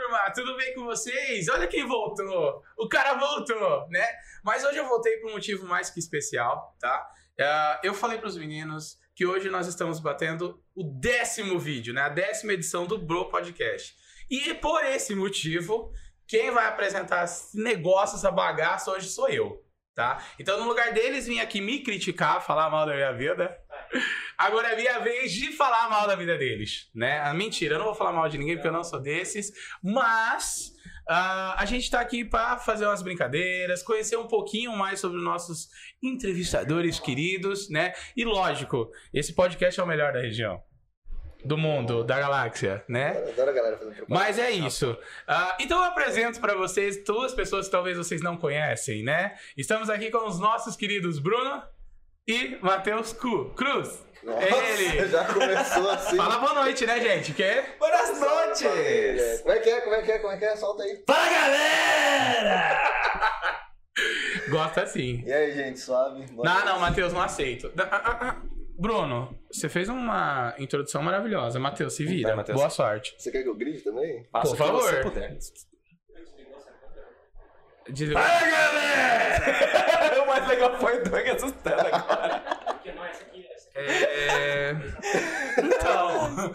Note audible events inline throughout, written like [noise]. galera, tudo bem com vocês? Olha quem voltou! O cara voltou, né? Mas hoje eu voltei por um motivo mais que especial, tá? Ah, eu falei pros meninos que hoje nós estamos batendo o décimo vídeo, né? A décima edição do Bro Podcast. E por esse motivo, quem vai apresentar esse negócio, essa bagaça hoje sou eu, tá? Então, no lugar deles, vim aqui me criticar, falar mal da minha vida. Agora é minha vez de falar mal da vida deles, né? Ah, Mentira, eu não vou falar mal de ninguém porque eu não sou desses, mas ah, a gente tá aqui para fazer umas brincadeiras, conhecer um pouquinho mais sobre os nossos entrevistadores queridos, né? E lógico, esse podcast é o melhor da região, do mundo, da galáxia, né? Eu adoro a galera fazendo propaganda. Mas é isso. Ah, então eu apresento para vocês duas pessoas que talvez vocês não conhecem, né? Estamos aqui com os nossos queridos Bruno e Matheus Cu Cruz. Nossa, Ele. [laughs] já começou assim. Fala boa noite, né, gente? Que? Boas É, noites! Como é que é? Como é que é? Como é que é? Solta aí. Fala galera! Gosta sim. E aí, gente, suave? Boa Não, noite. não, Matheus, não aceito. Da- ah, ah, ah. Bruno, você fez uma introdução maravilhosa. Matheus, se vira. Vai, Matheus. Boa sorte. Você quer que eu grite também? Faça Por favor. o que você puder. Diz- Fala [laughs] galera! o mais legal foi o Doug assustando agora. É... Então,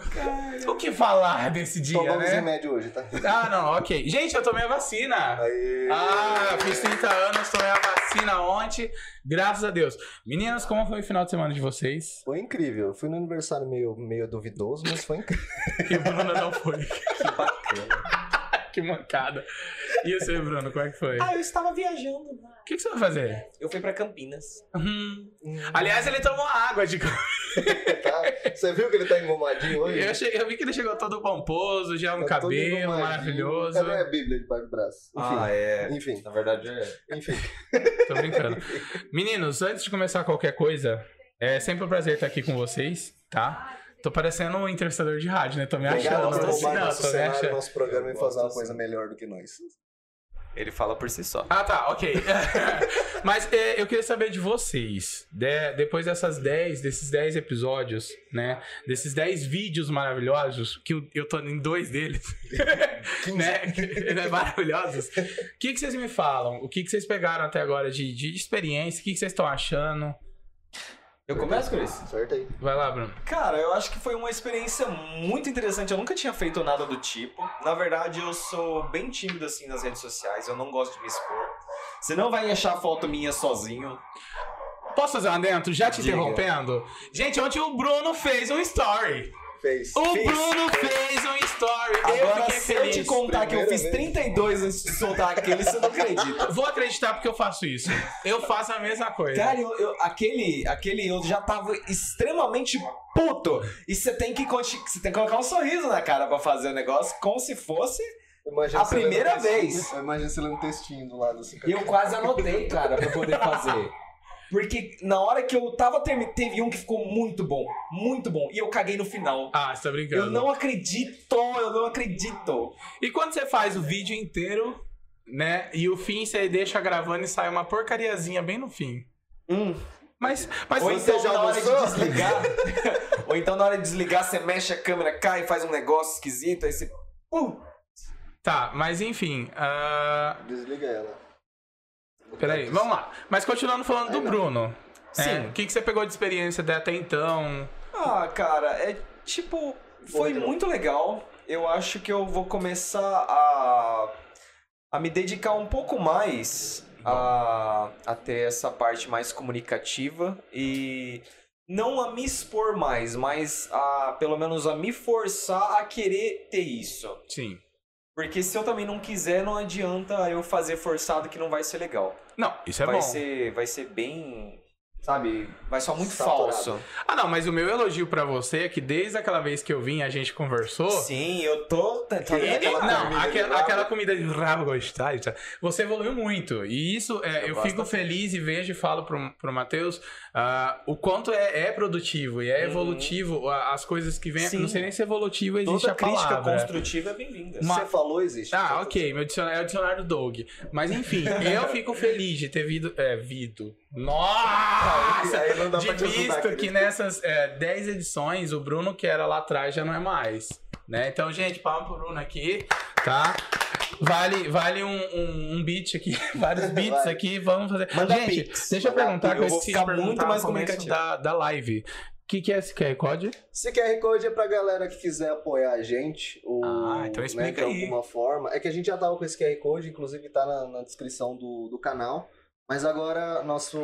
o que falar desse dia, Tomamos né? remédio hoje, tá? Ah, não, ok. Gente, eu tomei a vacina. Aí. Ah, fiz 30 anos, tomei a vacina ontem, graças a Deus. Meninas, como foi o final de semana de vocês? Foi incrível. Eu Fui no aniversário meio, meio duvidoso, mas foi incrível. Que Bruna não foi. Que bacana. que mancada. E você, Bruno, como é que foi? Ah, eu estava viajando. O que, que você vai fazer? Eu fui pra Campinas. Hum. Aliás, ele tomou água de [laughs] tá? Você viu que ele tá engomadinho hoje? eu, achei- eu vi que ele chegou todo pomposo, já no Tá todo cabelo, engomadinho. tá maravilhoso. Cadê a Bíblia debaixo do braço? Ah, Enfim. é. Enfim, Na verdade é. enfim. Tô brincando. Meninos, antes de começar qualquer coisa, é sempre um prazer estar aqui com vocês, tá? Tô parecendo um entrevistador de rádio, né? Tô me Obrigado achando. por assim, roubar não, nosso tô me cenário, achando. nosso programa e Eu fazer gosto uma assim. coisa melhor do que nós. Ele fala por si só. Ah, tá, ok. [laughs] Mas é, eu queria saber de vocês. de- depois dessas 10, desses 10 episódios, né? Desses 10 vídeos maravilhosos, que eu, eu tô em dois [laughs] deles, né? que- [laughs] né, maravilhosos. O que, que vocês me falam? O que, que vocês pegaram até agora de, de experiência? O que, que vocês estão achando? Eu começo, Chris? Certo aí. Vai lá, Bruno. Cara, eu acho que foi uma experiência muito interessante. Eu nunca tinha feito nada do tipo. Na verdade, eu sou bem tímido assim nas redes sociais. Eu não gosto de me expor. Você não vai achar foto minha sozinho. Posso fazer um adentro? Já te Diga. interrompendo? Gente, ontem o Bruno fez um story. Fez. O Fiz. Bruno fez um story. eu Agora, fiquei se eu feliz. te contar que eu Primeira fiz vez. 32 antes de soltar aquele, você não [laughs] acredita. Vou acreditar porque eu faço isso. Eu faço a mesma coisa. Cara, eu, eu- aquele, aquele eu já tava extremamente puto. E você tem que conti- você tem que colocar um sorriso na cara pra fazer o negócio, como se fosse. Eu imagino A você lendo primeira um textinho. vez. Eu imagino você lendo um textinho do lado assim. E eu quase anotei, cara, pra poder fazer. Porque na hora que eu tava terminando, teve um que ficou muito bom, muito bom. E eu caguei no final. Ah, você tá brincando. Eu não acredito, eu não acredito. E quando você faz o vídeo inteiro, né? E o fim você deixa gravando e sai uma porcariazinha bem no fim. Hum. Mas, mas Ou Você então, já na hora de almoçou? desligar. [laughs] ou então, na hora de desligar, você mexe a câmera, cai, faz um negócio esquisito, aí você. Uh, tá, mas enfim. ah, Desliga ela. peraí, vamos lá. Mas continuando falando do Aí não. Bruno. Sim. É, o que, que você pegou de experiência até, até então? Ah, cara, é tipo. Foi Muito. muito legal. Eu acho que eu vou começar a. a me dedicar um pouco mais a, a ter essa parte mais comunicativa e. Não a me expor mais, mas a pelo menos a me forçar a querer ter isso. Sim. Porque se eu também não quiser, não adianta eu fazer forçado que não vai ser legal. Não, isso é vai bom. ser, vai ser bem, sabe, vai só muito Saturado. falso. Ah, não, mas o meu elogio pra você é que desde aquela vez que eu vim, a gente conversou. Sim, eu tô tá tentando Ele- aquela não, comida aquela, de aquela rabo. comida de rabo gostosa, tá? você evoluiu muito. E isso, é, Eu eu gosto fico bastante. feliz e vejo e falo pro, pro Matheus ah, o quanto é, é produtivo e é Uhum. evolutivo a- as coisas que vêm. Sim. Não sei nem se evolutivo existe toda a crítica palavra. construtiva é bem-vinda. Uma- Você falou, existe. um Ah, ok, meu dicionário é o dicionário do Doug. Mas enfim, eu fico feliz de ter vido. É, [laughs] vido. Nossa! Ah, Aí não dá de pra te ajudar, visto que querido. nessas é, 10 edições, o Bruno que era lá atrás já não é mais. Né? Então, gente, palma pro Bruno aqui, tá? Vale, vale um, um, um beat aqui, [laughs] vários beats Vai. aqui, vamos fazer. Manda Gente, pix. deixa eu Manda perguntar, pix. que eu vou esqueci de ficar muito perguntar mais no começo comunicativo. da, da live. O que, que é esse QR Code? Esse QR Code é pra galera que quiser apoiar a gente. Ou, Ah, então né, explica de aí. alguma forma. É que a gente já tava com esse QR Code, inclusive tá na, na descrição do, do canal. Mas agora nosso,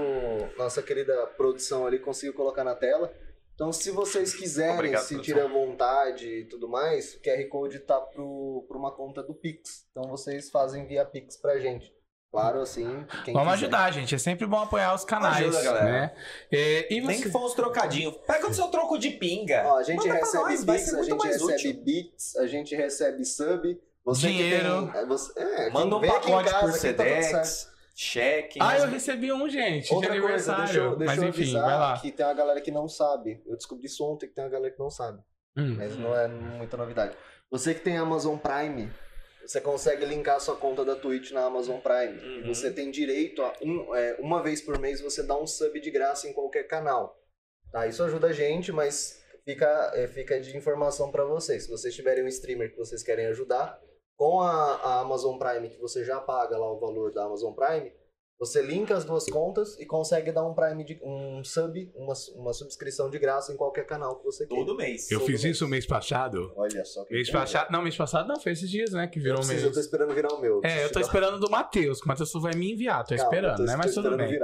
nossa querida produção ali conseguiu colocar na tela. Então, se vocês quiserem, Obrigado, sentirem à vontade e tudo mais, o QR Code tá pro, pra uma conta do Pix. Então, vocês fazem via Pix pra gente. Claro, assim, quem Vamos quiser. ajudar, gente. É sempre bom apoiar os canais. Ajuda, galera. Né? É, e Nem que você? for uns trocadinhos. Pega o seu troco de É. pinga. Ó, a gente Manda pra recebe nós, vai Pix, ser a muito gente mais recebe útil. Beats, a gente recebe sub. Você que Dinheiro. tem- é, você- é, Manda um vem aqui em pacote casa por que tá tudo certo. Sedex, cheque. Ah, eu recebi um, gente, de Outra coisa, aniversário. deixa eu, deixa Mas eu enfim, avisar vai lá. que tem uma galera que não sabe. Eu descobri isso ontem que tem uma galera que não sabe. Hum. Mas não é muita novidade. Você que tem Amazon Prime, você consegue linkar sua conta da Twitch na Amazon Prime. E Uhum. você tem direito a um- é, uma vez por mês você dá um sub de graça em qualquer canal. Tá? Isso ajuda a gente, mas fica, é, fica de informação pra vocês. Se vocês tiverem um streamer que vocês querem ajudar, com a, a Amazon Prime, que você já paga lá o valor da Amazon Prime, você linka as duas contas e consegue dar um Prime de, um sub, uma, uma subscrição de graça em qualquer canal que você queira. Todo mês. Eu Todo fiz mês. isso mês passado. Olha só que Mês legal. passado. Não, mês passado não, foi esses dias, né? Que virou Preciso, Eu mês. tô esperando virar o meu. É, eu tô esperando do Matheus, que o Matheus só vai me enviar, tô esperando, né? Mas tudo bem.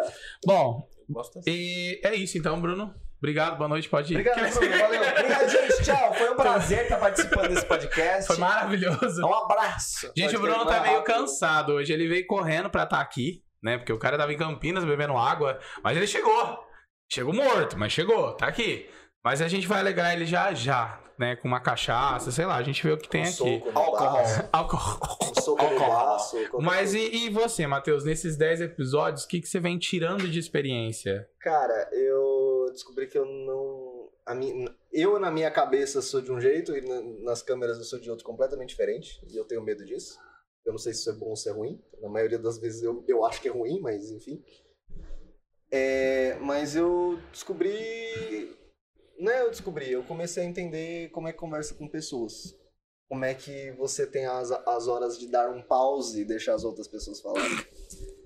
Bom, Gosto assim. e é isso então, Bruno. Obrigado, boa noite, pode ir. Obrigado, [laughs] Bruno. Valeu. Obrigado, gente. Tchau. Foi um prazer estar participando desse podcast. Foi maravilhoso. Um abraço. Gente, o Pode Bruno terminar tá meio rápido. cansado hoje. Ele veio correndo pra estar aqui, né? Porque o cara tava em Campinas bebendo água. Mas ele chegou. Chegou morto, mas chegou. Tá aqui. Mas a gente vai alegrar ele já já, né? Com uma cachaça, sei lá. A gente vê o que tem Um aqui. soco no Álcool. braço, [laughs] Álcool. Um soco no Álcool. braço. qualquer Mas coisa. e, e você, Matheus? Nesses 10 episódios, o que, que você vem tirando de experiência? Cara, eu descobri que eu não... a mi- Eu, na minha cabeça, sou de um jeito e na- nas câmeras eu sou de outro completamente diferente. E eu tenho medo disso. Eu não sei se isso é bom ou se é ruim. Na maioria das vezes eu, eu acho que é ruim, mas enfim. É, mas eu descobri. Não é eu descobri, eu comecei a entender como é que conversa com pessoas. Como é que você tem as, as horas de dar um pause e deixar as outras pessoas falarem.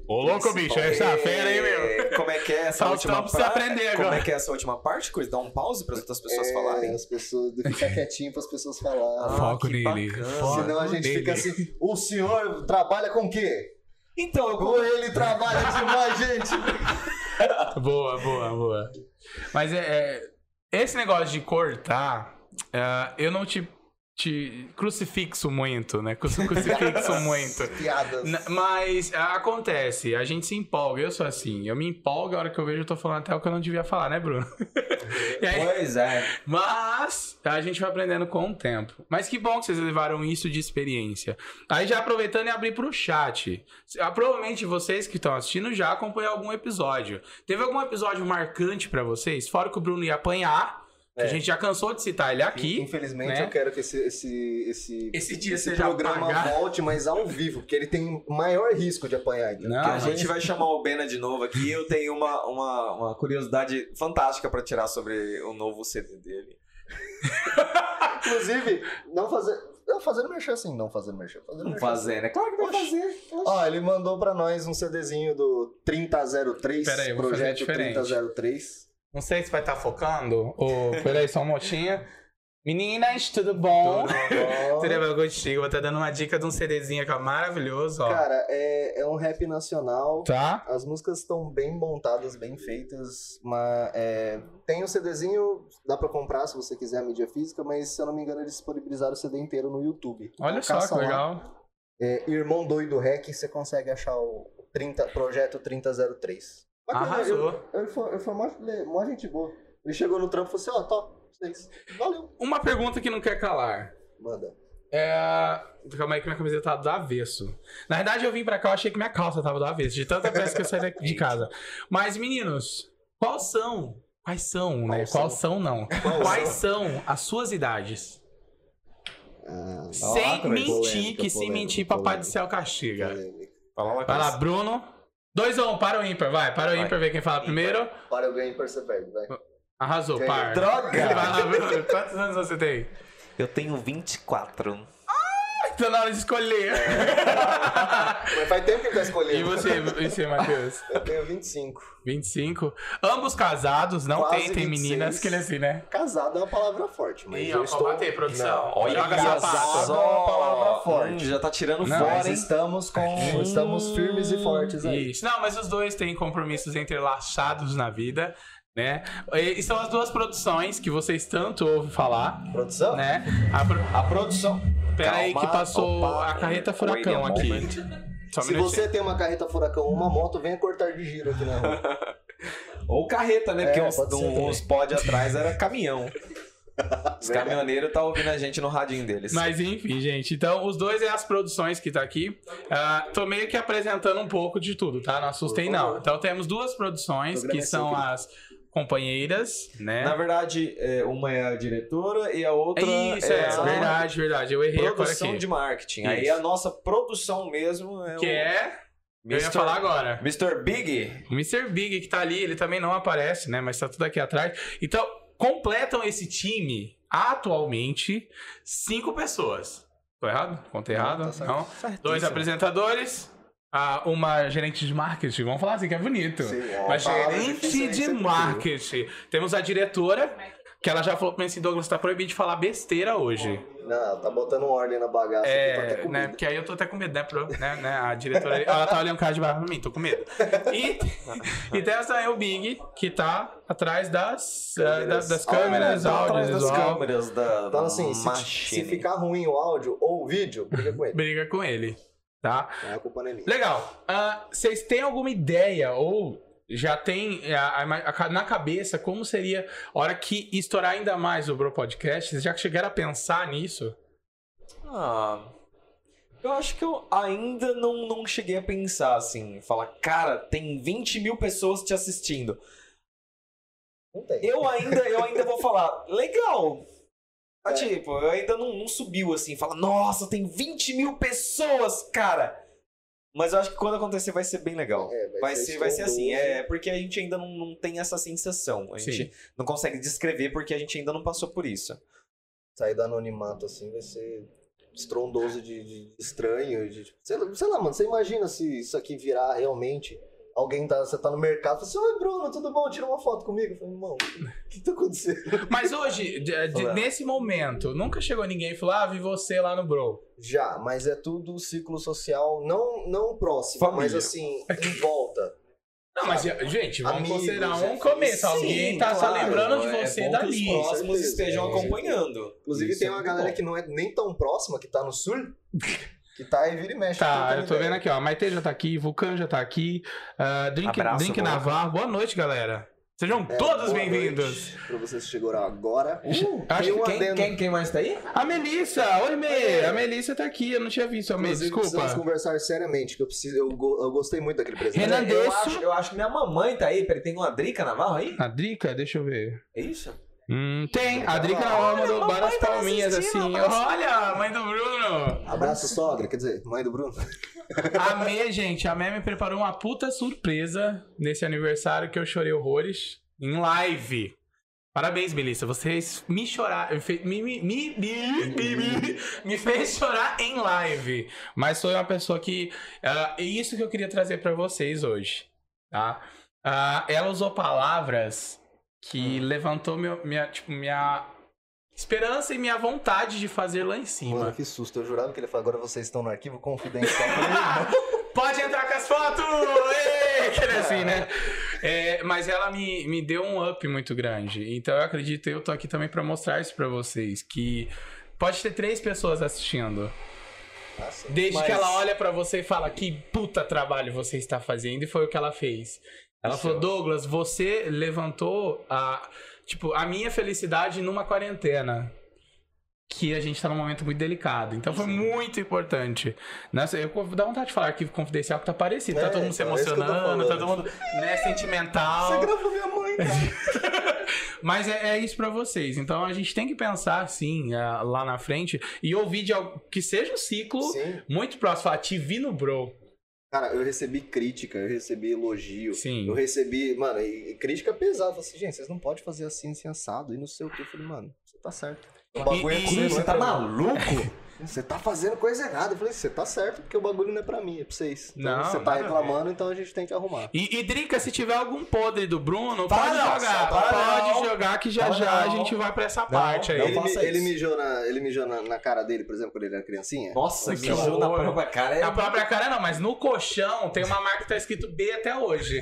Ô, é meu. Como é que é essa Faltão última precisa aprender Como agora. é que é essa última parte, Cruz? Dá um pause para as outras pessoas É, falarem. As pessoas ficar quietinho para as pessoas falarem. Ah, Foco que nele. bacana. Foco Senão a gente nele. fica assim, o senhor trabalha com o quê? Então, eu Ou ele trabalha [laughs] demais, gente? Boa, boa, boa. Mas é, é, esse negócio de cortar, é, eu não te, te crucifixo muito, né? Cru- [laughs] Crucifixo muito. Piadas. N- Mas é, acontece, a gente se empolga, eu sou assim, eu me empolgo a hora que eu vejo, eu tô falando até o que eu não devia falar, né, Bruno? [laughs] E aí- Pois é. mas tá, a gente vai aprendendo com o tempo. Mas que bom que vocês levaram isso de experiência. Aí já aproveitando e abrir pro chat. Se- ah, Provavelmente vocês que estão assistindo já acompanham algum episódio. Teve algum episódio marcante pra vocês? Fora que o Bruno ia apanhar, que É. a gente já cansou de citar ele aqui. Infelizmente, né? eu quero que esse, esse, esse, Esse dia esse seja programa apagado. volte, mas ao vivo, porque ele tem maior risco de apanhar. Então. Não, Que a mas- gente vai chamar o Bena de novo aqui. Eu tenho uma, uma, uma curiosidade fantástica pra tirar sobre o novo CD dele. Inclusive, não fazer. Não, fazendo merchan assim, não fazendo merchan. Fazendo Vamos merchan. fazer, né? Claro que vai Oxe. fazer. Ó, ele mandou pra nós um CDzinho do 3003, Pera aí, eu vou fazer projeto diferente. 3003. Não sei se vai estar focando. Ou... [laughs] Peraí, só um motinha. Meninas, tudo bom? Ó, Seria bom contigo. Vou estar dando uma dica de um CDzinho que é maravilhoso, ó. Cara, é, é um rap nacional. Tá? As músicas estão bem montadas, bem feitas. Mas, é, tem o CDzinho, dá pra comprar se você quiser a mídia física, mas se eu não me engano, eles disponibilizaram o CD inteiro no YouTube. Olha Então, só caça que lá. legal. É, Irmão Doido Rec, você consegue achar o 30, Projeto 3003. Bacana, Arrasou. Eu, eu, foi, eu foi mó, mó gente boa. Ele chegou no trampo e falou assim: ó, top, vocês. Valeu. Uma pergunta que não quer calar. Manda. É. Calma aí que minha camiseta tá do avesso. Na verdade, eu vim pra cá, eu achei que minha calça tava do avesso, de tanta pressa que eu saí daqui de casa. Mas, meninos, quais são? Quais são, né? Quais Quais são, não? Quais são as suas idades? Ah, sem cara, mentir, polêmica, que sem polêmica, mentir, papai do polêmica. céu castiga. polêmica. Fala lá, Vai Cruz. lá, Bruno. 2 ou 1, um, para o ímpar, vai. Para o Vai. ímpar, ver quem fala primeiro. Para eu ganhar e perceber, vai. Arrasou, Ganhei. par. Droga! Vai lá, Bruno. Quantos anos você tem? Eu tenho 24. Tá na hora de escolher. Mas faz tempo que ele tá E escolhendo. você, e você, Matheus? Eu tenho 25. 25. Ambos casados, não Quase tem, tem 26. meninas que ele assim, né? Casado é uma palavra forte, mas Ih, eu ó, estou... combater, produção. Não. é Olha Joga que sapato. só. Uma palavra forte. Hum, já tá tirando Não, fora, Nós hein? Hum. estamos com. Estamos firmes e fortes aí. Isso. Não, mas os dois têm compromissos entrelaçados na vida, né? E são as duas produções que vocês tanto ouvem falar, Produção? né? A pro... A produção. Pera aí que Calma, passou opa, a carreta é, furacão wait a aqui. moment. Só um Se minutinho. você tem uma carreta furacão ou uma moto, venha cortar de giro aqui [laughs] na rua. Ou carreta, né? Porque É, uns, pode ser também. uns pod atrás era caminhão. Os Verdade. caminhoneiros tá ouvindo a gente no radinho deles. Mas enfim, gente. Então, os dois é as produções que tá aqui. Ah, tô meio que apresentando um pouco de tudo, tá? Não assustem, Por favor. não. Então, temos duas produções Programa que é seu, são querido. as companheiras, né? Na verdade, é, uma é a diretora e a É outra Isso, é, a verdade, verdade. Eu errei agora produção aqui. de marketing. Aí Isso. a nossa produção mesmo é Que o é. Eu ia Mr. falar agora. Mr. Big. O Mr. Big que tá ali, ele também não aparece, né? Mas tá tudo aqui atrás. Então, completam esse time atualmente cinco pessoas. Tô errado? Contei errado? tá certo. não. Dois apresentadores, ah, uma gerente de marketing. Vamos falar assim que é bonito. Sim, é uma Uma palavra gerente difícil aí, de sempre marketing. Temos a diretora, que ela já falou pra mim assim, Douglas, tá proibido de falar besteira hoje. tem. Não, tá botando ordem na bagaça. aqui pra ter É, comida. né? Porque aí eu tô até com medo, né? pro- né, né, a diretora, ela tá olhando o cara de barra pra mim, tô com medo. E, e [laughs] tem essa é o Big, que tá atrás das ah, da- das, Câmeras. câmeras, Tá áudio, atrás das visual. câmeras da Então, assim, se, machine. se ficar ruim o áudio ou o vídeo, briga com ele. Briga com ele, tá? Não é culpa nem minha. Legal. Ah, Vocês têm alguma ideia ou já tem eh, a- a- a- na cabeça como seria a hora que estourar ainda mais o Bro Podcast? Vocês já chegaram a pensar nisso? Ah, eu acho que eu ainda não, não cheguei a pensar assim. Falar, cara, tem 20 mil pessoas te assistindo. Não tem. Eu ainda, eu ainda vou falar, legal. É. Ah, tipo, eu ainda não, não subiu assim. Fala, nossa, tem 20 mil pessoas, cara. Mas eu acho que quando acontecer vai ser bem legal. É, Vai ser, vai ser assim, estrondoso. é porque a gente ainda não, não tem essa sensação. A gente não consegue descrever porque a gente ainda não passou por isso. Sair do anonimato assim vai ser estrondoso de, de estranho. De, tipo, sei, lá, sei lá, mano, você imagina se isso aqui virar realmente. Alguém tá, você tá no mercado e fala assim, oi Bruno, tudo bom? Tira uma foto comigo. Eu falei, irmão, o que tá acontecendo? Mas hoje, de- de- Olá. nesse momento, nunca chegou ninguém e falou: ah, vi você lá no Bro. Já, mas é tudo ciclo social, não, não próximo, Família. mas assim, em volta. Não, mas, gente, vamos Amigos, considerar um é, começo. sim, Alguém tá claro, só lembrando de é você bom que dali. Os próximos certeza, estejam é, com acompanhando. Inclusive Isso tem é uma muito galera bom. que não é nem tão próxima, que tá no sul, que tá aí vira e mexe. Tá, trocando eu tô ideia. vendo aqui, ó. Maite já tá aqui, Vulcan já tá aqui. ah, Drink, Abraço, Drink boa. Navarro. Boa noite, galera. Sejam É, todos boa bem-vindos. noite Pra vocês que chegaram agora. acho Tem um Quem, adendo. quem, quem mais tá aí? A Melissa! Oi, Mê! A Melissa tá aqui, eu não tinha visto a Mê, Inclusive, precisamos desculpa. conversar seriamente, que eu, preciso, eu, go- eu gostei muito daquele presente. Renan- eu, Nandesso. acho, eu acho que minha mamãe tá aí. Peraí, tem uma Drica Navarro aí? A Drica, deixa eu ver. É isso? Hum, tem, a Drica Olha, ela mandou mamãe várias tá palminhas assim. assistindo, Olha, mãe do Bruno! Abraço, sogra, quer dizer, mãe do Bruno. A Mê, gente, a Mê me preparou uma puta surpresa nesse aniversário que eu chorei horrores em live. Parabéns, Melissa. Vocês me chorar, fe- me, me, me, me, me, me- me fez chorar em live. Mas sou uma pessoa que ah, é isso que eu queria trazer pra vocês hoje, tá? Ah, ela usou palavras que levantou meu, minha, tipo, minha esperança e minha vontade de fazer lá em cima. Mano, que susto, eu jurava que ele falou, agora vocês estão no arquivo confidencial. [laughs] [laughs] Pode entrar com as fotos! [laughs] Ê, que era assim, né? É, mas ela me, me deu um up muito grande. Então eu acredito, eu tô aqui também pra mostrar isso pra vocês. Que pode ter três pessoas assistindo. Ah, sim. Desde Mas- que ela olha pra você e fala que puta trabalho você está fazendo. E foi o que ela fez. Ela Isso. falou, Douglas, você levantou a, tipo, a minha felicidade numa quarentena. Que a gente tá num momento muito delicado. Então foi muito importante. Nossa, eu dá vontade de falar arquivo confidencial que tá parecido. tá É, todo mundo se então, é isso que eu tô emocionando, tá falando. todo mundo né, [laughs] sentimental. Você gravou minha mãe, cara. Mas é, é isso pra vocês. Então a gente tem que pensar, sim, ah, lá na frente e ouvir de algo que seja um ciclo Sim. muito próximo. Falar, te vi no bro. Cara, eu recebi crítica, eu recebi elogio. Sim. Eu recebi, mano, e, e crítica pesada. Eu falei assim, gente, vocês não podem fazer assim, assim, assado, e não sei o que. Eu falei, mano, você tá certo. O E- bagulho é e- com você, e- não é você pra mim. maluco? Você tá fazendo coisa errada. Eu falei, você tá certo, porque o bagulho não é pra mim, é pra vocês. Então Não, você tá nada a reclamando, então a gente tem que arrumar. E, e Drica, se tiver algum podre do Bruno, Fala pode não, jogar. fala pode não. jogar que já Fala já a não. gente vai pra essa parte aí. não ele, faça me- isso. ele mijou, na, ele mijou na, na cara dele, por exemplo, quando ele era criancinha? Nossa, Que que show na horror. prova, cara. É... Na própria cara não, mas no colchão tem uma marca que tá escrito B até hoje.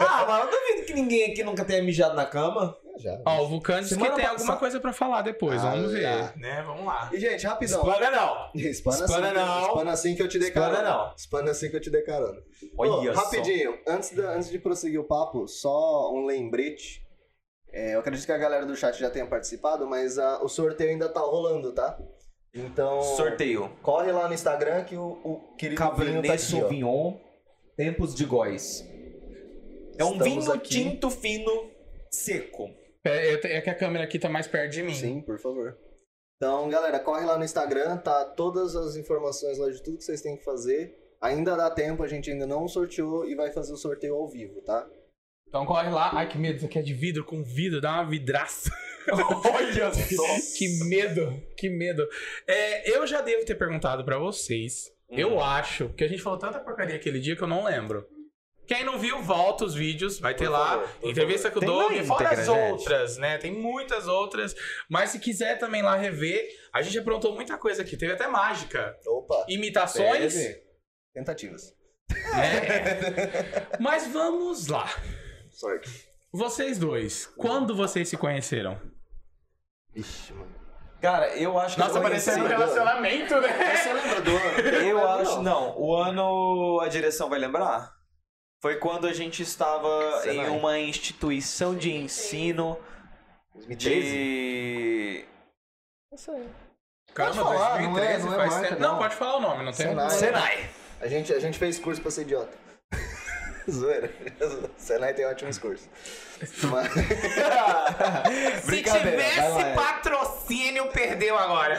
Ah, mas eu duvido que ninguém aqui nunca tenha mijado na cama. Já. Ó, o Vulcanes que tem Semana alguma passada- coisa pra falar depois, Ah, vamos ver. lá. Né, vamos lá. E, gente, rapidão. Explana não. Espana, Espana assim, não. Espana assim que eu te dei Espana carona. não. Espana assim que eu te dei carona. Olha Ô, só. rapidinho, antes, da- antes de prosseguir o papo, só um lembrete. É, eu acredito que a galera do chat já tenha participado, mas ah, o sorteio ainda tá rolando, tá? Então, Sorteio. corre lá no Instagram que o, o querido vinho tá Cabernet aqui, ó. Sauvignon, Tempos de Góis. É um Estamos vinho aqui. tinto fino seco. É, eu te- é que a câmera aqui tá mais perto de mim. Sim, por favor. Então, galera, corre lá no Instagram, tá todas as informações lá de tudo que vocês têm que fazer. Ainda dá tempo, a gente ainda não sorteou e vai fazer o sorteio ao vivo, tá? Então corre lá. Ai, que medo, isso aqui é de vidro com vidro, dá uma vidraça. Olha só. [laughs] que medo, que medo. É, eu já devo ter perguntado pra vocês. Hum. Eu acho, porque a gente falou tanta porcaria aquele dia que eu não lembro. Quem não viu, volta os vídeos, vai ter Por lá. favor, por entrevista com o Tem na Doug, fora íntegra, as gente. outras, né? Tem muitas outras. Mas se quiser também lá rever, a gente aprontou muita coisa aqui. Teve até mágica. Opa! Imitações. Teve Tentativas. né? [laughs] Mas vamos lá. Sorte. Vocês dois, quando vocês se conheceram? Ixi, mano. Cara, eu acho que eu conheci- parecendo um relacionamento, né? Você lembra do [laughs] ano? Eu lembro, acho, não. O ano a direção vai lembrar? Foi quando a gente estava Senai. em uma instituição de ensino [laughs] 2013? de. Caramba, falar, não é- 2013 não é faz marca, tempo. Não. não. pode falar o nome, não tem Senai. Senai. A gente, a gente fez curso pra ser idiota. [laughs] Zoeira. Senai tem ótimos [laughs] cursos. Mas... Se Brincadeira, vai lá, é. tivesse patrocínio, perdeu agora.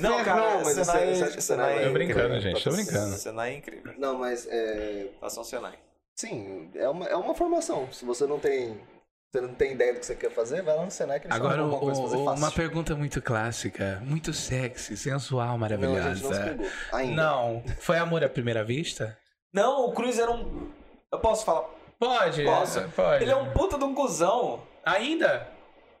Não, cara, Não, mas Senai, você acha que Senai Senai vai- é Tô brincando, incrível. gente, tá tô brincando. Senai é incrível. Não, mas é... Façam Senai. Sim, é uma, é uma formação. Se você não tem... Você não tem ideia do que você quer fazer, vai lá no Senai que eles Agora, arrumam o- alguma coisa pra o- fazer fácil. uma pergunta muito clássica, muito sexy, sensual, Não, a gente não se maravilhosa. pegou. Ainda. é- Não, foi amor à primeira vista? Não, o Cruz era um. Eu posso falar. Pode, Posso. é, pode. Ele é um puta de um cuzão. Ainda?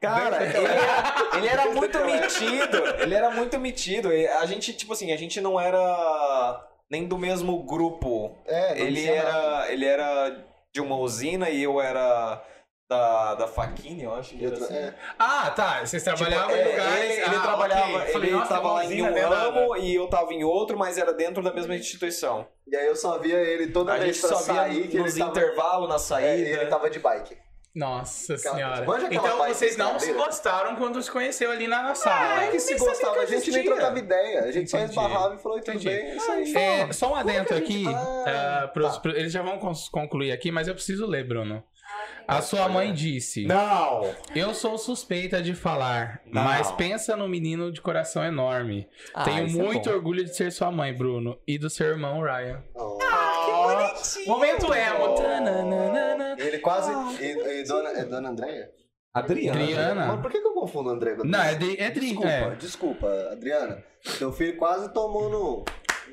Cara, ele era, ele era muito metido. Ele era muito metido. E A gente, tipo assim, a gente não era nem do mesmo grupo. É, não Ele tinha nada. era, ele era de uma usina e eu era da, da Faquinha, eu acho. que Eu era tra- assim. é, Ah, tá, vocês Tipo, trabalhavam É, em lugares... ele, ele Ah, trabalhava, ok. Falei, ele nossa, tava lá em mãozinha um dela. ramo e eu tava em outro, mas era dentro da Uhum. mesma instituição. E aí eu só via ele toda A vez gente pra só via sair que ele nos tava... intervalos, na é, saída. ele tava de bike. Nossa Aquela- é senhora. Manja aquela Então bike vocês não se escadeira. gostaram quando se conheceu ali na na sala. É que se gostava, a gente nem trocava ideia. A gente só assim, é. Entendi. esbarrava e falou, tudo Entendi. bem, é isso aí. É, só um adentro aqui, Ah, ah, pros- pro- eles já vão cons- concluir aqui, mas eu preciso ler, Bruno. A sua mãe disse: Não! Eu sou suspeita de falar, Não. mas pensa no menino de coração enorme. Ah, Tenho é muito orgulho de ser sua mãe, Bruno, e do seu irmão Ryan. Oh. Ah. Momento emo. E ele quase. E, e dona, é dona Andréia? Adriana. Mano, Adriana. por que, que eu confundo André com a Não, Adriana? é, de, é Dri- Desculpa, é. desculpa, Adriana. Seu filho quase tomou no,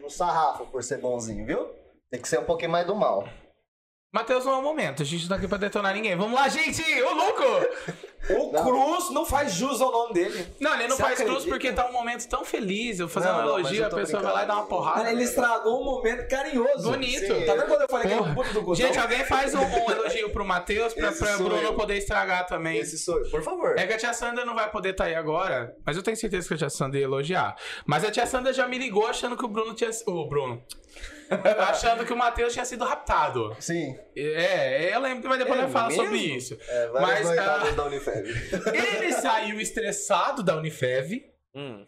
no sarrafo por ser bonzinho, viu? Tem que ser um pouquinho mais do mal. Matheus, não é o momento. A gente não tá aqui pra detonar ninguém. Vamos lá, gente! Ô, louco! O Não. Cruz não faz jus ao nome dele. Não, ele não Você faz cruz acredita? porque tá um momento tão feliz, eu fazendo um Não, não, mas elogio, eu a tô pessoa vai brincando. lá e dá uma porrada. Ah, Ele estragou um momento carinhoso. Bonito. Sim. Tá vendo quando eu é falei que Porra. era puto do Cruzão? Gente, alguém faz um, um elogio pro Matheus pra, Esse pra sou Bruno eu. poder estragar também. Esse sou eu, por favor. É que a tia Sandra não vai poder estar aí agora, mas eu tenho certeza que a tia Sandra ia elogiar. Mas a tia Sandra já me ligou achando que o Bruno tinha. O [laughs] Bruno. achando que o Matheus tinha sido raptado. Sim. É, eu lembro, mas depois É eu falo mesmo? sobre isso. É, várias Mas, noitadas ah, da Unifeb. [laughs] Ele saiu estressado da Unifev, Hum.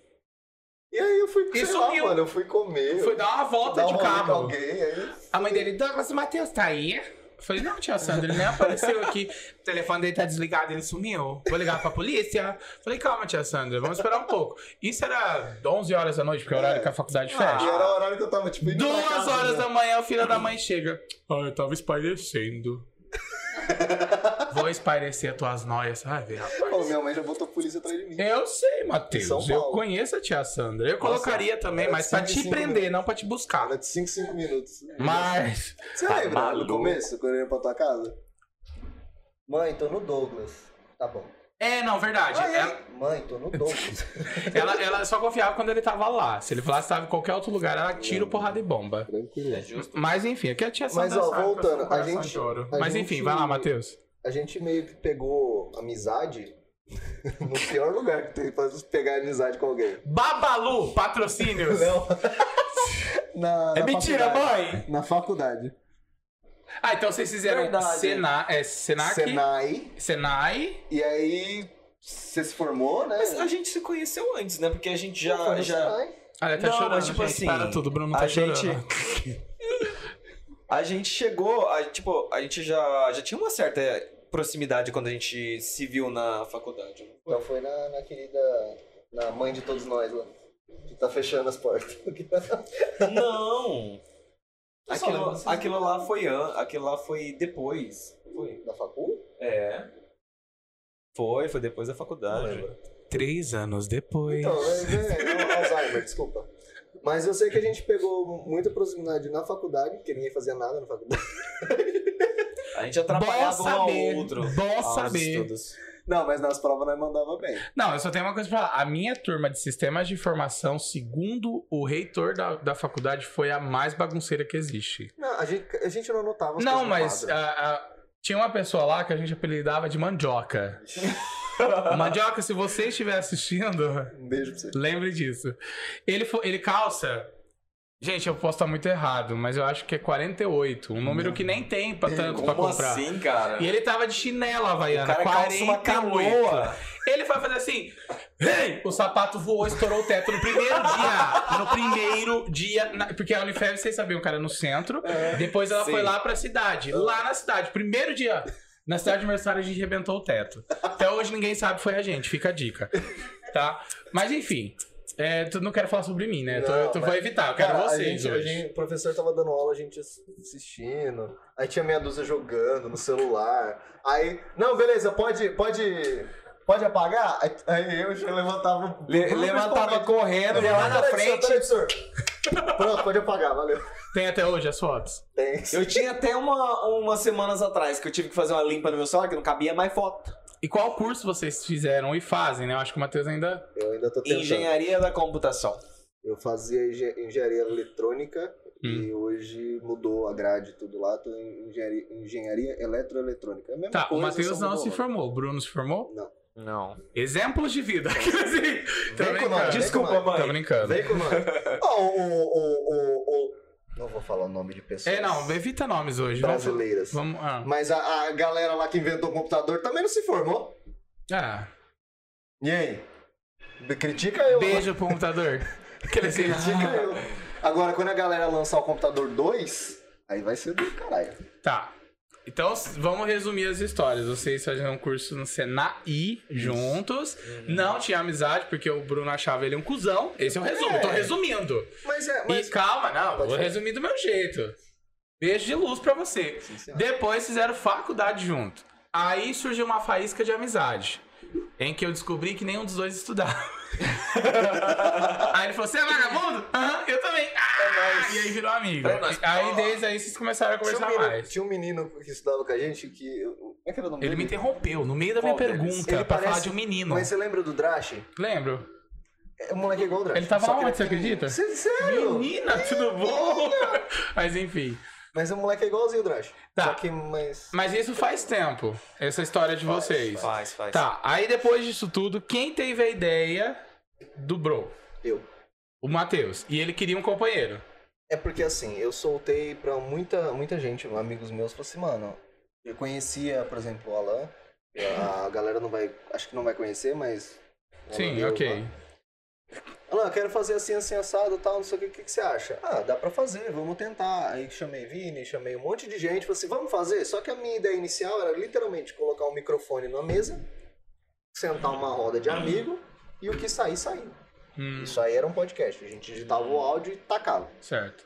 E aí eu fui, E sei lá, sumiu. mano, eu fui comer. foi dar uma volta dar um de rolê com carro. alguém, aí A mãe dele, Douglas, o Matheus tá aí? Eu falei, não, tia Sandra, ele nem apareceu aqui. O telefone dele tá desligado, ele sumiu. Vou ligar pra polícia. Falei, calma, tia Sandra, vamos esperar um pouco. Isso era 11 horas da noite, porque é o horário que a faculdade fecha. E Ah, era o horário que eu tava, tipo, indo pra Duas casa, horas né? da manhã, o filho da mãe chega. Ah, eu tava espairecendo. Vou [laughs] vou espairecer as tuas noias, você vai ver, rapaz. Pô, minha mãe já botou polícia atrás de mim. Eu sei, Matheus. São Eu Paulo. conheço a tia Sandra. Eu colocaria também, era mas pra cinco te e cinco prender, não pra te buscar. Era de 5 5 minutos. Mas. Você Tá lembra maluco. no começo, quando eu ia pra tua casa? Mãe, tô no Douglas. Tá bom. É, não, verdade. Ela, Mãe, tô no Douglas. [laughs] ela- ela só confiava quando ele tava lá. Se ele falasse que tava em qualquer outro lugar, ela tira o porrada e bomba. É Tranquilo. Mas enfim, aqui a tia Mas, Sandra. ó, sabe, voltando, meu um coração a gente- chora. a Mas gente- enfim, vai lá, Matheus. A gente meio que pegou amizade [laughs] no pior lugar que tem pra pegar amizade com alguém. Babalu, patrocínios. Na, É na mentira, faculdade. mãe! Na faculdade. Ah, então vocês fizeram Verdade. Sena, é, Senac, Senai. Senai. E aí, você se formou, né? Mas a gente se conheceu antes, né? Porque a gente já. Foi no já Senai. Olha, tá Não, chorando, mas tipo gente. assim, Para tudo, o Bruno a tá chorando. gente- a gente chegou. A, tipo, a gente já, já tinha uma certa proximidade quando a gente se viu na faculdade. né? Não, Então, foi na, na querida. Na mãe de todos nós lá. Que tá fechando as portas. [laughs] Não! Pessoal, [laughs] Aquilo, vocês- aquilo lá foi an... aquilo lá foi depois. Foi. Na facu? É. Foi, foi depois da faculdade. Três anos depois. Então, mas é, é Alzheimer, desculpa. Mas eu sei que a gente pegou muita proximidade na faculdade, porque ninguém fazia nada na faculdade. [laughs] a gente atrapalhava um ao saber. outro. Bom aos saber. estudos. Não, mas nas provas nós mandava bem. Não, eu só tenho uma coisa pra falar. A minha turma de sistemas de informação, segundo o reitor da, da faculdade, foi a mais bagunceira que existe. Não, a gente, a gente não anotava as Não, coisas mas erradas. a- a- tinha uma pessoa lá que a gente apelidava [laughs] de mandioca. mandioca, se você estiver assistindo, Um beijo pra você. lembre disso. Ele, fo- ele calça. Gente, eu posso estar muito errado, mas eu acho que é 48. Um número que nem tem pra tanto pra Como comprar. assim, cara? E ele tava de chinela, o Havaiana. cara é calça uma 48. canoa. Ele foi fazer assim. "Ei!" O sapato voou, estourou o teto no primeiro dia. No primeiro dia. na- porque a Unifeb, vocês sabiam, cara, no centro. É. Depois ela Sim. foi lá pra cidade. Lá na cidade. Primeiro dia. Na cidade universitária a gente arrebentou o teto. Até hoje ninguém sabe, foi a gente, fica a dica. Tá? Mas enfim. é, tu não quero falar sobre mim, né? Tu- Não, tu mas- vai evitar, eu quero Cara, a vocês gente- a hoje. gente- o professor tava dando aula, a gente assistindo. Aí tinha meia dúzia jogando no celular. Aí, não, beleza, pode, pode, pode apagar? Aí, aí eu já levantava. Le- levantava correndo, ia lá na Peraí, professor, frente. peraí, professor. Pronto, pode apagar, valeu. Tem até hoje as fotos. Tem. Eu tinha até uma, umas semanas atrás que eu tive que fazer uma limpa no meu celular, que não cabia mais foto. E qual curso vocês fizeram e fazem, né? Eu acho que o Matheus ainda Eu ainda tô tentando. Engenharia da computação. Eu fazia engen- engenharia eletrônica e Hum. hoje mudou a grade e tudo lá. Tô em engenharia, engenharia eletroeletrônica. É a mesma Tá, o coisa, Matheus só não mudou se o nome. formou, o Bruno se formou. Não. Exemplos de vida. [laughs] Assim, tô Vem com brincando. nós, Desculpa, Desculpa, Vem tô mãe. brincando. Vem com nós. [laughs] Ó, o, o- o- o- Não vou falar o nome de pessoas. É, não, evita nomes hoje. Vamos, Brasileiras. vamos, ah. Mas a, a galera lá que inventou o computador também não se formou. Ah, E aí? Me Critica eu. né? beijo pro [laughs] computador. Aquele assim, Critica [laughs] eu. Agora, quando a galera lançar o computador 2, aí vai ser do caralho. Tá. Então, s- vamos resumir as histórias. Vocês faziam um curso no Senai juntos. Uhum. Não tinha amizade, porque o Bruno achava ele um cuzão. Esse é o resumo, tô resumindo. Mas é. Mas... E calma, não, vou falar. resumir do meu jeito. Beijo de luz pra você. Sim, senhora. Depois fizeram faculdade junto. Aí surgiu uma faísca de amizade. Em que eu descobri que nenhum dos dois [laughs] estudava. aí ele falou: Você é vagabundo? Aham, eu também. É Ah! e aí virou amigo. É nóis. aí desde aí vocês começaram a Tinha um, conversar menino, mais. tinha um menino que estudava com a gente que. Como é que era o nome Ele me dele? interrompeu no meio da minha Qual deles? pergunta Ele pra parece- falar de um menino. Mas você lembra do Drache? Lembro. É um moleque igual o Drache. Ele tava só que onde, você pequenininho. acredita? Sé- Sério? Menina, tudo bom? [laughs] Mas enfim. Mas o moleque é igualzinho o Drache. Tá. Só que mais. Mas isso faz tempo, essa história de vocês. Faz, faz. Tá, aí depois disso tudo, quem teve a ideia do Bro? Eu. O Matheus. E ele queria um companheiro. É porque assim, eu soltei pra muita, muita gente, amigos meus, falou assim, mano, eu conhecia, por exemplo, o Alan, a galera não vai, acho que não vai conhecer, mas... o Alan Sim, eu, tá. ok. Alan, eu quero fazer assim, assim, assado, tal, não sei o que, o que, que você acha? Ah, dá pra fazer, vamos tentar. Aí chamei Vini, chamei um monte de gente, falei assim, vamos fazer? Só que a minha ideia inicial era literalmente colocar um microfone na mesa, sentar uma roda de amigo, e o que sair, saiu. Hum, Isso aí era um podcast, a gente digitava o áudio e tacava. certo.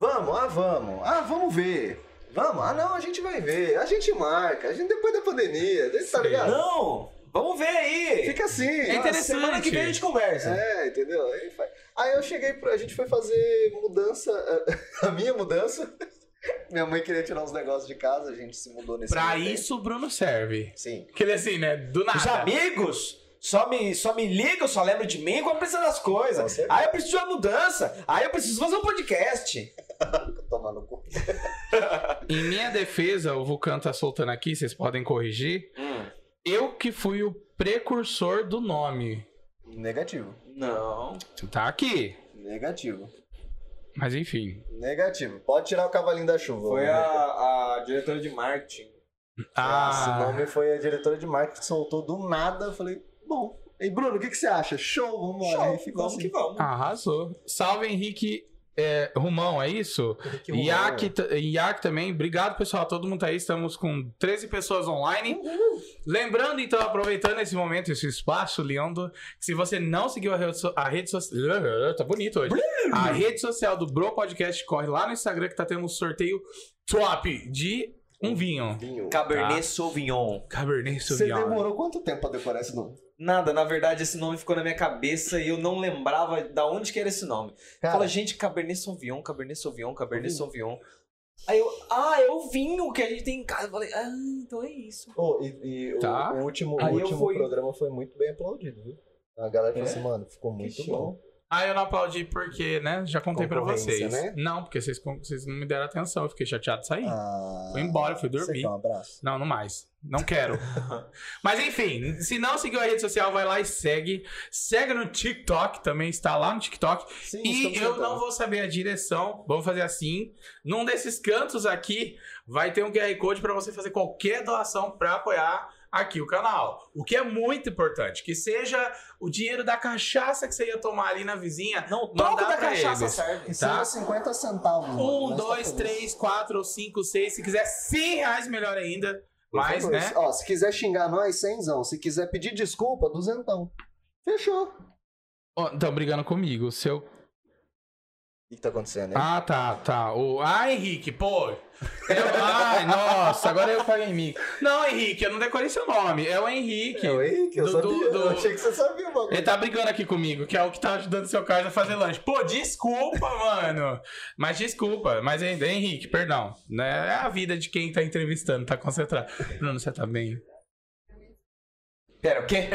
Vamos, ah, vamos, ah, vamos ver. Vamos? Ah, não, a gente vai ver. A gente marca. A gente depois da pandemia. a gente Tá Sim. ligado? Não! Vamos ver aí! Fica assim. É Ah, interessante. Semana que vem a gente conversa. É, entendeu? Aí, fa- aí eu cheguei, pra... a gente foi fazer mudança, [laughs] a minha mudança. Minha mãe queria tirar uns negócios de casa, a gente se mudou nesse Pra meio tempo. isso o Bruno serve. Sim. Que ele assim, né? Do nada. Os amigos só me, só me ligam, só lembram de mim quando precisa das Com coisas. certeza. Aí eu preciso de uma mudança. Aí eu preciso fazer um podcast. Tomar no cu. Em minha defesa, o Vulcan tá soltando aqui, vocês podem corrigir. Hum. Eu que fui o precursor do nome. Negativo. Não. Tá aqui. Negativo. Mas enfim. Negativo. Pode tirar o cavalinho da chuva. Foi Roberto. a, a diretora de marketing. Esse Ah, nome foi a diretora de marketing que soltou do nada. Eu falei, bom. E Bruno, o que, que você acha? Show, vamos lá. Show, Aí ficou vamos assim. que vamos. arrasou. Salve Henrique é, Rumão, é isso? Henrique Romão. Iac, t- Iac também. Obrigado, pessoal. Todo mundo tá aí. Estamos com 13 pessoas online. Lembrando, então, aproveitando esse momento, esse espaço, Leandro, que se você não seguiu a rede, so- a rede social. [laughs] Tá bonito hoje. A rede social do Bro Podcast corre lá no Instagram que tá tendo um sorteio top de um vinho. Vinho. Cabernet Sauvignon. Cabernet Você Sauvignon. demorou quanto tempo pra decorar esse nome? Nada, na verdade, esse nome ficou na minha cabeça e eu não lembrava da onde que era esse nome. Fala, gente, Cabernet Sauvignon, Cabernet Sauvignon, Cabernet Sauvignon. Aí eu, ah, é o vinho que a gente tem em casa. Eu falei, ah, então é isso. Ô, e, e o- Tá. o, último, o Aí eu último fui. programa foi muito bem aplaudido, viu? A galera falou É? assim, mano, ficou muito show. bom. Ah, eu não aplaudi porque, né? Já contei pra Concorrência, vocês. né? Não, porque vocês, con- vocês não me deram atenção. Eu fiquei chateado de sair. Ah, Fui embora, fui Você dormir. quer um abraço? Não, não mais. Não [laughs] quero. Mas enfim, se não seguiu a rede social, vai lá e segue. Segue no TikTok também, está lá no TikTok. Sim, E estamos eu tentando. não vou saber a direção. Vamos fazer assim. Num desses cantos aqui, vai ter um QR Code para você fazer qualquer doação para apoiar aqui o canal. O que é muito importante. Que seja o dinheiro da cachaça que você ia tomar ali na vizinha. Não, o Mandar troco da pra cachaça eles. serve. E seja tá? 50 centavos. mano, Um, nós tá dois, feliz. três, quatro, cinco, seis. Se quiser 100 reais, melhor ainda. Por Mas, favor, né? se- Ó, se quiser xingar nós, cenzão. Se quiser pedir desculpa, duzentão. Fechou. O Ó, Estão brigando comigo. Se eu que, que tá acontecendo aí? Ah, tá, tá. O... Ah, Henrique, pô. Eu- Ai, nossa, agora eu caguei em mim. Não, Henrique, eu não decorei seu nome. É o Henrique. É o Henrique, eu Do- sabia. do- Eu do- achei que você sabia, mano. Ele tá brigando aqui comigo, que é o que tá ajudando seu Carlos a fazer lanche. Pô, desculpa, mano. Mas desculpa. Mas, Hen- Henrique, perdão. Né? É a vida de quem tá entrevistando, tá concentrado. Bruno, você tá bem? Pera, o quê?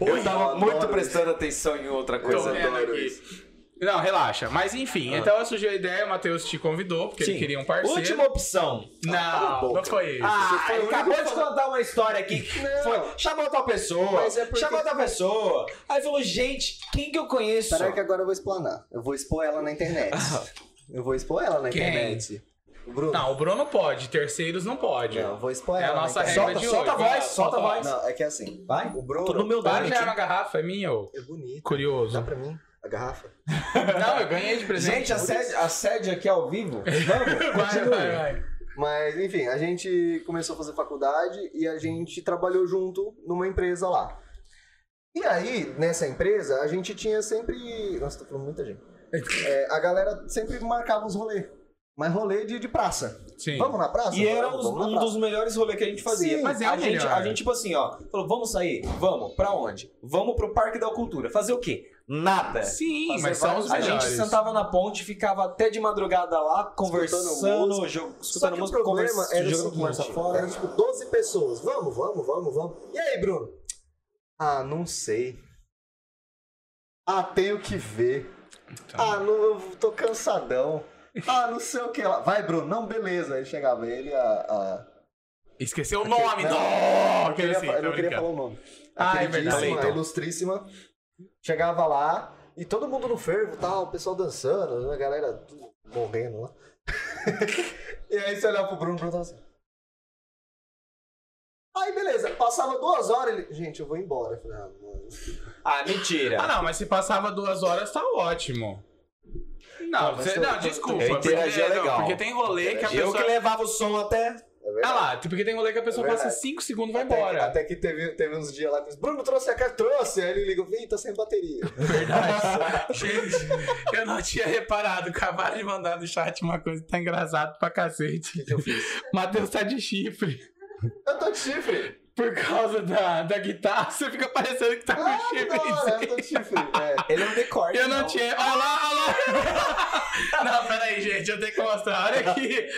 Oi, Eu tava eu muito adoro prestando atenção em outra Tô coisa. vendo adoro Ah. aqui. Não, relaxa. Mas, enfim. Então, eu sugeri a ideia, o Matheus te convidou, porque ele Sim. queria um parceiro. Última opção. Cala a Não, boca. não foi isso. Ah, foi o ele único acabou que de falou. contar uma história aqui. que Não. Foi, chamou tal pessoa, Mas é porque- chamou tal pessoa. Aí falou, gente, quem que eu conheço? Peraí que agora eu vou explanar. Eu vou expor ela na internet. Eu vou expor ela na Ah. Quem? internet. O Bruno. Não, o Bruno pode, terceiros não pode. Não, eu vou expor É a ela. nossa na regra internet. tá Solta- de hoje. solta a Vai lá, voz, solta a voz. Não, é que é assim. Vai, O Bruno. tudo Para humildade já uma aqui. garrafa, é minha, ô. É bonito. Dá Curioso. pra mim a garrafa? Não, eu ganhei de presente. Gente, a sede, a sede aqui ao vivo. [laughs] Vamos, vai, continua. vai, vai. Mas, enfim, a gente começou a fazer faculdade e a gente trabalhou junto numa empresa lá. E aí, nessa empresa, a gente tinha sempre. Nossa, tô falando muita gente. É, a galera sempre marcava uns rolê. Mas rolê de, de praça. Sim. Vamos na praça? E era Vamos, uns- vamos um na praça. dos melhores rolês que a gente fazia. Sim, mas é o a gente, melhor. a gente, tipo assim, ó, falou: vamos sair? Vamos, pra onde? Vamos pro Parque da Cultura. Fazer o quê? Nada. Sim, Fazer mas são vários- os A melhores. gente sentava na ponte, ficava até de madrugada lá, conversando, música. jogo- Só escutando que o música, problema conversa, era o jogando seguinte, conversa fora. era tipo 12 pessoas. Vamos, vamos, vamos, vamos. E aí, Bruno? Ah, não sei. Ah, tenho que ver. Então, Ah, não, eu tô cansadão. Ah, não sei o que lá. Vai, Bruno. Não, beleza. Aí chegava ele, a... a... Esqueceu o nome, Não, não! eu queria, Aquele assim, fa- eu tá não queria brincando. falar o nome. Ah, é verdade. Queridíssima, Então. ilustríssima. Chegava lá e todo mundo no fervo, tal, o pessoal dançando, a galera tudo morrendo lá. [laughs] e aí você olhava pro Bruno e perguntava assim. Aí beleza, passava duas horas ele. Gente, eu vou embora. Eu falei, ah, mano. Ah, mentira. Ah, não, mas se passava duas horas, tá ótimo. Não, mas você- eu- não, eu- desculpa. eu porque- interagia não, legal. Porque tem rolê é que a eu pessoa... que levava o som até. É verdade. Ah lá, porque tem rolê que a pessoa É passa verdade. 5 segundos e vai Até que- embora. Até que teve, teve uns dias lá que eu disse, Bruno, trouxe a carta? Trouxe. Aí ele ligou, vem, tá sem bateria. [laughs] Verdade. Gente, [laughs] eu não tinha reparado. Acabaram de mandar no chat uma coisa que tá engraçado pra cacete. O que eu fiz? Matheus tá de chifre. Eu tô de chifre. Por causa da, da guitarra, você fica parecendo que tá Ah, com que chifre. da hora, eu tô de chifre. É. Ele é um decorte. Eu não tinha. Olha lá, olha lá. [laughs] Não, peraí, gente, eu tenho que mostrar. Olha aqui.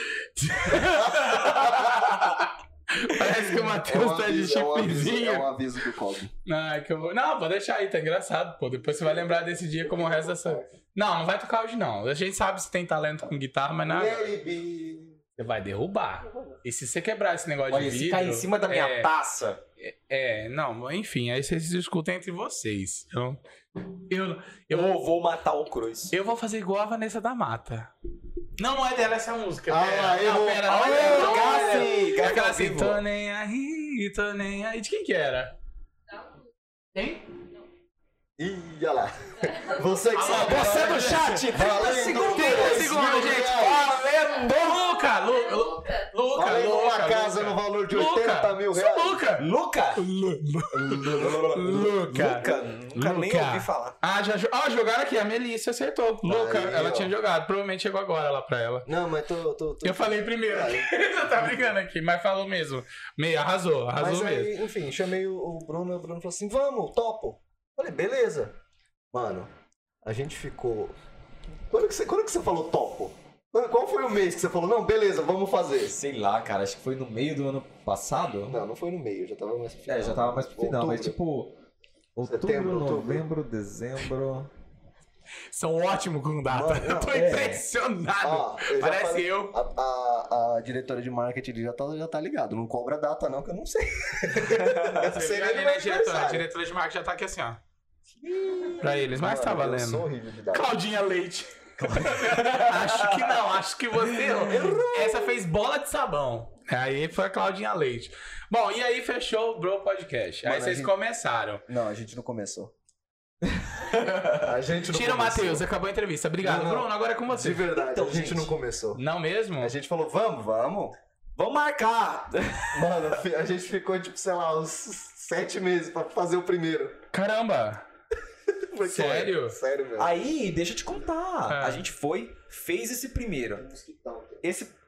Parece que o É um Matheus tá de aviso, é um aviso, chifrezinho. é um aviso do Cosmo. Não, que eu vou... Não, vou deixar aí, tá engraçado, pô. Depois você vai lembrar desse dia como o resto da sua. Não, não vai tocar hoje, não. A gente sabe se tem talento com guitarra, mas não. é- Let it be. Você vai derrubar. E se você quebrar esse negócio Olha, de se vidro... cair em cima da minha é, taça. É, não, enfim, aí vocês discutem entre vocês. Eu, eu, Eu eu, vou, vou matar o Cruz. eu vou fazer igual a Vanessa da Mata. Não, não é dela essa música. Ah, pera. lá, eu não, vou- pera, não Ah, é dela, não é dela. Gassi, Gassi! É Gassi aquela ao assim, vivo. tô nem aí, tô nem aí. De quem que era? Hein? Ih, olha [laughs] lá. Você que Ah, sabe. Você é do chat! 30 Valendo segundos! 30 segundos, mil gente. reais. Valendo! Luca! Lu, Lu, Luca! Valendo Luca, uma casa Luca. no valor de Luca, é 80 mil sou reais. Luca! Luca! Luca! Luca, nunca nem Luca. ouvi falar. Ah, já jo- ah, jogaram aqui, a Melissa acertou. Luca, Aí, ela ó. tinha jogado, provavelmente chegou agora lá pra ela. Não, mas tô... tô, tô... Eu falei primeiro. [laughs] Você tá brincando aqui, mas falou mesmo. Meio, arrasou, Mas arrasou mesmo. aí, enfim, chamei o- o Bruno e o Bruno falou assim: vamos, topo. Falei, beleza. Mano, a gente ficou. Quando que você, quando que você falou topo? Quando- Qual foi o mês que você falou, não, beleza, vamos fazer? Sei lá, cara, acho que foi no meio do ano passado. Não, não foi no meio, já tava mais pro final. É, já tava mais pro final, mas Outubro. tipo. Outubro, Setembro, outubro. novembro, dezembro. São ótimos com data. [laughs] Mano, eu tô é. impressionado. Ó, Ah, eu já Parece falei- eu. A, a- a diretora de marketing já tá, já tá ligado. Não cobra data, não, que eu [laughs] não sei. eu Você sei viu nem ali, do né, diretora? A meu aniversário. diretora de marketing já tá aqui assim, ó. Pra eles, mas Mano, tá Eu sou valendo. horrível de data. Claudinha Leite. [laughs] acho que não, acho que você errou. Essa fez bola de sabão. Aí foi a Claudinha Leite. Bom, e aí fechou o Bro Podcast. aí Mano, vocês a gente- começaram. Não, a gente não [laughs] começou. a gente não Tira o começou. Matheus, acabou a entrevista. Obrigado. Não, não. Bruno, agora é com De você. verdade, Então, a gente, gente. não começou. Não mesmo? A gente falou, vamos, vamos. Vamos marcar! Mano, fi- a gente ficou, tipo, sei lá, uns sete meses pra fazer o primeiro. Caramba! Porque- Sério? Sério, velho. [laughs] Aí, deixa eu te contar. Ah. A gente foi, fez esse primeiro. Esse. tá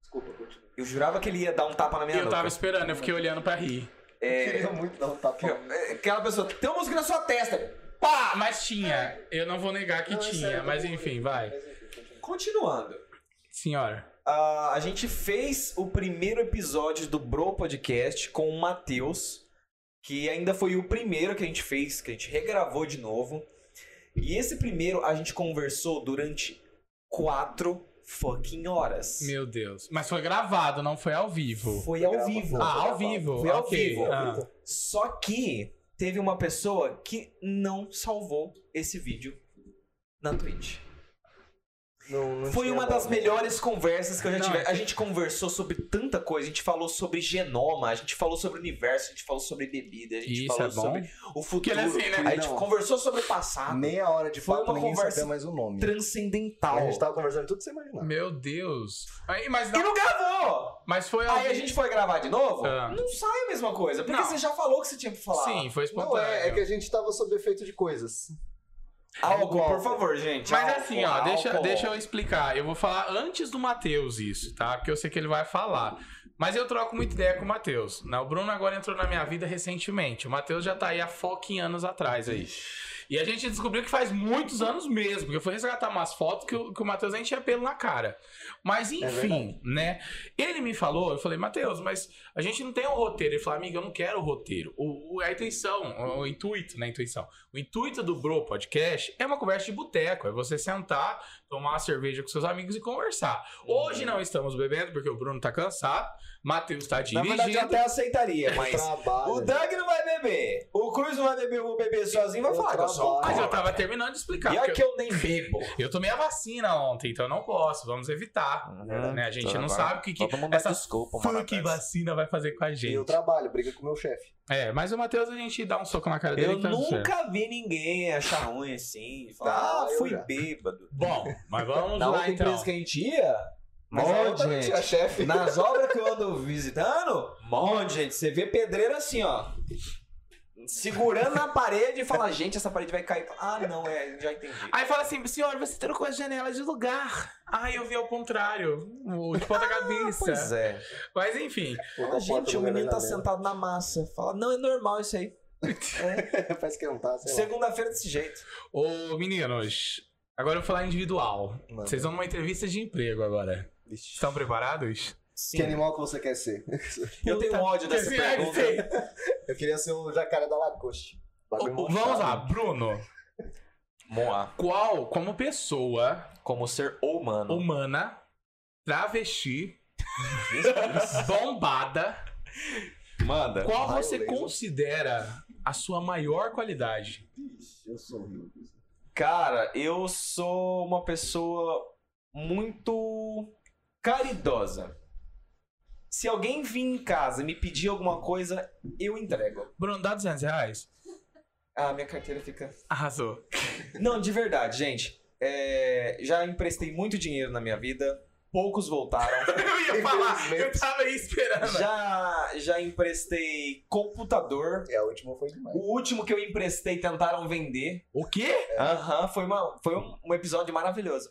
Desculpa, continua. Eu jurava que ele ia dar um tapa na minha Eu nuca. tava esperando, eu fiquei olhando pra rir. Queria muito dar um tapa. É, Aquela pessoa, tem uma música na sua testa. Pá! Ah, Mas tinha. Eu não vou negar que Não, é tinha, sério, mas não- enfim, vai. Continuando. Senhora. Ah, a gente fez o primeiro episódio do Bro Podcast com o Matheus, que ainda foi o primeiro que a gente fez, que a gente regravou de novo. E esse primeiro a gente conversou durante quatro fucking horas. Meu Deus. Mas foi gravado, não foi ao vivo. Foi ao Grava- vivo. Não, ah, foi ao vivo. Foi ao ok. vivo. Ah. Só que teve uma pessoa que não salvou esse vídeo na Twitch. Não, não Foi tinha uma das bola. melhores conversas que eu já Não, tive. é A gente conversou sobre tanta coisa. A gente falou sobre genoma, a gente falou sobre universo, a gente falou sobre bebida, a Isso gente falou é bom. sobre o Porque futuro. ele é assim, né? A gente Não. conversou sobre o passado. Meia hora de Foi papo, uma ninguém conversa sabia mais o nome. Transcendental. A gente tá- tava conversando tudo sem imaginar. Meu Deus. Aí, mas, E não, não gravou! mas foi ao Aí a gente foi gravar de novo? Ah. Não sai a mesma coisa, porque Não. você já falou que você tinha que falar. Sim, foi Não espontâneo. é, é que a gente tava sob efeito de coisas. Algo, por favor, gente. Mas álcool, assim, ó, deixa, álcool. deixa eu explicar. Eu vou falar antes do Matheus isso, tá? Porque eu sei que ele vai falar. Mas eu troco muita ideia com o Matheus. né? O Bruno agora entrou na minha vida recentemente. O Matheus já tá aí há fucking anos atrás aí. E a gente descobriu que faz muitos anos mesmo, porque eu fui resgatar umas fotos que o, que o Matheus nem tinha pelo na cara. É Mas enfim, né? Ele me falou, eu falei, Matheus, mas a gente não tem um roteiro. Ele falou, amigo, eu não quero o roteiro. O, o- a intenção, o, o intuito, né? A intuição. O intuito do Bro Podcast é uma conversa de boteco. É você sentar, tomar uma cerveja com seus amigos e conversar. Uhum. Hoje não estamos bebendo, porque o Bruno tá cansado, Matheus tá Na dirigindo. verdade, eu até aceitaria, Eu mas. trabalho. O Doug não vai beber. O Cruz não vai beber, eu vou beber sozinho. Vai Eu falar que eu sou Mas trabalho. eu alcoólatra. tava terminando de explicar. E porque olha que eu nem bebo. eu- Eu tomei a vacina ontem, então eu não posso. Vamos evitar. Uhum. né? A gente Então, não sabe o que, que essa desculpa, funk vacina vai fazer com a E eu gente. trabalho, briga com o meu chefe. É, mas o Matheus a gente dá um soco na cara dele. Eu que tá tudo certo. nunca vi ninguém achar ruim assim. Falar, Ah, ah, eu fui já." bêbado. Bom, mas vamos Na lá outra então. empresa que a gente ia, Mas é aí eu Monte, também tinha é gente. chefe. Nas obras que eu ando visitando, monte, gente. Você vê pedreiro assim, ó. Segurando na parede e fala, gente, essa parede vai cair. Ah, não, é, já entendi. Aí fala assim, senhor, você trocou a janela de lugar. Ah, eu vi ao contrário. o- De ponta cabeça. Pois é. Mas enfim. Ah, gente, o menino tá sentado. sentado na massa. Fala, não, é normal isso aí. [laughs] Parece que não tá, sei lá. Segunda-feira é desse jeito. Ô, meninos, agora eu vou falar individual. Manda. Vocês vão numa entrevista de emprego agora. Estão preparados? Que animal que você quer ser? Eu tenho ódio dessa Quer ver? pergunta. Eu queria ser o jacaré da Lacoste. Bagulho Ô, mó Vamos chato. lá, Bruno. Moá, Qual, como pessoa como ser humano. humana, travesti, [laughs] bombada, Manda. qual Vai, você beleza. considera a sua maior qualidade? Ixi, Eu sou horrível. Cara, eu sou uma pessoa muito caridosa. Se alguém vir em casa e me pedir alguma coisa, eu entrego. Bruno, dá 200 reais? Ah, minha carteira fica. Arrasou. Não, de verdade, gente. É, Já emprestei muito dinheiro na minha vida. Poucos voltaram. [laughs] Eu ia falar, eu tava aí esperando. Já, já emprestei computador. É, a última foi demais. O último que eu emprestei tentaram vender. O quê? Aham, foi, uma, foi um, um episódio maravilhoso.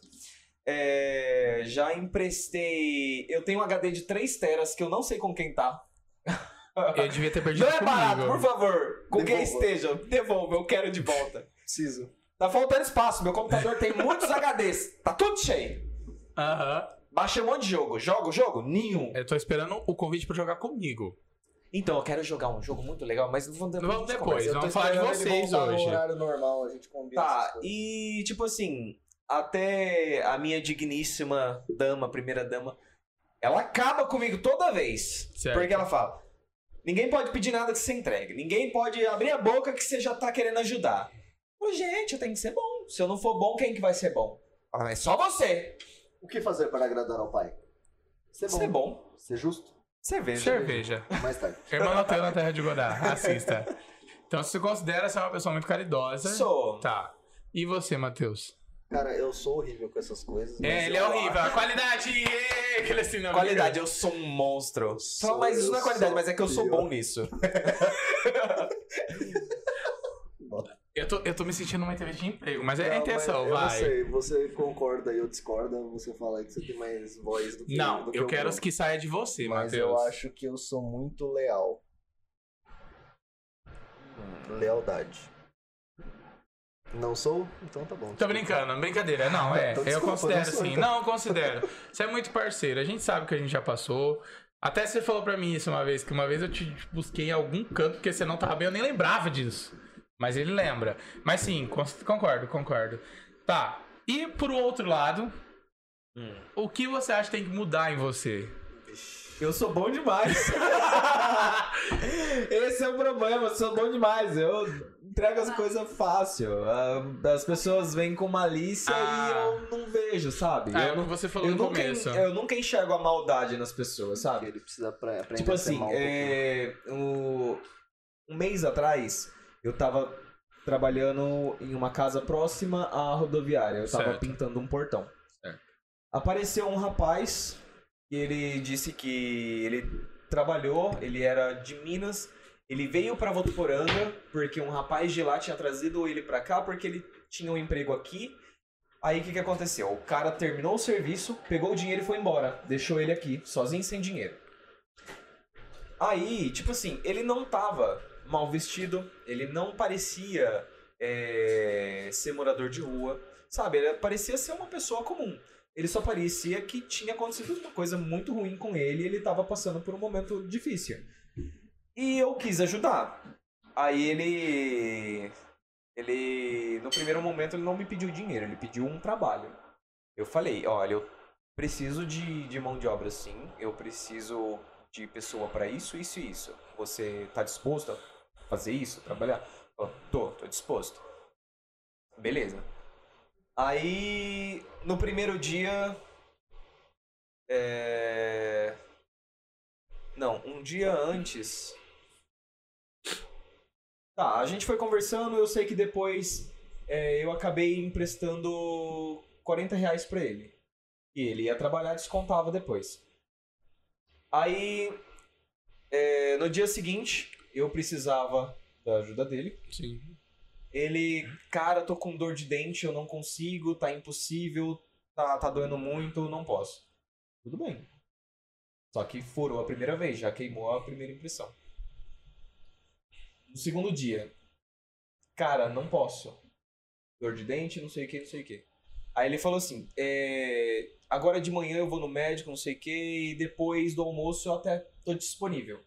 É, já emprestei. Eu tenho um HD de 3 teras que eu não sei com quem tá. [laughs] Eu devia ter perdido Não é barato, comigo. por favor. Com quem Devolva. esteja, devolva, eu quero de volta. Preciso. Tá faltando espaço, meu computador tem muitos HDs, tá tudo cheio. Aham. Baixei um monte de jogo. Jogo, jogo? Nenhum. Eu tô esperando o convite pra jogar comigo. Então, eu quero jogar um jogo muito legal, mas não vou depois. Vamos depois, Eu tô vamos falar de Esperando ele vocês voltar no hoje. horário normal, a gente combina. essas Tá, coisas. e tipo assim, até a minha digníssima dama, primeira dama, ela acaba comigo toda vez. Certo. Porque ela fala: ninguém pode pedir nada que você entregue, ninguém pode abrir a boca que você já tá querendo ajudar. Ô, gente, eu tenho que ser bom. Se eu não for bom, quem que vai ser bom? Ela, mas só você. O que fazer para agradar ao pai? Ser bom. Ser bom. Ser justo? Cerveja. Cerveja. Mais tarde. Irmã Natan na Terra de Godá. Assista. Então, se você considera ser uma pessoa muito caridosa. Sou. Tá. E você, Matheus? Cara, eu sou horrível com essas coisas. mas É, ele é eu horrível. A [laughs] qualidade! ê, que ele assim não Qualidade, eu sou um monstro. sou- Fala, mas isso eu não é qualidade, sou mas é que eu sou pior. bom nisso. Eu tô, eu tô me sentindo uma entrevista de emprego, mas é Não, a intenção, mas eu vai. não sei, você concorda e eu discorda, você fala que você tem mais voz do que Não, do que eu quero Bruno. que saia de você, Mas eu Matheus. acho que eu sou muito leal. Lealdade. Não sou? Então tá bom. Tô brincando, brincadeira. Não, é. Então, eu desculpa, considero não sou, sim. então. Não, eu considero. Você é muito parceiro, a gente sabe que a gente já passou. Até você falou pra mim isso uma vez, que uma vez eu te busquei em algum canto porque você não tava bem, eu nem lembrava disso. Mas ele lembra. Mas sim, cons- concordo, concordo. Tá. E por outro lado, o que você acha que tem que mudar em você? Eu sou bom demais. [laughs] Esse é o problema, eu sou bom demais. Eu entrego as coisas fácil. Ah, As pessoas vêm com malícia Ah. e eu não vejo, sabe? Ah, é eu, o não, que você falou eu, no nunca, começo. eu nunca enxergo a maldade nas pessoas, Que sabe? Ele precisa pra- aprender Tipo a ser assim, mal um pouquinho. é, o- um mês atrás eu tava trabalhando em uma casa próxima à rodoviária. Eu tava Certo. pintando um portão. Certo. Apareceu um rapaz e ele disse que ele trabalhou, ele era de Minas. Ele veio pra Votuporanga porque um rapaz de lá tinha trazido ele pra cá porque ele tinha um emprego aqui. Aí o que, que aconteceu? O cara terminou o serviço, pegou o dinheiro e foi embora. Deixou ele aqui, sozinho sem dinheiro. Aí, tipo assim, ele não tava mal vestido, ele não parecia é, ser morador de rua, sabe? Ele parecia ser uma pessoa comum. Ele só parecia que tinha acontecido uma coisa muito ruim com ele e ele tava passando por um momento difícil. E eu quis ajudar. Aí ele. Ele. No primeiro momento ele não me pediu dinheiro, ele pediu um trabalho. Eu falei: olha, eu preciso de, de mão de obra sim, eu preciso de pessoa pra isso, isso e isso. Você tá disposto a fazer isso, trabalhar? Ó, tô, tô disposto. Beleza. Aí, no primeiro dia. É... Não, um dia antes. Tá, a gente foi conversando, eu sei que depois é, eu acabei emprestando 40 reais pra ele. E ele ia trabalhar e descontava depois. Aí, é, no dia seguinte, eu precisava da ajuda dele. Sim. Ele, cara, tô com dor de dente, eu não consigo, tá impossível, tá, tá doendo muito, não posso. Tudo bem. Só que furou a primeira vez, já queimou a primeira impressão. No segundo dia, cara, não posso. Dor de dente, não sei o que, não sei o que. Aí ele falou assim: é, agora de manhã eu vou no médico, não sei o que, e depois do almoço eu até tô disponível.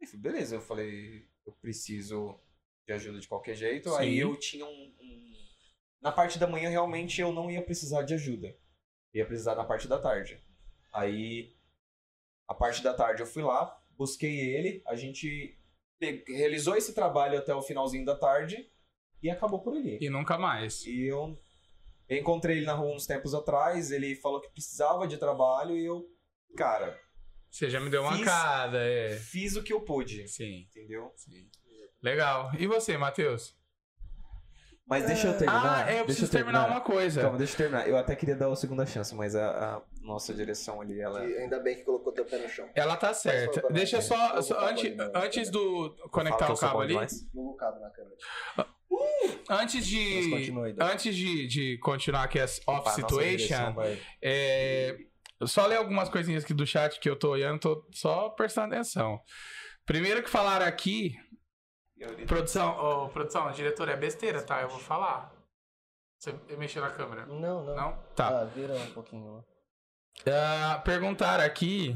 Eu falei, beleza, eu falei, eu preciso de ajuda de qualquer jeito. Aí Sim. eu tinha um, um- Na parte da manhã, realmente, eu não ia precisar de ajuda. Ia precisar na parte da tarde. Aí, a parte da tarde eu fui lá, busquei ele, a gente pe- realizou esse trabalho até o finalzinho da tarde e acabou por ali. E nunca mais. E eu eu encontrei ele na rua uns tempos atrás, ele falou que precisava de trabalho e eu, cara, Você já me deu uma Fiz- cara, é. fiz o que eu pude, Sim, entendeu? sim. Legal. E você, Matheus? Mas deixa eu Ah, é, terminar. eu deixa preciso terminar uma coisa. Calma, deixa eu terminar. Eu até queria dar uma segunda chance, mas a, a nossa direção ali, ela... E ainda bem que colocou teu pé no chão. Ela tá certa. falar pra Deixa mim. só, Eu só vou falar antes, pra mim, né? antes do fala conectar o que eu sou cabo bom ali, demais. Não cabe na câmera. antes Mas de continua aí, Dani. antes de, de continuar aqui as off Opa, a Ah, nossa direção situation, vai- é, eu só ler algumas coisinhas aqui do chat que eu tô olhando, tô só prestando atenção. Primeiro que falaram aqui, produção, ô, produção, diretor, é besteira, tá? Eu vou falar. Você mexeu na câmera, Não, não. não? Tá. Ah, vira um pouquinho lá. Ah, perguntaram aqui,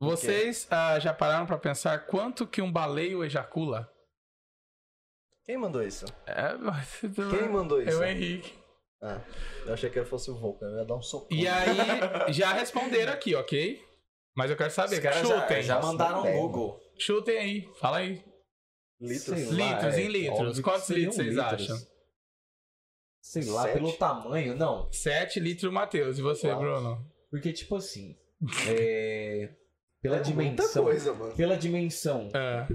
vocês ah, já pararam pra pensar quanto que um baleio ejacula? Quem mandou isso? É, mas- [laughs] Quem mandou É isso? o Henrique. Ah, eu achei que ele fosse o Vulcan, eu ia dar um soco. E aí, [laughs] já responderam aqui, ok? Mas eu quero Os saber. caras já, Chutem. já mandaram Nossa, o Google. Chutem aí. Fala aí. Litros, litros, é em litros. Quantos litros vocês acham? Sei lá, Sete? pelo tamanho, não. 7 litros, Matheus. E você, Nossa. Bruno? Porque, tipo [laughs] assim, é, pela É Muita dimensão. coisa, mano. Pela dimensão. É,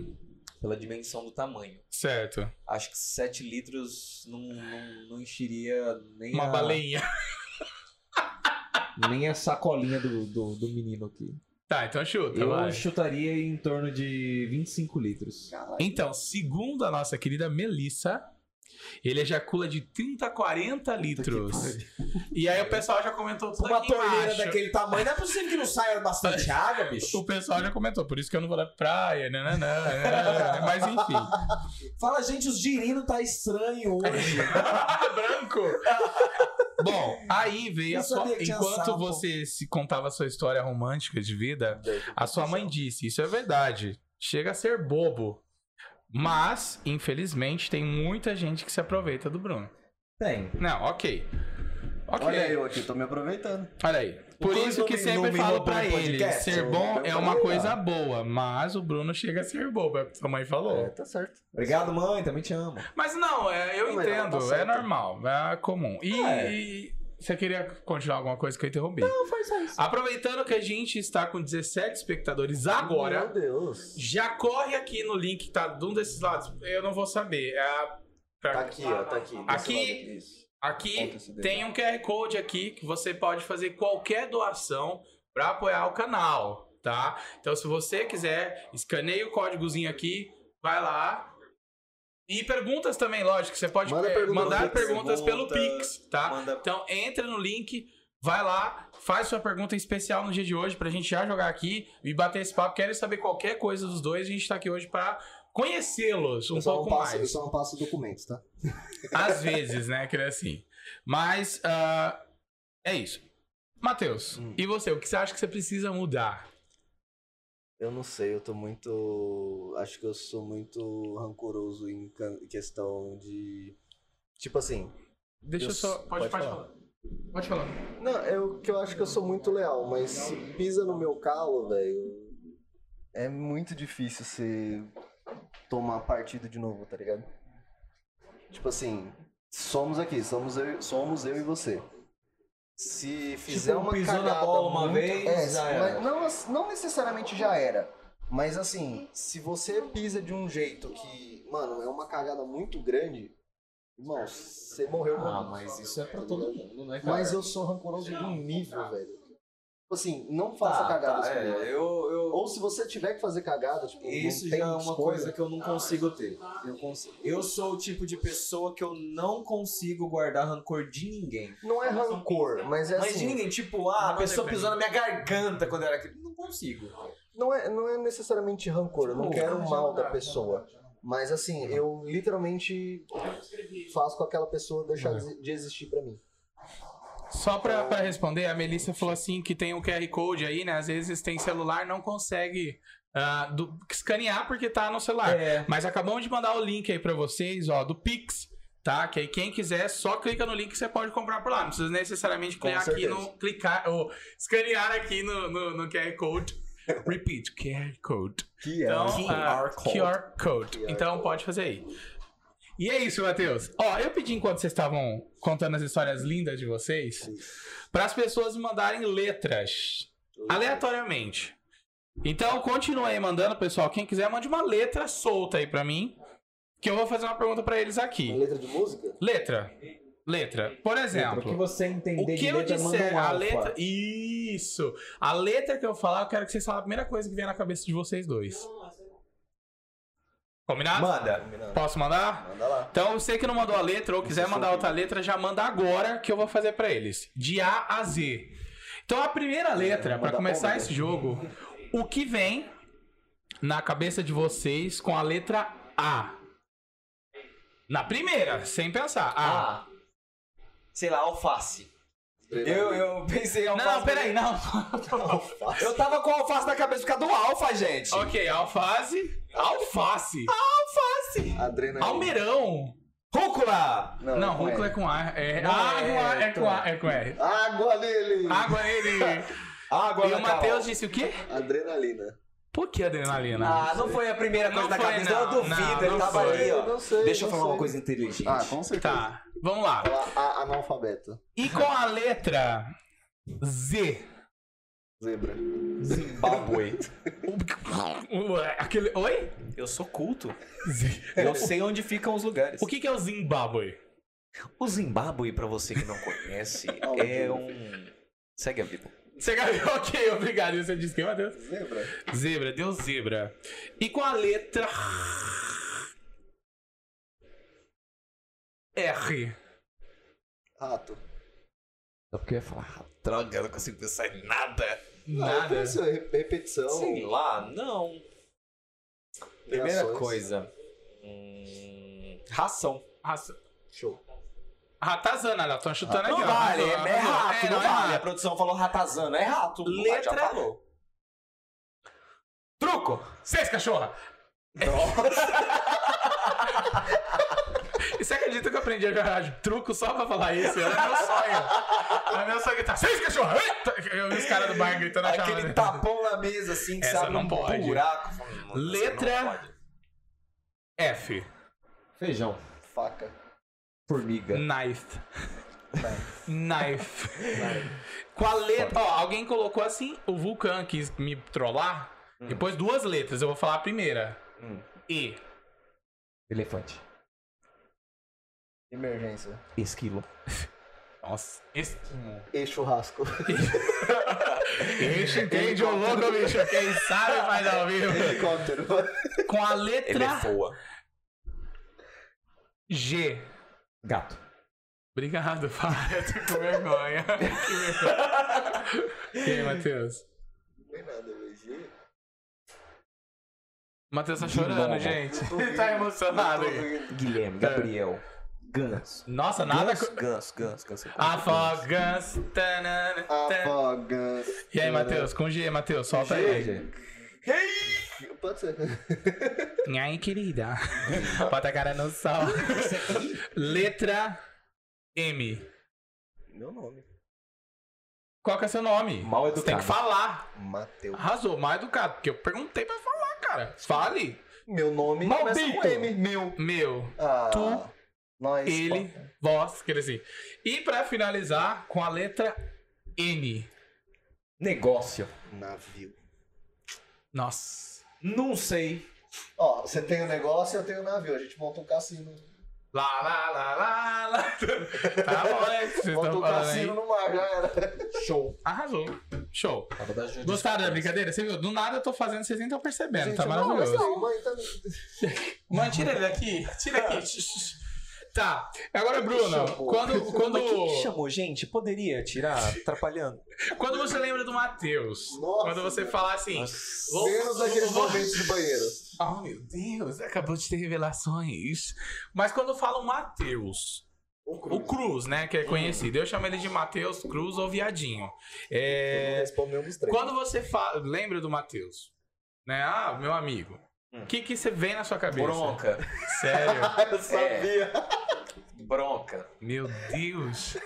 Pela dimensão do tamanho. certo. Acho que 7 litros não, não, não encheria nem Uma a, baleinha. nem a sacolinha do, do, do menino aqui. [laughs] Tá, então chuta, Eu vai. chutaria em torno de 25 litros. Então, segundo a nossa querida Melissa, ele ejacula de 30 a 40 litros. E aí o pessoal já comentou tudo Uma aqui torneira embaixo. daquele tamanho, não é possível que não saia bastante água, bicho. O pessoal já comentou, por isso que eu não vou na praia, né, né, né, né. Mas enfim. Fala, gente, os girino tá estranho [laughs] hoje. branco. Bom, aí veio Eu a sua. sabia que tinha Enquanto sapo. você se contava a sua história romântica de vida, a sua mãe disse: Isso é verdade. Chega a ser bobo. Mas, infelizmente, tem muita gente que se aproveita do Bruno. Tem. Não, ok. Ok. Olha eu aqui, tô me aproveitando. Olha aí. Por Bruno isso que não sempre me falo roubou pra o ele: podcast, ser eu bom vou é uma falar. coisa boa, mas o Bruno chega a ser bobo, é o que sua mãe falou. É, tá certo. Obrigado, mãe, também te amo. Mas não, é, eu Não, mas ela entendo, tá é certa. normal, é comum. E, É. e você queria continuar alguma coisa que eu interrompi? Não, foi só isso. Aproveitando que a gente está com 17 espectadores agora, Uhum. Meu Deus. já corre aqui no link que tá de um desses lados. Eu não vou saber. É pra- Tá aqui, ó, tá aqui. Aqui. Aqui tem um QR Code aqui que você pode fazer qualquer doação para apoiar o canal, tá? Então, se você quiser, escaneia o códigozinho aqui, vai lá. E perguntas também, lógico. Você pode Manda eh, pergunta no mandar Pix. perguntas pelo Pergunta, Pix, tá? Manda Então entra no link, vai lá, faz sua pergunta especial no dia de hoje pra gente já jogar aqui e bater esse papo. Quero saber qualquer coisa dos dois, a gente tá aqui hoje pra conhecê-los um eu, só pouco não passo, eu mais. só não passo documentos, tá? Às vezes, né, que é assim. Mas ah, é isso. Matheus, e você? O que você acha que você precisa mudar? Eu não sei, eu tô muito. Acho que eu sou muito rancoroso em can- questão de. Tipo assim. Deixa eu, Eu só. s- Pode, pode pode falar. falar. Pode falar. Não, eu que eu acho que eu sou muito leal, mas se pisa no meu calo, velho. É muito difícil você tomar partido de novo, tá ligado? Tipo assim, somos aqui, somos eu, somos eu e você. Se fizer Tipo, uma pisou na cagada bola uma muito- vez, é, já mas era. não, ass- não necessariamente já era. Mas assim, se você pisa de um jeito que, mano, é uma cagada muito grande, Irmão, você morreu Ah, comigo. mas isso é pra todo mundo, né, cara? Mas eu sou rancoroso de um nível, velho. Tipo assim, não faça Tá, cagadas tá, é, comigo. eu, eu- Ou se você tiver que fazer cagada, tipo, Isso não já tem é uma escolha. coisa que eu não consigo ter. Eu, consigo. eu sou o tipo de pessoa que eu não consigo guardar rancor de ninguém. Não é rancor, mas é Mas de assim. ninguém, tipo, ah, a Não pessoa depende. pisou na minha garganta quando eu era criança. Não consigo. Não é, não é necessariamente rancor, Tipo, eu não quero é o mal da pessoa. né? Mas assim, eu literalmente faço com aquela pessoa deixar de de existir pra mim. Só pra, pra responder, a Melissa falou assim que tem um QR Code aí, né? Às vezes tem celular, não consegue ah, do- escanear porque tá no Ah, celular. É. Mas acabamos de mandar o link aí pra vocês, ó, do Pix, tá? Que aí quem quiser, só clica no link que você pode comprar por lá. Não precisa necessariamente Com clicar aqui certeza. no, clicar, ou escanear aqui no, no, no QR [laughs] Code. Repeat, QR Code. Que Então, QR ah, code. QR Code. QR então code. pode fazer aí. E é isso, Matheus. Ó, eu pedi enquanto vocês estavam contando as histórias lindas de vocês, para as pessoas mandarem letras aleatoriamente. Então, continue aí mandando, pessoal. Quem quiser, mande uma letra solta aí pra mim, que eu vou fazer uma pergunta pra eles Uma aqui. letra de música? Letra. Letra. Por exemplo, você o entender que eu um disser, a letra. Isso! A letra que eu falar, eu quero que vocês falem a primeira coisa que vier na cabeça de vocês dois. Combinado? Manda. Combinado. Posso mandar? Manda lá. Então, você que não mandou a letra ou quiser mandar outra letra, já manda agora que eu vou fazer pra eles. De A a Z. Então, a primeira letra, pra começar esse jogo, o que vem na cabeça de vocês com a letra A? Na primeira, sem pensar. A. Ah. Sei lá, alface. Eu, eu pensei em não, alface. não, peraí, não. [laughs] Eu tava com alface na cabeça por causa do alfa, gente. ok, alface. Alface. Adrenalina. Almeirão. Rúcula! Não, rúcula é com A. É, água é, com A. É com R. Água nele! Água [laughs] ele. Água né, e na o Matheus disse o quê? Adrenalina. Por que adrenalina? Ah, não foi a primeira coisa Não da foi, cabeça. não, eu duvido, não, ele não tava foi. ali, ó. não sei. Deixa eu não falar uma sei. coisa inteligente. Ah, com certeza. tá, vamos lá. A, a, analfabeta. E com a letra Z. Zebra. Zimbabwe. Ué, Aquele, oi? [laughs] Eu sou culto. Z- Eu sei onde ficam os lugares. O que, que é o Zimbábue? O Zimbábue, pra você que não [laughs] conhece, é um. Segue a vida. Você ganhou? [laughs] Ok, obrigado. E Você disse que, meu Deus. Zebra. Zebra, deu zebra. E com a letra. R. Rato. Só porque eu ia falar, "Ah, droga, eu não consigo pensar em nada. Ah, Nada. isso é re- repetição. Sei Então, lá, não. Primeira reações. coisa. hum, ração. Raça- Show. Ratazana, ela tá chutando aqui, ó. é, Razou, é razou. rato, É, não é vale. A rato. produção falou ratazana, é rato. não vale, já Letra- falou. Truco! Seis cachorra! [laughs] E você acredita que eu aprendi a jogar truco só pra falar isso? Era meu sonho. Era meu sonho gritar, seis cachorro! Eita! Eu vi os caras do bar gritando a Aquele tapão na mesa, assim, que Essa sabe? não um pode. buraco. Hum, essa é Letra- não pode. F. Feijão. Faca. É. Formiga. Knife. Knife. Com a letra. Ó, alguém colocou assim, o Vulcan quis me trollar. Hum. Depois duas letras, eu vou falar a primeira. Hum. E. Elefante. Emergência. Esquilo. Nossa, esquimo. [laughs] E churrasco. Quem entende o louco, bicho. Quem sabe faz ao vivo. Helicóptero. Com a Ele é letra foa. G. Gato. Obrigado, [laughs] para. Eu tô com vergonha. que vergonha. E aí, Matheus? Não é nada, velho. O Matheus tá chorando, novo. gente. Ele tá emocionado aí. Guilherme. Gabriel. Ganso. Nossa, nada. Ganso, co- Ah, ganso, ganso, ganso. Tá, Afogas. tanana, tan- Afoga. E aí, Matheus? Com G, Matheus, Tá, solta aí. Pode ser. E aí, querida? Bota a cara no [laughs] sol. Letra M. Meu nome. Qual que é seu nome? Mal Você tem que educado. falar. Mateus. Arrasou, mal educado, porque eu perguntei pra falar, cara. Fale. Meu nome começa com M. Meu. Meu, Ah, Tu, Nós. ele, vós, quer dizer assim. E pra finalizar, com a letra N. Negócio. Navio. Nossa. Não sei. Ó, você tem o negócio e eu tenho o navio. A gente monta um cassino. Lá, lá, lá, lá, [laughs] lá. Tá bom, né? Vocês estão Bota o falando aí. É, um tá cassino no mar, já era. Show. Arrasou. Show. Gostaram da brincadeira? Você viu? Do nada eu tô fazendo, vocês nem estão percebendo. tá não, mas maravilhoso. não, mãe, tá... Mano, tira ele daqui. Tira aqui. [laughs] Tá. Agora, Bruno, chamou? quando, quando, Mas quem que chamou, gente? Poderia tirar, atrapalhando. quando você lembra do Matheus, Nossa, quando você fala assim. vou- Menos daqueles vou- momentos de banheiro. Oh, meu Deus, acabou de ter revelações. Mas quando eu falo Matheus, O o Cruz, né, que é conhecido, eu chamo ele de Matheus Cruz ou Viadinho. É, Respondeu um dos três. Quando você fala, lembra do Matheus, né? Ah, meu amigo. O que, que você vê na sua cabeça? Hum. Bronca. Sério? [laughs] Ah, eu sabia. Bronca. meu Deus.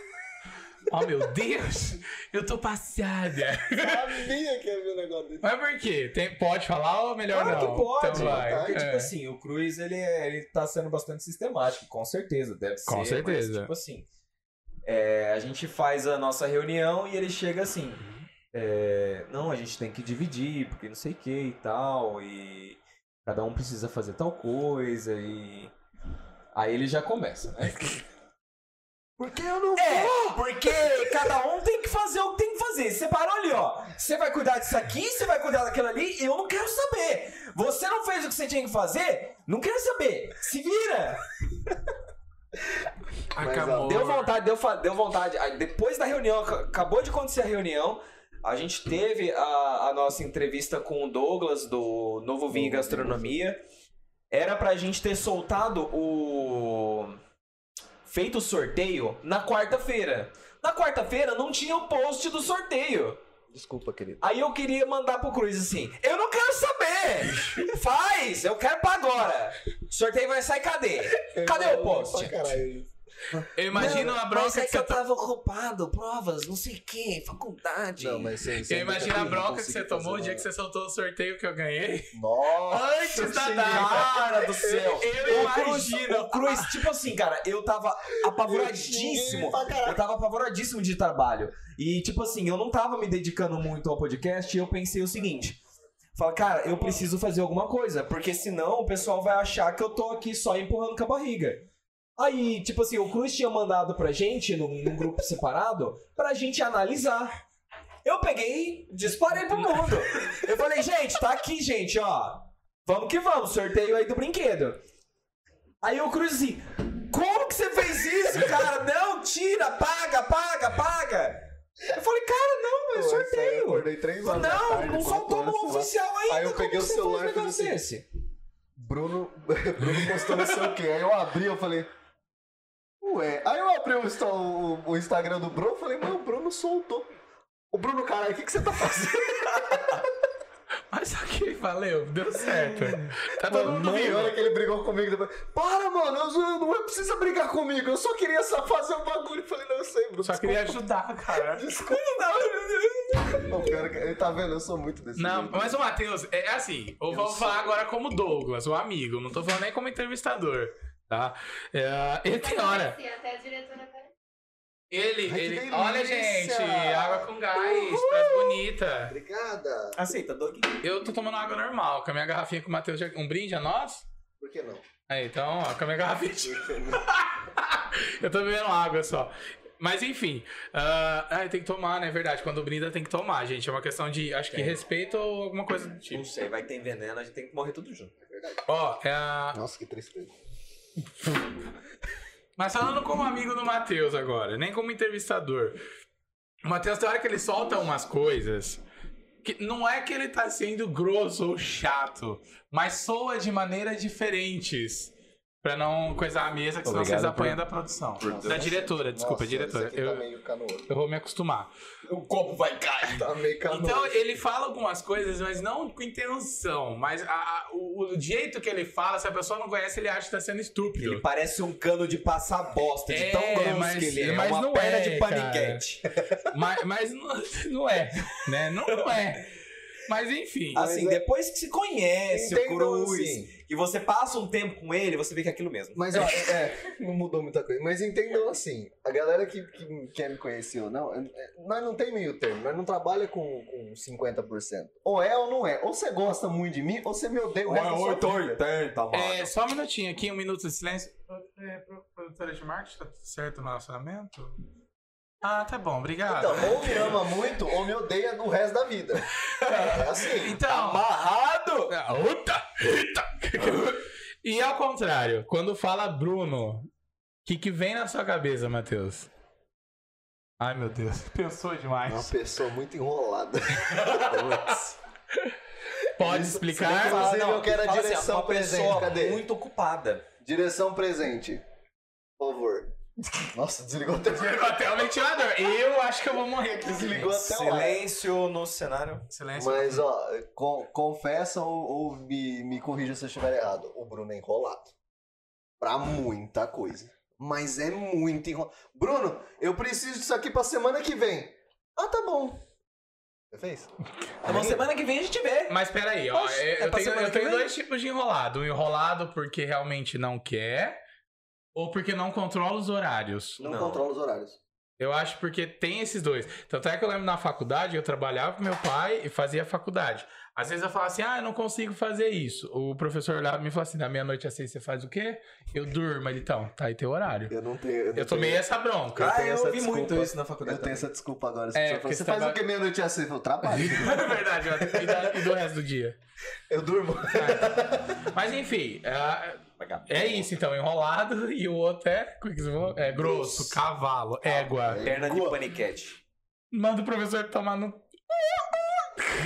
Oh, meu Deus. Eu tô passeada. [laughs] Sabia que ia ver um negócio desse. Mas por quê? Tem- pode falar ou melhor Claro não? que pode. Então vai. Porque, É. tipo assim, o Cruz, ele, é- ele tá sendo bastante sistemático, com certeza, deve ser. Com mas, certeza. tipo assim, é, a gente faz a nossa reunião e ele chega assim, é, não, a gente tem que dividir, porque não sei o que e tal, e cada um precisa fazer tal coisa, e... Aí ele já começa, né? Porque eu não É, porque cada um tem que fazer o que tem que fazer. Você parou ali, ó. Você vai cuidar disso aqui, você vai cuidar daquilo ali, eu não quero saber. Você não fez o que você tinha que fazer, não quero saber. Se vira. Acabou. Deu vontade, deu, fa- deu vontade. Aí, depois da reunião, ac- acabou de acontecer a reunião, a gente teve a, a nossa entrevista com o Douglas do Novo Vinho e Gastronomia. Era pra gente ter soltado o. feito o sorteio na quarta-feira. Na quarta-feira não tinha o post do sorteio. Desculpa, querido. Aí eu queria mandar pro Cruz assim: Eu não quero saber! Faz! Eu quero pra agora! O sorteio vai sair cadê? Cadê o post? Eu imagino a bronca mas é que que você eu tá- tava ocupado, provas, não sei o que, faculdade. Não, mas sem, Eu imagino a bronca que você tomou o dia que você soltou o sorteio que eu ganhei. Nossa, Antes da data. Cara do céu! Eu O Cruz- imagino. O Cruz, tipo assim, cara, eu tava apavoradíssimo. Eu tava apavoradíssimo de trabalho. E, tipo assim, eu não tava me dedicando muito ao podcast e eu pensei o seguinte. Fala, cara, eu preciso fazer alguma coisa, porque senão o pessoal vai achar que eu tô aqui só empurrando com a barriga. Aí, tipo assim, o Cruz tinha mandado pra gente, num, num grupo separado, pra gente analisar. Eu peguei e disparei pro mundo. Eu falei, gente, tá aqui, gente, ó. Vamos que vamos, sorteio aí do brinquedo. Aí o Cruz assim, como que você fez isso, cara? Não, tira, paga, paga, paga. Eu falei, cara, não, é Eu sorteio. acordei três Não, horas da tarde, não quatro soltou horas, no sei lá. oficial ainda. Aí eu como peguei que o você fez celular um e falei negócio assim, desse? Bruno, [laughs] Bruno postou não sei o quê. Aí eu abri, eu falei. Ué. Aí eu abri o, insta- o- o Instagram do Bruno e falei, mano, o Bruno soltou. O Bruno, caralho, o que, que você tá fazendo? Mas ok, valeu, deu certo. Tá todo mundo E vivo. olha que ele brigou comigo depois. Para, mano, eu zo- não é precisa brigar comigo. Eu só queria só fazer um bagulho. Eu falei, não, eu sei, Bruno. Só queria ajudar, cara. Desculpa. Não, cara, ele tá vendo, eu sou muito desse. Não, jeito. mas o Matheus, é é assim, eu vou falar agora como Douglas, o amigo, não tô falando nem como entrevistador, tá? É, ele tem hora. assim, Até a diretora apareceu. Ele, Ai, que ele. delícia! Olha, gente, água com gás, parece bonita. Obrigada. Aceita, Doug. Eu tô tomando água normal, com a minha garrafinha com o Matheus. já- Um brinde a nós? Por que não? Aí, então, ó, com a minha garrafinha. de- Eu tô bebendo água só. Mas enfim, ah, ah, tem que tomar, né? É verdade. Quando brinda tem que tomar, gente. É uma questão de, acho que respeito ou alguma coisa do tipo. Não sei, vai ter veneno, a gente tem que morrer tudo junto. Ó, é a- [laughs] Nossa, que tristeza. mas falando como amigo do Matheus agora, nem como entrevistador. O Matheus, tem hora que ele solta umas coisas, que não é que ele tá sendo grosso ou chato, mas soa de maneiras diferentes. Pra não coisar a mesa, que senão Obrigado vocês por- apanham da produção. Da diretora, desculpa, Nossa, diretora. Esse aqui Eu, tá meio canoa. eu vou me acostumar. O copo vai cair. Tá meio canoa. Então ele fala algumas coisas, mas não com intenção. Mas a- a- o, o jeito que ele fala, se a pessoa não conhece, ele acha que tá sendo estúpido. Ele parece um cano de passar bosta, de tão É, grosso mas- que ele é. mas uma não perna é, de paniquete. mas mas não, não é, né? [laughs] Não é. Mas enfim. Assim, Mas é- depois que se conhece o Entendam Cruz, assim. e você passa um tempo com ele, você vê que é aquilo mesmo. Mas ó, é, não mudou muita coisa. Mas entendam assim, a galera que, que quer me conhecer ou não, é- é, nós não tem meio termo, nós não trabalha com, com 50%. Ou é ou não é. Ou você gosta é muito de mim, ou você me odeia o resto da sua vida. 80, mano. É, só um minutinho aqui, um minuto de silêncio. é pro- produtora de marketing, tá tudo certo no relacionamento? Ah, tá bom, obrigado. Então, ou me ama muito, ou me odeia no resto da vida. É assim. Então, Tá Amarrado! Ah, Uta, eita. E ao contrário, quando fala Bruno, o que, que vem na sua cabeça, Matheus? Ai, meu Deus. Pensou É Uma demais. pessoa muito enrolada. Pode Isso, explicar? você tem Inclusive, eu quero a fala assim, direção uma presente, pessoa cadê? muito ocupada. Direção presente. Por favor. Nossa, desligou o telefone. Pegou até o ventilador. Eu acho que eu vou morrer aqui. Desligou até o ar. Silêncio no cenário. Silêncio. Mas, ó, con- confessa ou, ou me, me corrija se eu estiver errado. O Bruno é enrolado. Pra muita coisa. Mas é muito enrolado. Bruno, eu preciso disso aqui pra semana que vem. Ah, tá bom. Você fez? Tá bom, semana que vem a gente vê. Mas peraí, ó. Oxe, eu- é eu pra tenho, semana eu que tenho vem? dois tipos de enrolado. Um enrolado porque realmente não quer, ou porque não controla os horários. Não, Não. controla os horários. Eu acho porque tem esses dois. Tanto é que eu lembro na faculdade, eu trabalhava com meu pai e fazia faculdade. Às vezes eu falava assim, ah, eu não consigo fazer isso. O professor olhava e me falava assim, na meia-noite às seis você faz o quê? Eu durmo. Ele, então, tá aí teu horário. Eu não tenho. não Eu tomei tenho- essa bronca. [laughs] [laughs] Eu Ah, tenho eu essa ouvi desculpa. muito isso na Eu faculdade. tenho essa desculpa agora. É, É, porque você você faz tava- o que meia-noite às seis? Eu trabalho. É verdade, eu- e da- e do resto do dia. [laughs] eu durmo. Mas enfim, é, também. é isso então, enrolado [laughs] e o outro é, como é que se fala? É grosso, cavalo, égua. Perna de Boa. paniquete. Manda o professor tomar no. [laughs]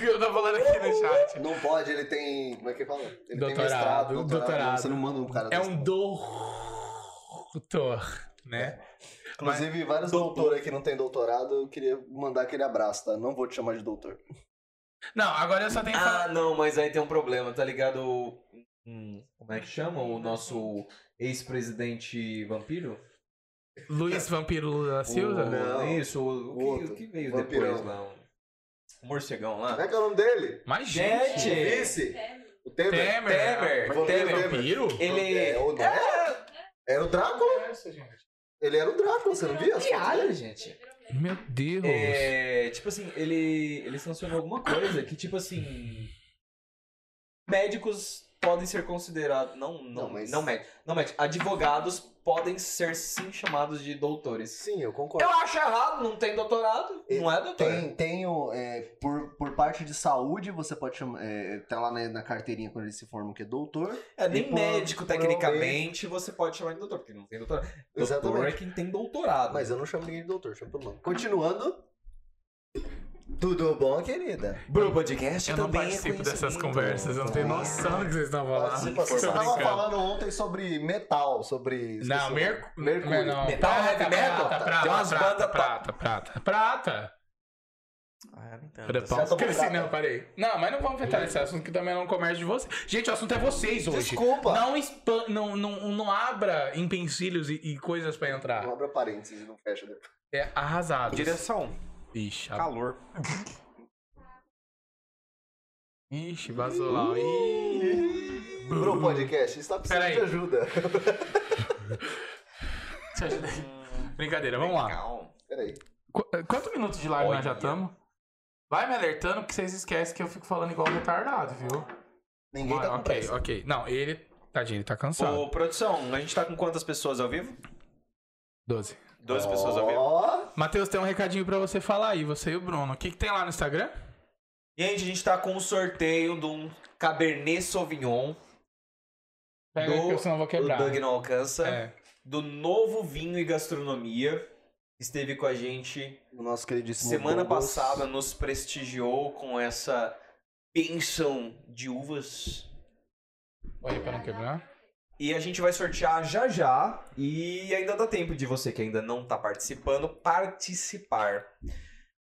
Eu tô falando aqui no chat. Não pode, ele tem. Como é que fala? Ele Doutorado, tem mestrado, doutorado. doutorado. Você não manda um cara É desse. um doutor, né? É. Inclusive, vários doutores que não têm doutorado, eu queria mandar aquele abraço, tá? Não vou te chamar de doutor. Não, agora eu só tenho que falar. Ah, não, mas aí tem um problema, tá ligado? Hum, como é que chama o nosso ex-presidente vampiro? Luiz Vampiro Lula O- é Silva? Não. Isso, o, o que, outro. o que veio Vampirão. depois lá? O morcegão Como é lá. que é o nome dele? Mas, É. Gente, gente. Esse? O Temer? Temer. Temer, Vampiro Temer. Vampiro? Ele. É, ou não é? Era o Drácula? Ele era um o Drácula, você não viu? Piada, gente. Meu Deus. É, tipo assim, ele, ele sancionou alguma coisa que, tipo assim. Médicos podem ser considerados. Não, não, Não, mas- não médicos. Não médicos. Advogados podem ser sim chamados de doutores. Sim, eu concordo. Eu acho errado, não tem doutorado. Não é doutor. Tem, tem o, é, por, por parte de saúde, você pode chamar. É, tá lá na, na carteirinha quando eles se formam que é doutor. É, nem E por- médico, por tecnicamente, você pode chamar de doutor, porque não tem doutorado. Doutor é Exatamente. quem tem doutorado. Ah, Mas eu não chamo ninguém de doutor, chamo pelo nome. Continuando. Tudo bom, querida? Bro Podcast é eu não participo dessas conversas, eu não É. tenho noção do que vocês estão falando. Você Tô estava brincando. falando ontem sobre metal, sobre. esqueci o Não, nome. merc... Mercúrio. Não, é Metal, prata, heavy metal? tá. prata, Tem prata, umas prata, bandas prata, prata, prata. Ah, Certo, Cresci, prata. não, parei. Não, mas não vamos afetar esse assunto que também não é um comércio de vocês. Gente, o assunto é vocês hoje. Desculpa. Não, expan- não, não, não abra empecilhos e, e coisas pra Não entrar. abra um parênteses, não fecha depois. É arrasado. Direção, Ixi, a- calor. Ixi, vazou lá. Ih. [laughs] Pro podcast, está precisando Peraí. de ajuda. Te ajudei. Brincadeira, vamos lá. Peraí. Qu- eh, Quantos minutos de live Olha. nós já estamos? Vai me alertando porque vocês esquecem que eu fico falando igual retardado, viu? Ah, Ninguém tá com ok, pressa. ok. Não, ele. Tadinho, ele tá cansado. Ô, produção, a gente tá com quantas pessoas ao vivo? 12. 12 pessoas ao vivo. Ó, Matheus, tem um recadinho pra você falar aí, você e o Bruno. O que, que tem lá no Instagram? Gente, a gente tá com um sorteio de um Cabernet Sauvignon. Pega Do- que eu senão eu vou quebrar. O Doug não alcança. É. Do novo vinho e gastronomia. Esteve com a gente o nosso queridíssimo. semana Douglas. passada, nos prestigiou com essa bênção de uvas. Olha pra não quebrar. E a gente vai sortear já já. E ainda dá tempo de você que ainda não tá participando, participar.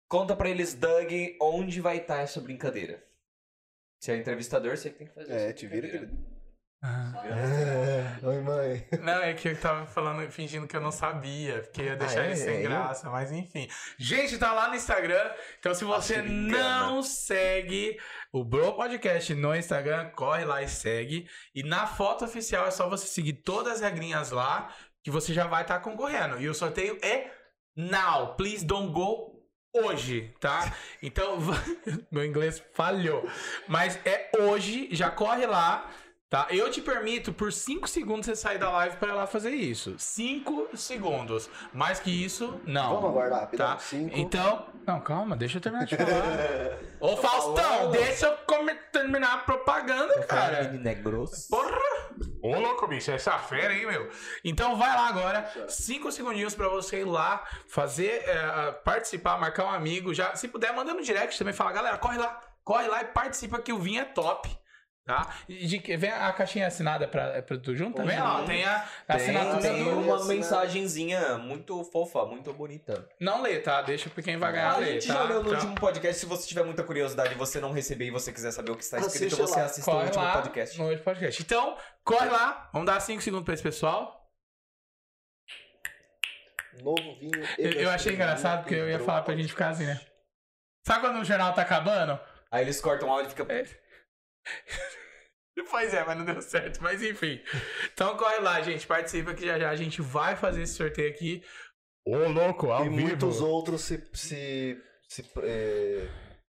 Conta pra eles, Doug, onde vai estar essa brincadeira. Se é entrevistador, você que tem que fazer É, essa te vira, brincadeira. querido. Ah. É, Oi, mãe. Não, é que eu tava falando, fingindo que eu não sabia, porque ia deixar Ah, é? ele sem É eu? graça, mas enfim. Gente, tá lá no Instagram, então se você Bacana. não segue o Bro Podcast no Instagram, corre lá e segue. E na foto oficial é só você seguir todas as regrinhas lá, que você já vai estar concorrendo. E o sorteio é now, please don't go hoje, tá? [laughs] Então, meu inglês falhou. Mas é hoje, já corre lá, Tá? Eu te permito, por 5 segundos, você sair da live pra ir lá fazer isso. 5 segundos. Mais que isso, não. Vamos aguardar rapidão. Tá. Cinco. Então. Não, calma, deixa eu terminar de [laughs] falar. Ô Faustão, deixa eu come- terminar a propaganda, cara. menino é grosso. Porra! Ô, louco, bicho, essa fera aí, meu. Então vai lá agora, cinco segundinhos pra você ir lá, fazer, eh, participar, marcar um amigo. já Se puder, manda no direct também, fala, galera, corre lá, corre lá e participa que o vinho é top. Tá? E de que- vem a caixinha assinada pra, é pra tu junto também? Não, tem a a assinatura tem do... uma mensagenzinha muito fofa, muito bonita. Não lê, tá? Deixa pra quem vai ganhar A ler, gente tá? já leu no Então- último podcast. Se você tiver muita curiosidade e você não receber e você quiser saber o que está escrito, Assiste você lá. assista o Corre último lá podcast. no outro podcast. Então, corre lá. Vamos dar 5 segundos pra esse pessoal. [laughs] Novo vinho. Eu, eu achei engraçado porque eu ia falar pra gente ficar assim, né? Sabe quando o jornal tá acabando? Aí eles cortam o áudio e É fica. [laughs] Pois é, mas não deu certo. Mas enfim. Então corre lá, gente. Participa que já já a gente vai fazer esse sorteio aqui. Ô, louco, ao E muitos outros se. se, se é,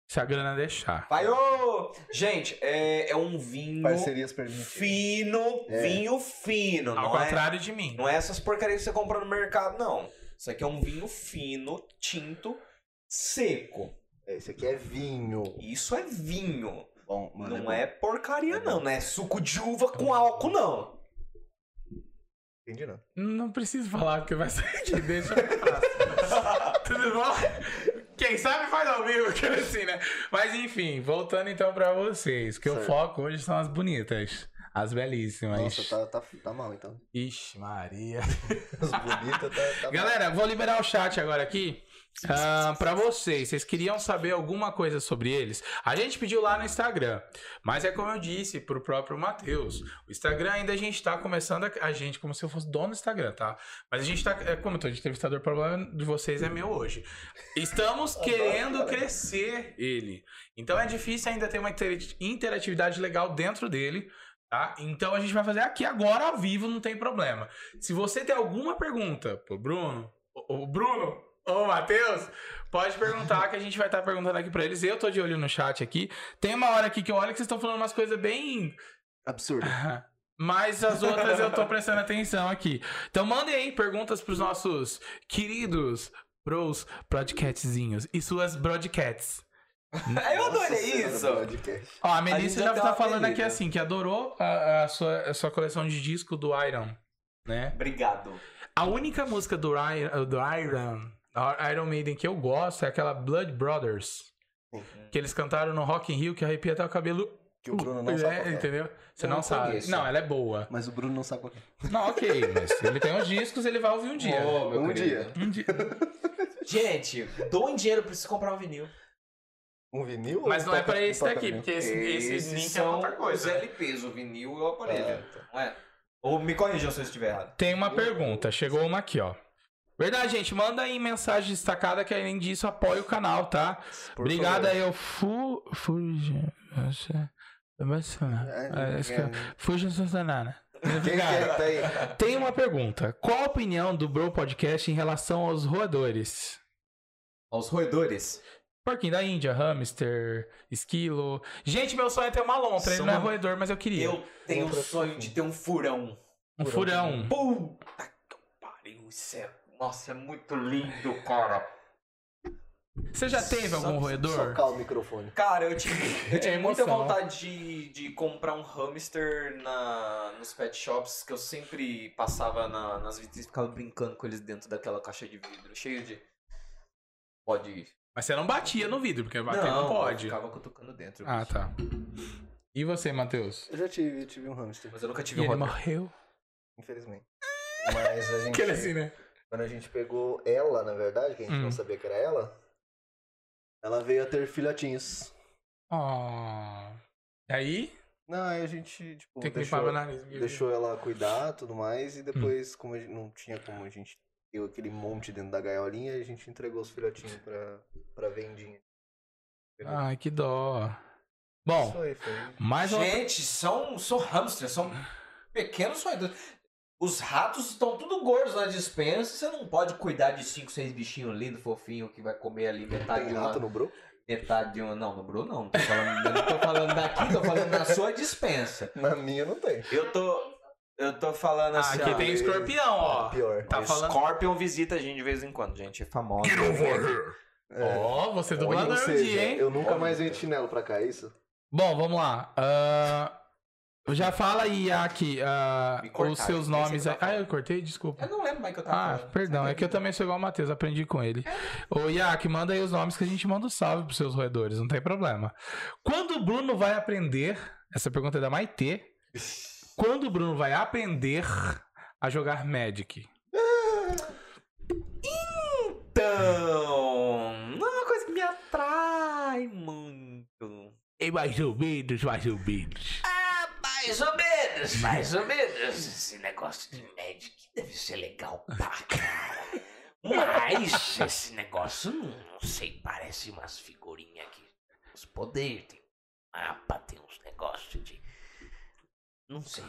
Se a grana deixar. Vai, ô! Gente, é, é um vinho parcerias permitidas. fino, É. vinho fino, Ao não é? contrário de mim. Não é essas porcarias que você compra no mercado, não. Isso aqui é um vinho fino, tinto, seco. É, Esse aqui é vinho. Isso é vinho. Bom, mano. não bom. é, porcaria, não. Não é suco de uva com álcool, não. Entendi, não. Não preciso falar porque vai sair aqui. Deixa eu [laughs] falar. Tudo bom? Quem sabe faz ao vivo, aquilo assim, né? Mas enfim, voltando então pra vocês. Que o Certo. foco hoje são as bonitas. As belíssimas. Nossa, tá, tá, tá mal então. Ixi, Maria. [laughs] As bonitas tá, tá Galera, vou liberar o chat agora aqui. ah, pra vocês, vocês queriam saber alguma coisa sobre eles? A gente pediu lá no Instagram, mas é como eu disse pro próprio Matheus. O Instagram ainda a gente tá começando a, a gente como se eu fosse dono do Instagram, tá? Mas a gente tá, é, como eu tô de entrevistador, o problema de vocês é meu hoje. Estamos querendo crescer ele. Então é difícil ainda ter uma intera- interatividade legal dentro dele. Tá? Então a gente vai fazer aqui agora ao vivo, não tem problema. Se você tem alguma pergunta pro Bruno, o Bruno ou o Matheus, pode perguntar que a gente vai estar perguntando aqui pra eles. Eu tô de olho no chat aqui. Tem uma hora aqui que eu olho que vocês estão falando umas coisas bem. absurdo. Mas as outras eu tô prestando atenção aqui. Então mandem aí perguntas pros nossos queridos bros broadcatzinhos e suas broadcats. Eu adorei Nossa senhora, isso. podcast. Ó, a gente Melissa já já, tem tá uma falando aqui apelido. assim, que adorou a, a sua, a sua coleção de disco do Iron, né? Obrigado. A única música do Iron, do Iron, Iron Maiden que eu gosto é aquela Blood Brothers. Que eles cantaram no Rock in Rio, que arrepia até o cabelo. Que o Bruno não É, sabe. qual é. entendeu? Você Eu não, não sabe. conheço. Não, ela é boa. Mas o Bruno não sabe qual que é. [laughs] Não, ok, mas ele tem os discos, ele vai ouvir um dia. Ô, meu Um querido. dia. Um dia. Gente, doem dinheiro pra você comprar um vinil. Um vinil? [laughs] Mas ou não é um pra toca- esse um daqui, toca-vinil? porque esse, esse link é outra os coisa. LPs, o vinil e o aparelho. Ah, tá. Não é? Ou me corrijam se eu estiver errado. Tem uma pergunta, chegou uma aqui, ó. Verdade, gente, manda aí mensagem destacada que além disso apoia o canal, tá? Por Obrigado favor. aí, eu fu... Fuji... Ah, É, Fuji... é. Fuji Santanana. Quem Obrigado. quer tá aí? né? Tem uma pergunta. Qual a opinião do Bro Podcast em relação aos roedores? Aos roedores. Porquinho da Índia, hamster, esquilo... Gente, meu sonho é ter uma lontra. Ele São- não é roedor, mas eu queria. Eu tenho o Outra sonho de ter um furão. Um furão. Puta que pariu, isso é. Nossa, é muito lindo, cara. Você já teve algum roedor? Socar o microfone. Cara, [laughs] eu tive, eu tive É muita emoção. vontade de, de comprar um hamster na, nos pet shops que eu sempre passava na- nas vitrines e ficava brincando com eles dentro daquela caixa de vidro, cheio de. Pode. Mas você não batia no vidro, porque bater não, Eu pode. ficava cutucando dentro. Ah, tá. E você, Matheus? Eu já tive, tive um hamster, Mas eu nunca tive Ele um roedor. morreu. infelizmente. [laughs] Mas a gente. Aquele assim, né? Quando a gente pegou ela, na verdade, que a gente Hum. não sabia que era ela, ela veio a ter filhotinhos. Ó. E aí, Não, aí a gente, tipo, tem que deixou, limpar meu nariz. porque- deixou ela cuidar tudo mais, Hum. e depois, como a gente não tinha como a gente ter aquele monte dentro da gaiolinha, a gente entregou os filhotinhos pra, pra vendinha. Ai, que dó. Bom, Isso aí, foi. um mais uma. Gente, são, são hamsters, são pequenos roedores. Os ratos estão tudo gordos na Tá dispensa. Você não pode cuidar de 5, 6 bichinhos lindos, fofinho, que vai comer ali metade Tem de uma rato no bro? metade de uma. Não, no Bruno não. Tô falando, eu não tô falando daqui, tô falando da sua dispensa. Na minha não tem. Eu tô. Eu tô falando Ah, assim. aqui ó, tem escorpião, ó. É Pior. Tá falando. Scorpion visita a gente de vez em quando, gente. É famosa. É. Ó, você Ou dublador um seja, dia, hein? eu nunca mais venho de chinelo pra cá, é isso? Bom, vamos lá. Ah, já fala aí, Aki, ah, Me cortaram, os seus não sei nomes o que eu aí. tava Ah, falando. eu cortei? Desculpa. Eu não lembro mais que eu tava Ah, falando. perdão, é que eu também sou igual o Matheus, aprendi com ele. Ô, Iac, manda aí os nomes que a gente manda um salve pros seus roedores, não tem problema. Quando o Bruno vai aprender, essa pergunta é da Maitê, quando o Bruno vai aprender a jogar Magic? Então. Não é uma coisa que me atrai muito. É mais ou menos, mais ou menos. Mais ou menos, mais ou menos. Esse negócio de Magic deve ser legal pra cara. Mas esse negócio, hum, não sei, parece umas figurinhas que tem os poderes, tem mapa, tem uns negócios de. Não sei.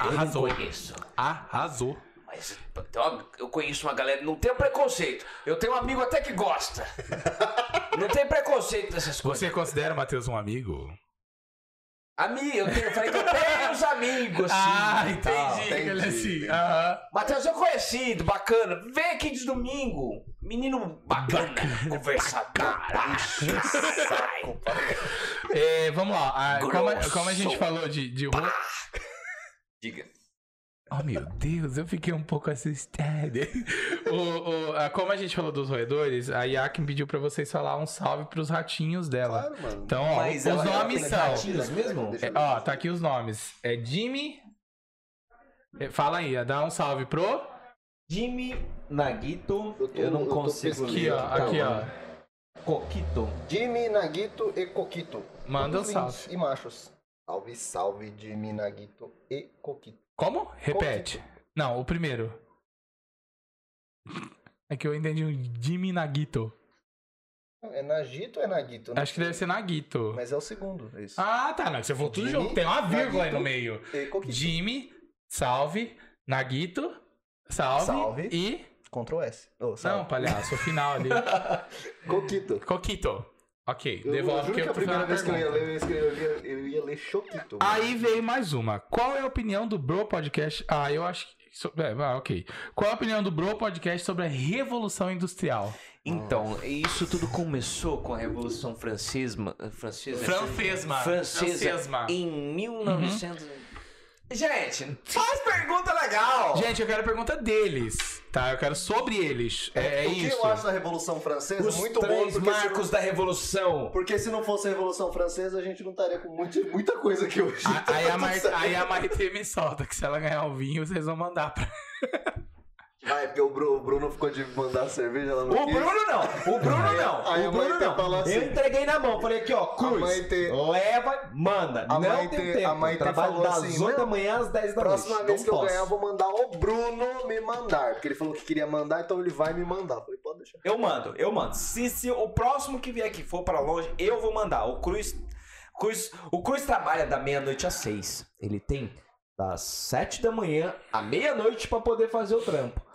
Arrasou, Eu não conheço. arrasou. Mas então, eu conheço uma galera. Não tenho preconceito. Eu tenho um amigo até que gosta. Não tem preconceito dessas coisas. Você considera o Matheus um amigo? Amigo, eu, tenho, eu falei que eu tenho uns amigos, assim. Ah, entendi. Ele é assim. entendi. aham. Matheus, eu conhecido, bacana. Vem aqui de domingo. Menino bacana, conversador. [laughs] Sai. É, vamos lá. Ah, como, a, Grosso. como a gente falou de, de um, ro- Diga. Oh, meu Deus, eu fiquei um pouco assustado. [laughs] O- o- ah, como a gente falou dos roedores, a Yakin pediu pra vocês falar um salve pros ratinhos dela. Claro, mano. Então, ó, Mas os ela- ela nomes tem são. ratinho? Ratinhos mesmo? Deixa É, eu ver. ó, tá aqui os nomes. É Jimmy. É, Fala aí, dá um salve pro. Jimmy Nagito, Eu eu, tô- não eu tô consigo pesquisando. Aqui, ó. Tá Aqui, ó. bom. Coquito. Jimmy, Nagito e Coquito. Manda um Todos lindos salve. E machos. Salve, salve, Jimmy, Nagito e Coquito. Como? Repete. Não, o primeiro. É que eu entendi um Jimmy Nagito. É Nagito ou é Nagito? né? Acho que deve ser Nagito. Mas é o segundo. É isso. Ah, tá. Não, você falou tudo Jimmy, junto. Tem uma vírgula aí Nagito. no meio. E É, Coquito. Jimmy, salve. Nagito, salve. Salve. E. Ctrl S. Oh, Não, salve. palhaço, o final [laughs] ali. Coquito. Coquito. Ok, Eu, eu devolve juro que que a eu tô fazendo primeira a vez que eu ia pergunta. ler, eu, escrevi, eu, ia, eu ia ler Choquito. Aí mano. veio mais uma. Qual é a opinião do Bro Podcast? Ah, eu acho que. so- é, ah, ok. Qual é a opinião do Bro Podcast sobre a Revolução Industrial? Então, isso tudo começou com a Revolução Francesma. Francesa. Francesa. Em 1900. Uhum. Gente, faz pergunta legal. Gente, eu quero a pergunta deles, tá? Eu quero sobre eles. É, é o que isso. eu acho da Revolução Francesa é Os muito bom, três porque se- marcos da Revolução. Porque se não fosse a Revolução Francesa, a gente não estaria com muito- muita coisa aqui hoje. A- [laughs] Tá Aí a, tudo Mar... certo. aí a Maite me solta que se ela ganhar o vinho, vocês vão mandar pra. Ah, é porque o Bru- o Bruno ficou de mandar cerveja lá no O Bruno não. O Bruno não. Aí É, a o mãe Bruno tem não. falar assim. Eu entreguei na mão. Falei aqui, ó, A cruz. mãe tem- Leva, manda. A não mãe tem- tem tempo. a mãe tem Trabalho falou das assim, 8 da não, manhã às 10 da noite. Próxima vez Não que eu posso. ganhar, eu vou mandar o Bruno me mandar. Porque ele falou que queria mandar, então ele vai me mandar. Eu Falei, pode deixar. Eu mando, eu mando. Se, se o próximo que vier aqui for pra longe, eu vou mandar. O Cruz. Cruz o Cruz trabalha da meia-noite às seis. Ele tem das sete da manhã à meia-noite pra poder fazer o trampo.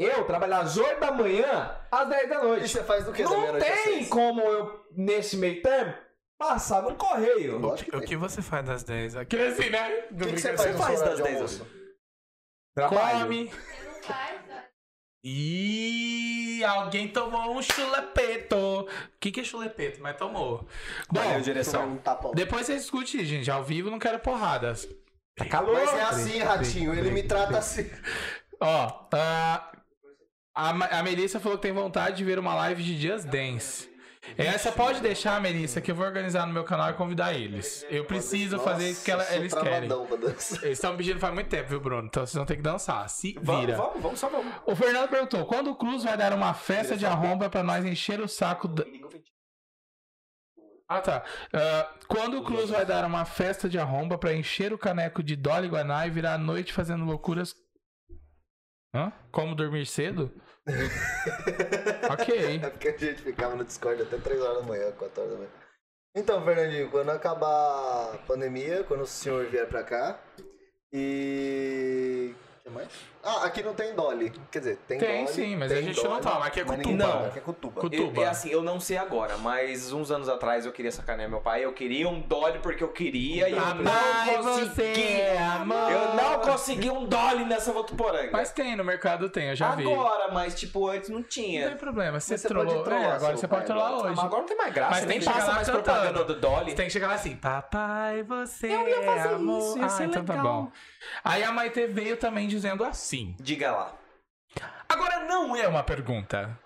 Eu trabalho às oito da manhã às dez da E noite. você faz do que? Não tem como eu, nesse meio tempo, passar no correio. Lógico que O tem. que você faz das 10? Aquele assim, né? O Do que, que você brincadeira. faz, no faz seu horário das de 10 almoço? Come. Você não faz, né? E alguém tomou um chulepeto. O que, que é chulepeto? Mas tomou. Bom, Valeu, direção. Um tapão. depois vocês discutem, gente. Ao vivo não quero porradas. Tá calor. Mas é assim, ratinho. Ele me trata assim. Ó, ah, a, Ma- a Melissa falou que tem vontade de ver uma live de Just Dance. Essa pode deixar, Melissa, que eu vou organizar no meu canal e convidar eles. Eu preciso fazer isso que ela- Nossa, eu eles sou querem. travadão pra dançar. Eles estão pedindo faz muito tempo, viu, Bruno? Então vocês vão ter que dançar. Se Vamos, vira. vamos, vamos, só vamos. O Fernando perguntou: quando o Cruz vai dar uma festa de arromba pra nós encher o saco da. Ah, tá. Ah, quando o Cruz vai dar uma festa de arromba pra encher o caneco de Dolly Guaná e virar a noite fazendo loucuras. Hã? Como dormir cedo? ok. [laughs] É porque a gente ficava no Discord até 3 horas da manhã, 4 horas da manhã. Então, Fernandinho, quando acabar a pandemia, quando o senhor vier pra cá, e Tem mais? Ah, aqui não tem Dolly. Quer dizer, tem, Tem, Dolly. sim, mas a gente não toma, aqui é cutuba. mas ninguém toma, Não. Aqui é cutuba. Eu, Cutuba. é assim, eu não sei agora, mas uns anos atrás eu queria sacanear meu pai. Eu queria um Dolly porque eu queria e eu Papai, não você consegui. é amor. Eu não consegui um Dolly nessa Votuporanga. Mas tem, no mercado tem, eu já vi. agora, mas tipo, antes não Não tinha. tem problema, você, Mas você trollou. pode trollar é, agora seu você pode pai, trollar agora. hoje. Mas agora não tem mais graça. Mas tem nem que chegar passa lá mais cantando. propaganda do Dolly. Você tem que chegar lá assim, papai, você eu ia fazer é amor. Isso, ah, então tá bom. Aí a Maite veio também dizendo assim. Diga lá. Agora não é uma pergunta.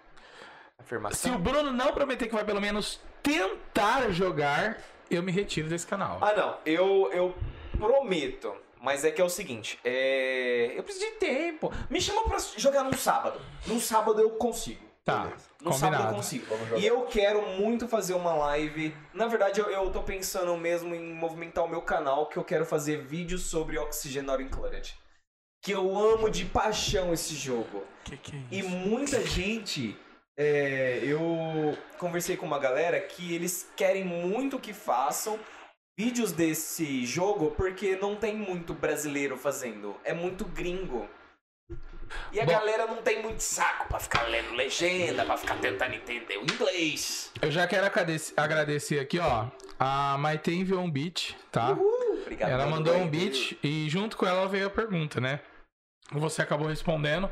Se Afirmação. o Bruno não prometer que vai pelo menos tentar jogar, eu me retiro desse canal. Ah, não. Eu, eu prometo. Mas é que é o seguinte, é... eu preciso de tempo. Me chama pra jogar num sábado. Num sábado eu consigo. tá, No sábado eu combinado. consigo. Vamos jogar. E eu quero muito fazer uma live. Na verdade, eu, eu tô pensando mesmo em movimentar o meu canal, que eu quero fazer vídeos sobre Oxygen Not Included. Que eu amo de paixão esse jogo. Que que é isso? E muita gente. é, eu conversei com uma galera que eles querem muito que façam vídeos desse jogo porque não tem muito brasileiro fazendo. É muito gringo. E a Bom. galera não tem muito saco pra ficar lendo legenda, pra ficar tentando entender o inglês. Eu já quero agradec- agradecer aqui, ó. A Maite enviou um beat, tá? Obrigado. Ela mano. mandou um beat e junto com ela veio a pergunta, né? Você acabou respondendo,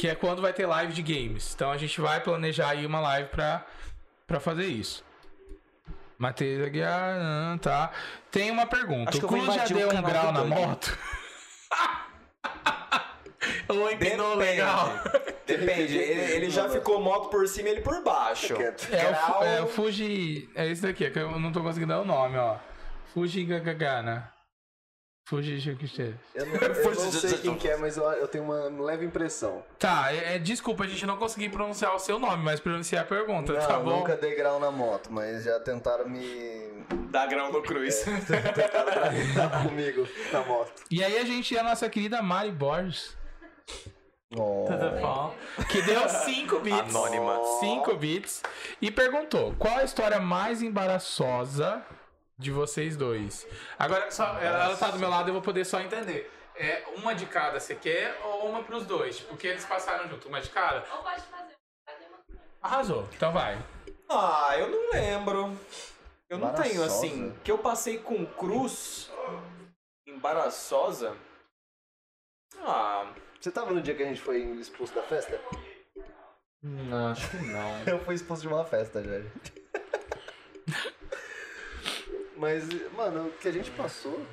que é quando vai ter live de games. Então a gente vai planejar aí uma live pra, pra fazer isso. Matheus Aguiar, ah, tá. Tem uma pergunta. Acho que o eu vou Cruz já invadir o deu um canal grau do na Doug. moto? [laughs] Ou empinou Depende. legal? Depende, ele, ele já ficou moto por cima e ele por [laughs] baixo. Quieto. É o, fu- Grau. é o Fuji. É esse daqui, é que eu não tô conseguindo dar o nome, ó. Fuji Gagagana. Fuji Shukishe. Eu não, eu não sei quem que é, mas eu, eu tenho uma leve impressão. Tá, é, é- desculpa, a gente não consegui pronunciar o seu nome, mas pronunciar a pergunta, não, tá bom? nunca dei grau na moto, mas já tentaram [laughs] me... [laughs] Dá grão no cruz. tentaram brincar comigo na moto. E aí a gente é a nossa querida Mari Borges. tá Oh. bom? Que deu 5 bits. Anônima. 5 bits. E perguntou: qual a história mais embaraçosa de vocês dois? Agora, só, ela, ela tá do meu lado, eu vou poder só entender. É uma de cada você quer ou uma pros dois? Tipo, que eles passaram junto, uma de cada? Ou pode fazer. fazer Né? uma- Arrasou, então vai. Ah, eu não lembro. Eu não Embaraçosa. tenho assim. Que eu passei com cruz embaraçosa. Ah, Você tava no dia que a gente foi expulso da festa? Não, acho que não. [laughs] Eu fui expulso de uma festa, velho. Mas, mano, o que a gente passou.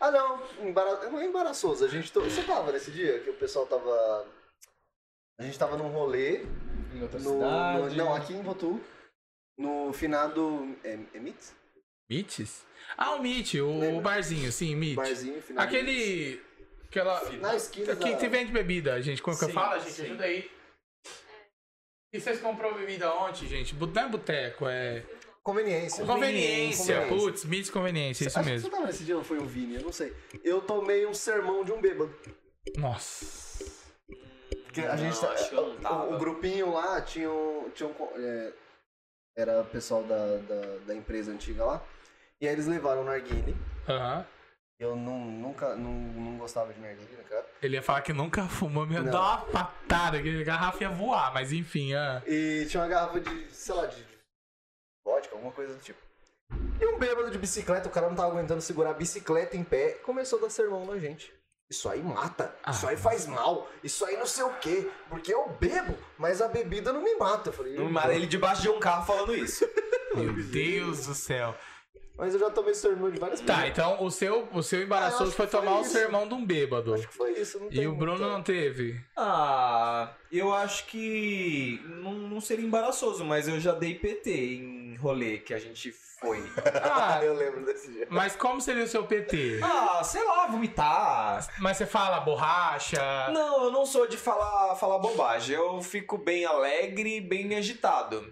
Ah, não, embara... não é embaraçoso. A gente. to- Você tava nesse dia que o pessoal tava. A gente tava num rolê. Em outra No... no- cidade. Não, aqui em Votu. No finado. É, é Mitz? Mites? Ah, o Meet, o, Lembra? barzinho, sim, Meet. Barzinho, finado. Aquele. Aquela. Na esquina. Aqui da- que vende bebida, gente. Como é que eu Sim, falo, gente? sim. Ajuda aí. E vocês comprou bebida ontem, gente? Bu- Não é boteco, é. Conveniência. Conveniência. Conveniência. Putz, Meets Conveniência, isso Acho que mesmo. você tava nesse dia ou foi o Vini? Eu não sei. Eu tomei um sermão de um bêbado. Nossa. Porque a gente tá- Não, acho que eu não o- tava. O, grupinho lá tinha um. Tinha um co- é, era o pessoal da, da, da empresa antiga lá. E aí eles levaram o narguile. Aham. Eu não, nunca não, não gostava de narguile, né, cara? Ele ia falar que nunca fumou, me ia Não. dar uma patada, que a garrafa ia voar, mas enfim. ah. E tinha uma garrafa de, sei lá, de vodka, alguma coisa do tipo. E um bêbado de bicicleta, o cara não tava aguentando segurar a bicicleta em pé, começou a dar sermão na gente. Isso aí mata, Ah. isso aí faz mal, isso aí não sei o quê, porque eu bebo, mas a bebida não me mata. Eu falei, Hum. não mara- ele debaixo de um carro falando isso. Meu é. Deus do céu. mas eu já tomei sermão de várias Tá, então o seu, o seu Ah, eu embaraçoso acho foi que foi tomar o isso. sermão de um bêbado. Acho que foi isso, não E tem o Bruno muita- não [laughs] teve. Ah, eu acho que não, não seria embaraçoso, mas eu já dei PT em rolê que a gente foi. Ah, Ah, [laughs] eu lembro desse dia. mas como seria o seu PT? Ah, sei lá, vomitar. Mas você fala borracha. Não, eu não sou de falar, falar bobagem. Eu fico bem alegre e bem agitado.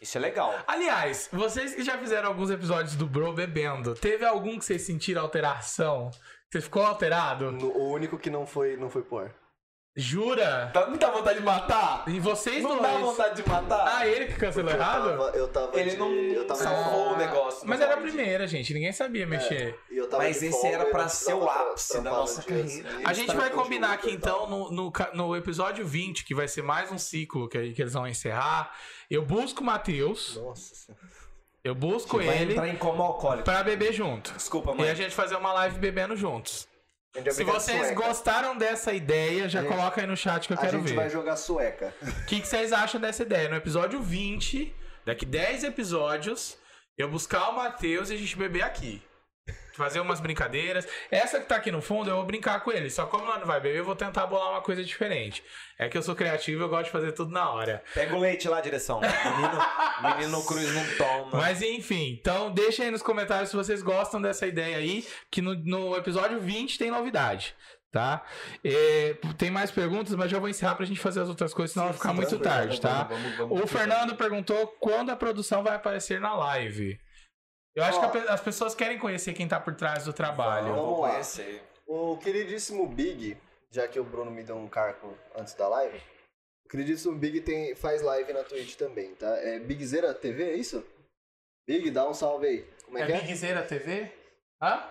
Isso é legal. Aliás, vocês que já fizeram alguns episódios do Bro bebendo, teve algum que vocês sentiram alteração? Você ficou alterado? No- o único que não foi, não foi por. Jura? Tá- Não dá vontade de matar? E vocês Não dá dois? vontade de matar? é Ah, ele que cancelou eu errado? tava, eu tava Ele de- não eu tava de salvou folga, o negócio. Mas no era a Void. primeira, gente. Ninguém sabia É. mexer. e eu tava Mas de esse folga, era eu pra não ser o precisava ápice trampar da nossa no dia carreira. seguinte, A gente tava vai junto combinar aqui e tal. então no, no, ca- no episódio 20, que vai ser mais um ciclo que, aí- que eles vão encerrar. Eu busco o Matheus, Nossa senhora. eu busco Vai ele É. entrar em coma alcoólico. pra beber junto. Desculpa, E a mãe. gente fazer uma live bebendo juntos. A gente vai Se brincar de vocês sueca. gostaram dessa ideia, já A gente- coloca aí no chat que eu É. A quero gente vai ver. jogar sueca. O que, que vocês acham dessa ideia? No episódio 20, daqui 10 episódios, eu buscar o Matheus e a gente beber aqui. Fazer umas brincadeiras. Essa que tá aqui no fundo, eu vou brincar com ele. Só como ela não vai beber, eu vou tentar bolar uma coisa diferente. É que eu sou criativo, eu gosto de fazer tudo na hora. Pega o leite lá, direção. Menino, menino Cruz não toma. Mas enfim, então deixem aí nos comentários se vocês gostam dessa ideia aí, que no, no episódio 20 tem novidade, tá? É, tem mais perguntas, mas já vou encerrar pra gente fazer as outras coisas, senão vai ficar muito tarde, tá? Vamos, vamos, o Fernando perguntou quando a produção vai aparecer na live. Eu acho Ó. que a pe- as pessoas querem conhecer quem tá por trás do trabalho. Vamos Vou lá. conhecer. O queridíssimo Big, já que o Bruno me deu um cargo antes da live, o queridíssimo Big tem, faz live na Twitch também, tá? É Bigzeira TV, é isso? Big, dá um salve aí. Como é, É que é? Bigzeira TV? Hã?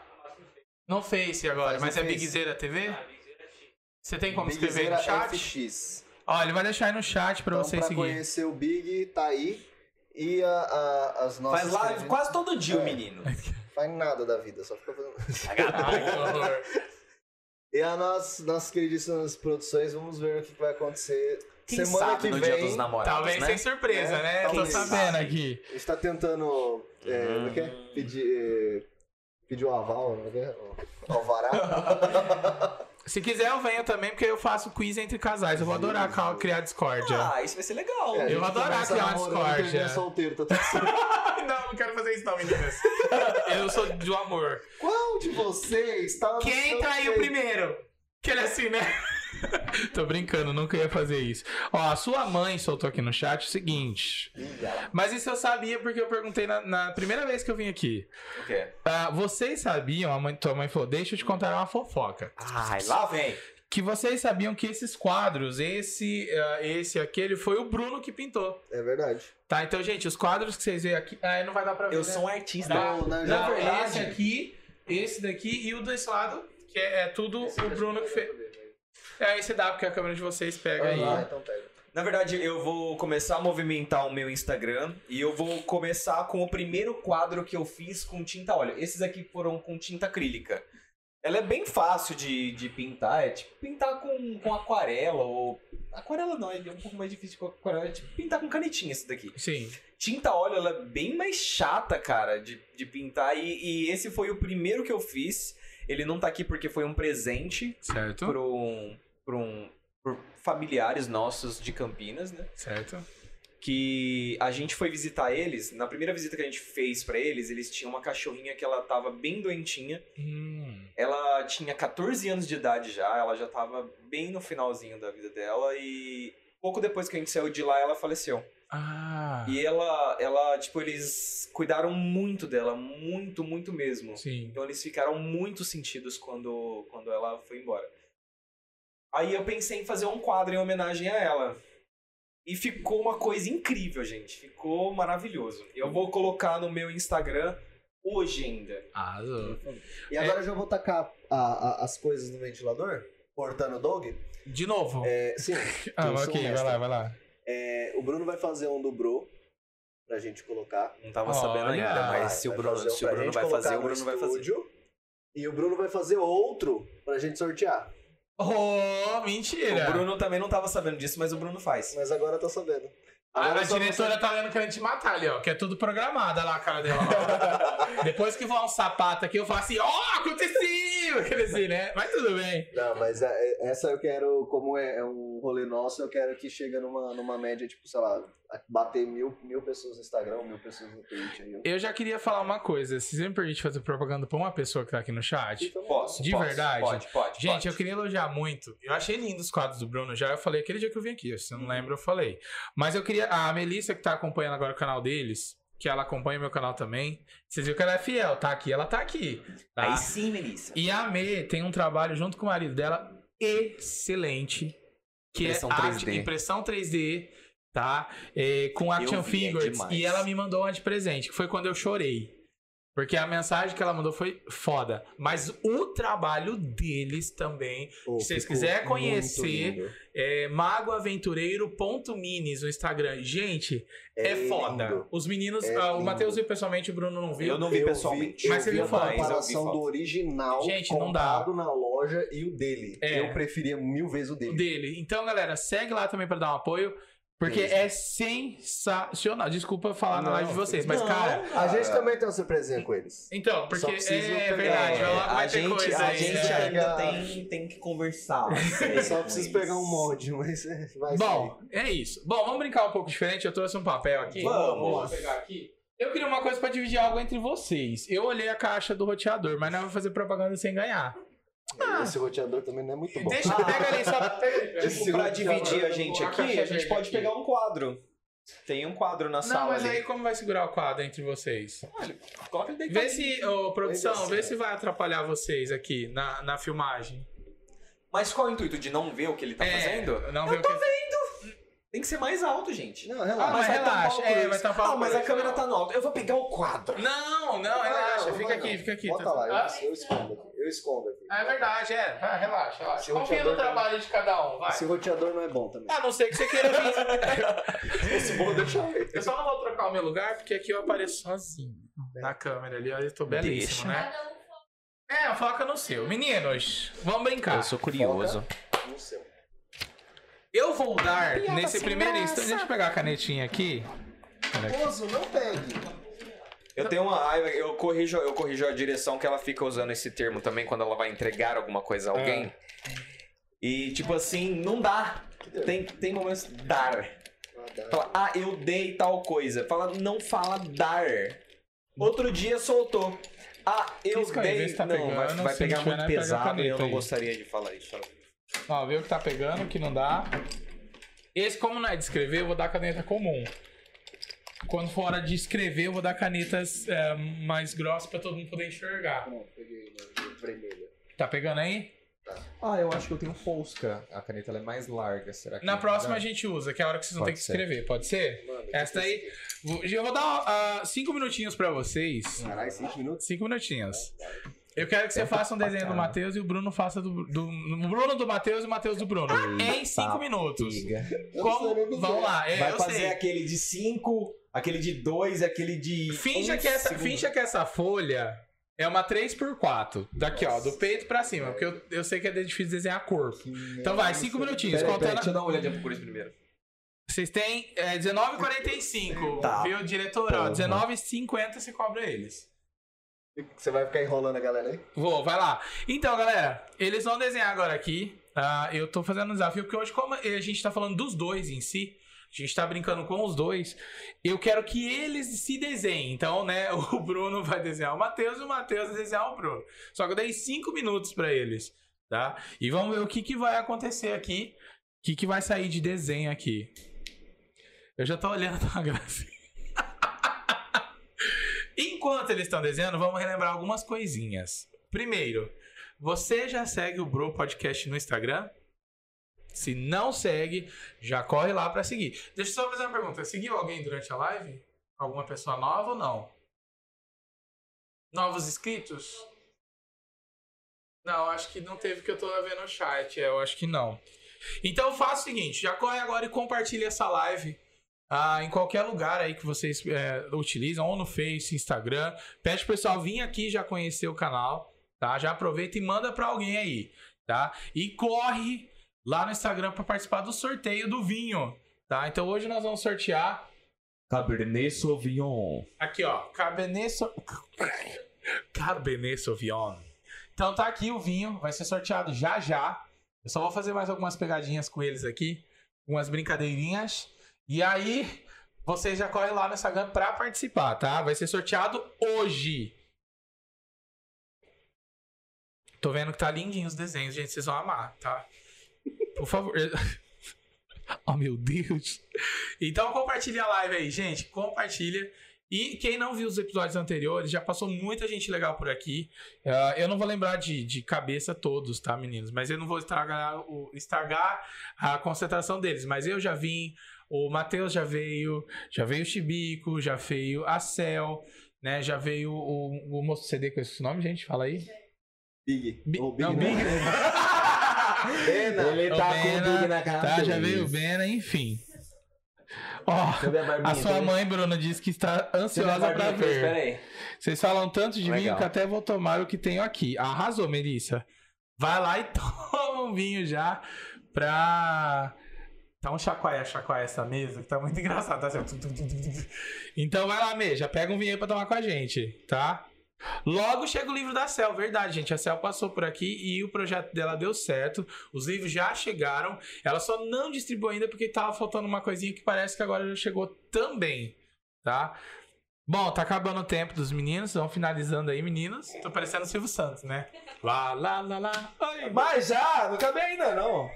Não Face agora, Faz no mas é Face. Bigzeira TV? Você tem como escrever aí Bigzeira no chat? FX. Ó, ele vai deixar aí no chat pra é, Então, vocês pra seguirem. conhecer o Big, tá aí. E a- a- as nossas... Faz live presenças- quase todo dia, É. o menino. Faz nada da vida, só fica fazendo... [laughs] Ai, que horror. E a nós, nossas queridíssimas produções, vamos ver o que vai acontecer Quem semana sabe que no vem. Dia dos Namorados, Talvez né? sem surpresa, É, né? Tô talvez. sabendo aqui. A gente tá tentando. É, Uhum. como é que é? Pedir. é, Pedir um aval, não é? que é? [laughs] Um Alvará. Se quiser, eu venho também, porque eu faço quiz entre casais. Eu vou adorar ca- criar discórdia. Ah, isso vai ser legal. É, a gente vou adorar começa criar uma namorando, discórdia. termina solteiro, tá tudo [laughs] certo. [laughs] não, não quero fazer isso, não, meninas. [laughs] eu sou do amor. Qual de vocês tá no Quem seu traiu jeito? primeiro? Que ele é assim, né? [laughs] Tô brincando, nunca ia fazer isso. Ó, a sua mãe soltou aqui no chat o seguinte. Mas isso eu sabia porque eu perguntei na- na primeira vez que eu vim aqui. O quê? Ah, vocês sabiam, a mãe, tua mãe falou, deixa eu te contar uma fofoca. Ai, lá vem. Que vocês sabiam que esses quadros, esse, ah, esse, aquele, foi o Bruno que pintou. É verdade. Tá, então, gente, os quadros que vocês veem aqui. Ah, não vai dar pra ver. Eu né? sou um artista. Tá. Não, Então, na Não, verdade- esse aqui, esse daqui e o desse lado, que é, é tudo o Bruno que fez. É, esse dá, porque a câmera de vocês pega aí. Ah, então pega. Na verdade, eu vou começar a movimentar o meu Instagram e eu vou começar com o primeiro quadro que eu fiz com tinta óleo. Esses aqui foram com tinta acrílica. Ela é bem fácil de, de pintar, é tipo pintar com, com aquarela ou. Aquarela não, ele é um pouco mais difícil com aquarela, é tipo pintar com canetinha esse daqui. Sim. Tinta óleo, ela é bem mais chata, cara, de, de pintar. E, e esse foi o primeiro que eu fiz. Ele não tá aqui porque foi um presente Certo, por um, por um por familiares nossos de Campinas, né? certo. Que a gente foi visitar eles. Na primeira visita que a gente fez pra eles, eles tinham uma cachorrinha que ela tava bem doentinha. Hum, Ela tinha 14 anos de idade já, ela já tava bem no finalzinho da vida dela e pouco depois que a gente saiu de lá, ela faleceu. Ah. E ela ela, tipo, eles cuidaram muito dela, muito, muito mesmo. Sim. Então eles ficaram muito sentidos quando, quando ela foi embora. Aí eu pensei em fazer um quadro em homenagem a ela. E ficou uma coisa incrível, gente. Ficou maravilhoso. Eu vou colocar no meu Instagram hoje ainda. Arrasou. E É. agora eu já vou tacar a- a- as coisas no ventilador, cortando o Doug. De novo. É, sim, ah, eu sou ok, vai mestre. lá, vai lá. é, o Bruno vai fazer um do Bro pra gente colocar. Não tava Olha. sabendo ainda, Vai, Ah, mas se o vai Bruno, fazer um se o pra Bruno gente vai colocar fazer, o no Bruno vai fazer. estúdio, E o Bruno vai fazer outro pra gente sortear. Oh, mentira! O Bruno também não tava sabendo disso, mas o Bruno faz. Mas agora tá sabendo. a Agora a só diretora tá vendo querendo te matar ali, ó. Que é tudo programado, olha lá a cara dela. [laughs] ó. Depois que voar um sapato aqui, eu falo assim, ó, aconteceu! Aquele assim, né? Mas tudo bem. você- Não, mas é, é, essa eu quero, como é, é um rolê nosso, eu quero que chegue numa, numa média, tipo, sei lá, bater mil, mil pessoas no Instagram, mil pessoas no Twitch. Aí. Eu já queria falar uma coisa. Se você me permite fazer propaganda pra uma pessoa que tá aqui no chat. Então, Posso, De posso, verdade? Pode, pode. Gente, pode. eu queria elogiar muito. Eu achei lindo os quadros do Bruno já. Eu falei aquele dia que eu vim aqui, se Uhum. eu não lembro, eu falei. Mas eu queria. A Melissa, que tá acompanhando agora o canal deles, que ela acompanha meu canal também. Vocês viram que ela é fiel, tá aqui, ela tá aqui. Tá? Aí sim, Melissa. E a Mê tem um trabalho junto com o marido dela excelente. que Impressão é a 3D. impressão 3D, tá? É, com action vi, é figures. demais. e ela me mandou uma de presente, que foi quando eu chorei. Porque a mensagem que ela mandou foi foda. Mas o trabalho deles também. Pô, Se vocês ficou quiserem muito conhecer, lindo. É magoaventureiro.minis no Instagram. Gente, é, lindo. foda. Os meninos, É ah, o lindo. Matheus viu pessoalmente, o Bruno não viu. Eu não vi Eu pessoalmente. vi- Mas você eu vi viu a foto, mas eu vi comparação foto. do original Gente, não dá. comprado na loja e o dele. É. Eu preferia mil vezes o dele. dele. Então, galera, segue lá também pra dar um apoio. Porque é sensacional. Desculpa falar na Não, live de vocês, mas, cara. A gente também tem uma surpresinha com eles. Então, porque Só preciso é pegar- verdade, É, vai lá, vai a ter gente, coisa a aí, gente né? ainda Pegar- tem, tem que conversar. Eu só preciso pegar um molde, mas é, vai Bom, é isso. Bom, vamos brincar um pouco diferente. Eu trouxe um papel aqui. Vamos. Vou- vou pegar aqui. Eu queria uma coisa pra dividir algo entre vocês. Eu olhei a caixa do roteador, mas não vou fazer propaganda sem ganhar. Ah. sair. Esse roteador também não é muito bom. Deixa, pega ali, só pega ali. [laughs] Esse Tipo, pra roteador- dividir a gente A aqui, caixa a gente verde pode aqui. pegar um quadro. Tem um quadro na Não, sala mas ali. aí como vai segurar o quadro entre vocês? Coloca ele deitado. Vê se, ô, produção, Assim, vê se vai atrapalhar vocês aqui na, na filmagem. Mas qual é o intuito de não ver o que ele tá É, fazendo? Não vê o que... Tem que ser mais alto, gente. Não, Ah, relaxa. mas vai tampar relaxa. o É, cruz. vai tampar o Ah, mas a cruz. câmera tá no alto. Eu vou pegar o quadro. Não, não, vai relaxa. não, Fica vai aqui, não. fica aqui. Bota tá- lá, eu- Ah, eu, escondo aqui. Eu escondo aqui. É verdade, é. Vai, relaxa, relaxa. Esse Confia no roteador- trabalho de cada um, vai. Esse roteador não é bom também. A não ser que você queira [laughs] vir. Esse bom deixa eu ver. Eu só não vou trocar o meu lugar, porque aqui eu apareço sozinho né? na câmera ali. Olha, eu tô belíssimo, né? um É, foca no seu. Meninos, vamos brincar. sou curioso. Não sei. Eu vou dar tá nesse primeiro instante. Deixa eu pegar a canetinha aqui. Bozo, não pegue. Eu tenho uma raiva, eu corrijo, eu corrijo a direção que ela fica usando esse termo também quando ela vai entregar alguma coisa a Ah. alguém. E tipo assim, não dá. Tem, tem momentos dar. Fala, ah, eu dei tal coisa. Fala, não fala dar. Outro dia soltou. Ah, eu Risca aí, vê dei. se tá não, pegando, vai, se vai tiver, pegar muito né, pega a pesado e eu caneta não aí. gostaria de falar isso. Ó, vê o que tá pegando, o que não dá. Esse, como não é de escrever, eu vou dar caneta comum. Quando for hora de escrever, eu vou dar canetas é, mais grossas pra todo mundo poder enxergar. Tá pegando aí? Ah, eu acho que eu tenho fosca. A caneta ela é mais larga, será que... Tá Na próxima a dá? gente usa, que é a hora que vocês vão Pode ter que ser. escrever, pode ser? Essa daí. vou- Eu vou dar ah, cinco minutinhos pra vocês. Caralho, 5 minutos? Cinco minutinhos. Eu quero que você faça um desenho do Matheus e o Bruno faça do. do o Bruno do Matheus e o Matheus do Bruno. É em cinco minutos. Eu não sei nem Como? dizer. Vamos lá, é, Vai eu fazer sei. aquele de 5, aquele de 2, aquele de. Finja, um que é essa, segundo. finja que essa folha é uma 3x4. Daqui, ó, do peito pra cima. Porque eu, eu sei que é difícil desenhar corpo. é. Então vai, 5 minutinhos. Peraí, contando- peraí, deixa eu dar uma olhadinha pro Corinthians primeiro. Vocês têm é, 19h45, Tá. viu, diretor? Ó, 19h50 você cobra eles. Você vai ficar enrolando a galera aí? Vou, vai lá. Então, galera, eles vão desenhar agora aqui. Ah, eu tô fazendo um desafio, porque hoje, como a gente tá falando dos dois em si, a gente tá brincando com os dois, eu quero que eles se desenhem. Então, né, [laughs] o Bruno vai desenhar o Matheus e o Matheus vai desenhar o Bruno. Só que eu dei cinco minutos pra eles, tá? E vamos ver o que, que vai acontecer aqui, o que, que vai sair de desenho aqui. Eu já tô olhando [laughs] a graça. Enquanto eles estão desenhando, vamos relembrar algumas coisinhas. Primeiro, você já segue o Bro Podcast no Instagram? Se não segue, já corre lá pra seguir. Deixa eu só fazer uma pergunta. Seguiu alguém durante a live? Alguma pessoa nova ou não? Novos inscritos? Não, acho que não teve que eu tô vendo no chat. É, eu acho que não. Então faça o seguinte, já corre agora e compartilha essa live ah, em qualquer lugar aí que vocês é, utilizam, ou no Face, Instagram. Pede pro pessoal vir aqui já conhecer o canal, tá? Já aproveita e manda pra alguém aí, tá? E corre lá no Instagram pra participar do sorteio do vinho, tá? Então hoje nós vamos sortear Cabernet Sauvignon. aqui, ó, Cabernet Sau- Cabernet Sauvignon. Então tá aqui o vinho, vai ser sorteado já já. Eu só vou fazer mais algumas pegadinhas com eles aqui, umas brincadeirinhas. E aí, vocês já correm lá no Instagram pra participar, tá? Vai ser sorteado hoje. Tô vendo que tá lindinho os desenhos, gente. Vocês vão amar, tá? Por favor. [laughs] oh, meu Deus. Então compartilha a live aí, gente. Compartilha. E quem não viu os episódios anteriores, já passou muita gente legal por aqui. Ah, eu não vou lembrar de, de cabeça todos, tá, meninos? Mas eu não vou estragar, o- estragar a concentração deles. Mas eu já vim, o Matheus já veio, já veio o Chibico, já veio a Cel, né? Já veio o, o moço do CD com esse nome, gente? Fala aí. Big. Bi- Ou Big não, não. Big. Pena. Ele Ô, tá com Bena, o Big na cara. Tá, já veio o Bena, enfim. Então, Ó, Cadê a barbinha? a sua mãe, Bruna, diz que está ansiosa pra ver. Pera aí. Vocês falam tanto de vinho Legal. que até vou tomar o que tenho aqui. Arrasou, Melissa. Vai lá e [laughs] toma um vinho já pra. Tá um chacoalha, chacoalha essa mesa, que tá muito [laughs] engraçado. Tá assim, ó, tum, tum, tum, tum, tum. Então vai lá, Mê, já pega um vinho aí pra tomar com a gente, tá? Logo chega o livro da Cel, verdade, gente. A Cel passou por aqui e o projeto dela deu certo. Os livros já chegaram. Ela só não distribuiu ainda porque tava faltando uma coisinha que parece que agora já chegou também, tá? Bom, tá acabando o tempo dos meninos, vão finalizando aí, meninos. Tô parecendo o Silvio Santos, né? Lá, lá, lá, lá. Oi. Mas já, não acabei ainda não.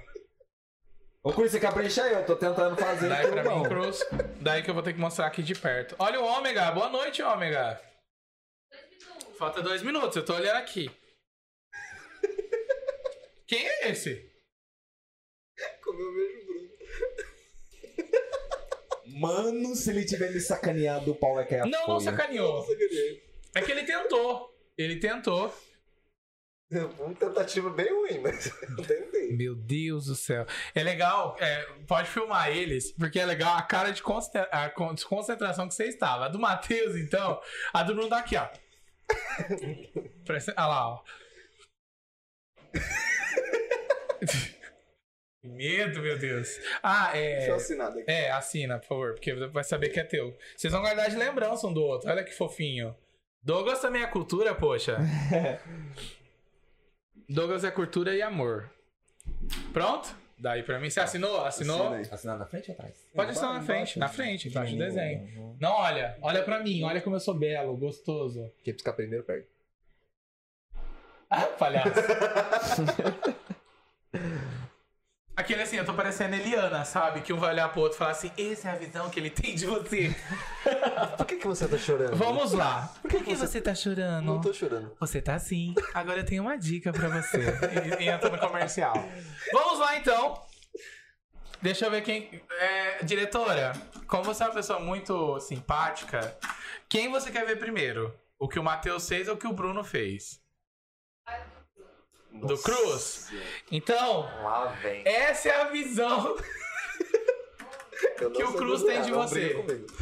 Ô, Cris, você capricha aí, eu tô tentando fazer. Daí pra tudo mim, bom. Cruz. Daí que eu vou ter que mostrar aqui de perto. Olha o ômega. Boa noite, ômega. Falta dois minutos, eu tô olhando aqui. Quem é esse? Mano, se ele tiver me sacaneado, o pau vai cair a Não, não né? folha. sacaneou. É que ele tentou. Ele tentou. Uma tentativa bem ruim, mas [laughs] eu tentei. Meu Deus do céu. É legal, é, pode filmar eles, porque é legal a cara de concentra- a con- desconcentração que você estava. A do Matheus, então, a do Bruno tá [laughs] aqui, ó. Parece, olha lá, ó. Que medo, meu Deus. Ah, é. Deixa eu assinar daqui. É, assina, por favor, porque vai saber que é teu. Vocês vão guardar de lembrança um do outro. Olha que fofinho. Douglas também é cultura, [laughs] poxa. Douglas é cultura e amor. Pronto? Daí pra mim. Você assinou? Assinou? Assina aí. Assinar na frente ou atrás? Uhum. Pode assinar na frente. Na frente, embaixo do desenho. Não, olha. Olha pra mim. Olha como eu sou belo, gostoso. Quem piscar primeiro perde. Ah, [laughs] palhaço. Aquele assim, eu tô parecendo Eliana, sabe? Que um vai olhar pro outro e falar assim: essa é a visão que ele tem de você. Por que, que você tá chorando? Vamos lá. [laughs] Por que, que você tá chorando? Não tô chorando. Você tá sim. Agora eu tenho uma dica pra você. E, e entra no comercial. Vamos lá então. Deixa eu ver quem. é, diretora, como você é uma pessoa muito simpática, quem você quer ver primeiro? O que o Matheus fez ou o que o Bruno fez? Do Cruz? Então, Lá vem. essa é a visão. [laughs] Eu não Que o sei Cruz cozinhar, tem de não você. briga comigo.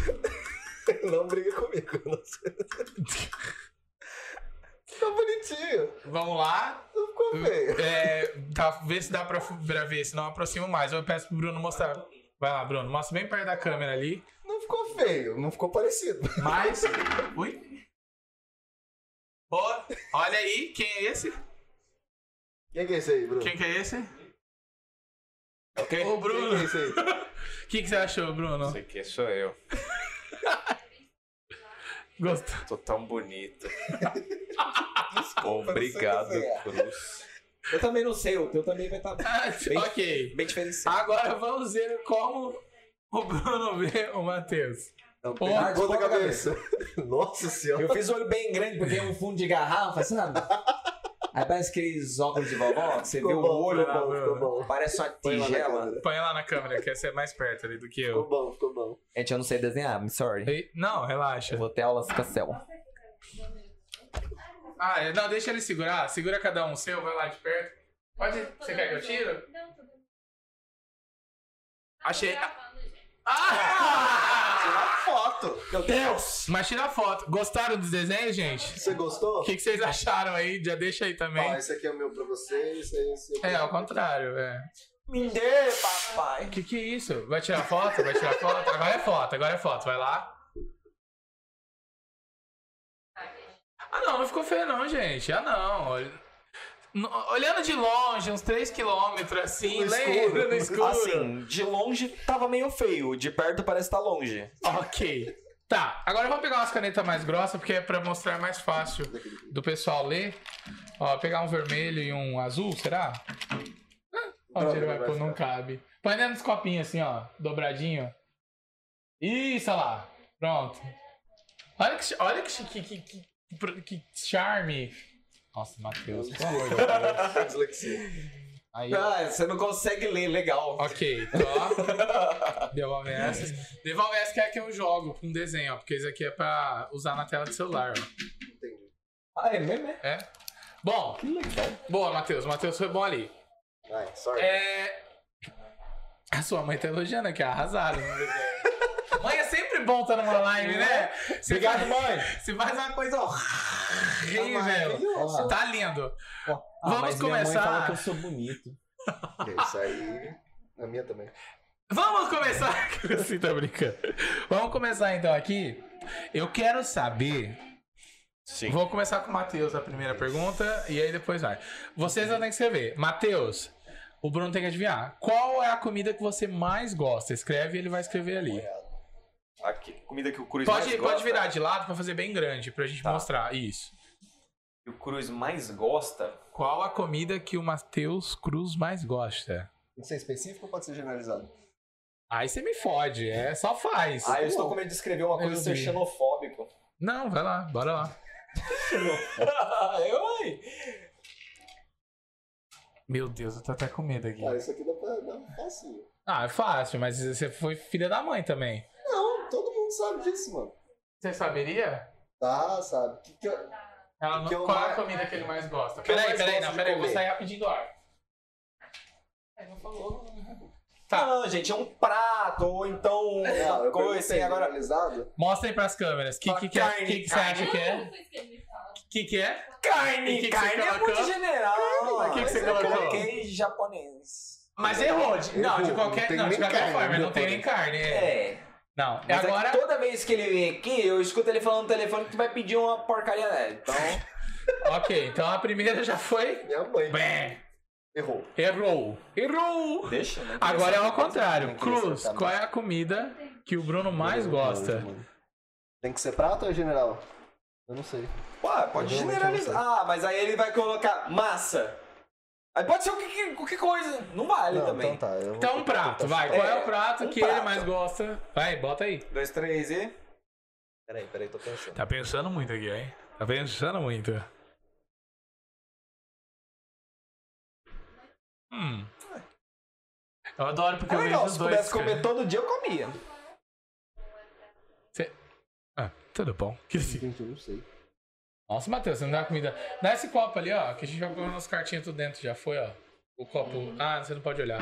[laughs] Não briga comigo. eu Não sei. Tá bonitinho. Vamos lá. Não ficou feio. É, tá, vê se dá pra, pra ver, senão eu aproximo mais. Eu peço pro Bruno mostrar. Vai lá, Bruno, mostra bem perto da câmera ali. Não ficou feio. Não ficou parecido. Mas. Ui! Ó, olha aí, quem é esse? Quem que é esse aí, Bruno? Quem que é esse? O Quem que é Bruno. esse aí? O que, que você achou, Bruno? Esse aqui sou eu. Gostou? Tô tão [laughs] bonito. Obrigado, Cruz. Eu também não sei, o teu também vai tá [laughs] estar Ah, ok. bem diferenciado. Agora vamos ver como o Bruno vê o Matheus. Não, Ó, ponta ponta cabeça. [laughs] Nossa senhora. Eu fiz o olho bem grande porque é um fundo de garrafa, sabe? Aí parece aqueles óculos de vovó, que você vê um Ficou o bom, olho, ficou bom, né? ficou bom. parece uma Põe lá na tigela. câmera. Põe lá na câmera, que você é mais perto ali do que eu. Ficou bom, ficou bom. Gente, eu não sei desenhar, me sorry. Ei, Não, relaxa. Eu vou ter aulas com a Cel. Ah, é- não, deixa ele segurar. Segura cada um o seu, vai lá de perto. Pode? Você quer que eu tiro? Não, tô dando. Achei. gravando, gente. Ah! foto. Meu Deus! Mas tira a foto. Gostaram dos desenhos, gente? Você gostou? O que, que vocês acharam aí? Já deixa aí também. Ó, esse aqui é o meu pra você, esse aí é o seu. É, ao contrário, é. Me dê, papai. O que, que é isso? Vai tirar foto? Vai tirar foto? Agora é foto, agora é foto. Vai lá. Tá, Ah, não, não ficou feio, não, gente. Ah, não. Ol- no- Olhando de longe, uns 3km assim, No lendo no escuro. Assim, de longe tava meio feio, de perto parece que tá longe. Ok. Tá, agora vamos pegar umas canetas mais grossas, porque é pra mostrar mais fácil do pessoal ler. Ó, pegar um vermelho e um azul, será? Ah, Onde ele vai pôr? Não cabe. Põe dentro dos copinhos assim, ó, dobradinho. Isso, olha lá. Pronto. Olha que, olha que, que, que, que- que charme. Nossa, Matheus. pelo amor de Dislexia. Deus. Aí, ó. Ah, você não consegue ler, legal. ok, então, tô. Devolve essas. Devolve essas que é a que eu jogo com desenho, ó. Porque isso aqui é pra usar na tela do celular, ó. Entendi. Ah, é mesmo? É? Bom. Boa, Matheus. Matheus foi bom ali. Ai, sorry. É. A sua mãe tá elogiando aqui, arrasaram. no desenho. Mãe é sempre bom estar numa live, né? Você Obrigado, faz- mãe. Você faz uma coisa horrível. Ó, Tá lindo. Ah, Vamos mas minha mãe começar. fala que eu sou bonito. É Isso aí. A minha também. Vamos começar. [laughs] Você tá brincando. Vamos começar então aqui. Eu quero saber. Sim. Vou começar com o Matheus a primeira pergunta e aí depois vai. Vocês vão ter que escrever. Matheus, o Bruno tem que adivinhar. Qual é a comida que você mais gosta? Escreve e ele vai escrever ali. Aqui, comida que o Cruz Pode, mais pode gosta. virar de lado pra fazer bem grande, pra gente Tá. mostrar. Isso. que o Cruz mais gosta. Qual a comida que o Matheus Cruz mais gosta? Não sei específico ou pode ser generalizado? Aí você me fode, é só faz. Ah, eu estou com medo de escrever uma coisa Eu e ser vi. xenofóbico. Não, vai lá, bora lá. eu, ai. Meu Deus, eu tô até com medo aqui. Ah, isso aqui dá pra dar fácil. Ah, é fácil, mas você foi filha da mãe também. Não, todo mundo sabe disso, mano. Você saberia? Tá, sabe? Que que eu- Ela não... Que eu Qual é a mais- comida que ele mais gosta? que eu Peraí, mais peraí, gosto não, de peraí, eu vou comer? É, sair rapidinho do ar. Tá. Não, gente, é um prato, ou então Não, uma eu coisa perguntei assim. Agora, generalizado. Mostra aí pras câmeras. O que, que, que, é- que, que você acha que é? O que, que é? E carne, que que carne você é muito colocou? general. Ah, O que que você Eu colocou? coloquei japonês. Mas errou. de- não, Errou, de não qualquer, tem não, de nem qualquer carne, forma, não não tem pode. nem carne. é. É. Não, é Mas agora. é que toda vez que ele vem aqui, eu escuto ele falando no telefone que tu vai pedir uma porcaria dela. Então, Ok, então a primeira já foi. Minha mãe. Bem, Errou. errou. Errou! deixa, né? Agora é ao contrário. queria Cruz, acertar, qual é a comida que o Bruno mais gosta? Tem que ser prato ou é general? Eu não sei. Ué, pode Eu realmente generalizar. Ah, mas aí ele vai colocar massa. Aí pode ser o que- que- qualquer coisa. Não vale não, também. então tá. eu vou Então um tentar prato, chutar. vai. Qual é o É, prato um que ele prato. mais gosta? Vai, bota aí. Dois, três e. É Peraí, peraí, tô pensando. Tá pensando muito aqui, hein? Tá pensando muito. Hum. Eu adoro porque É eu vejo legal, os se dois. pudesse cara. comer todo dia, eu comia. Ah, tudo bom. Que assim- Gente, eu não sei. Nossa, Matheus, você não dá comida. Dá esse copo ali, ó, que a gente vai pôr nosso cartinho tudo dentro, já foi, ó. O copo. Uhum. Ah, você não pode olhar.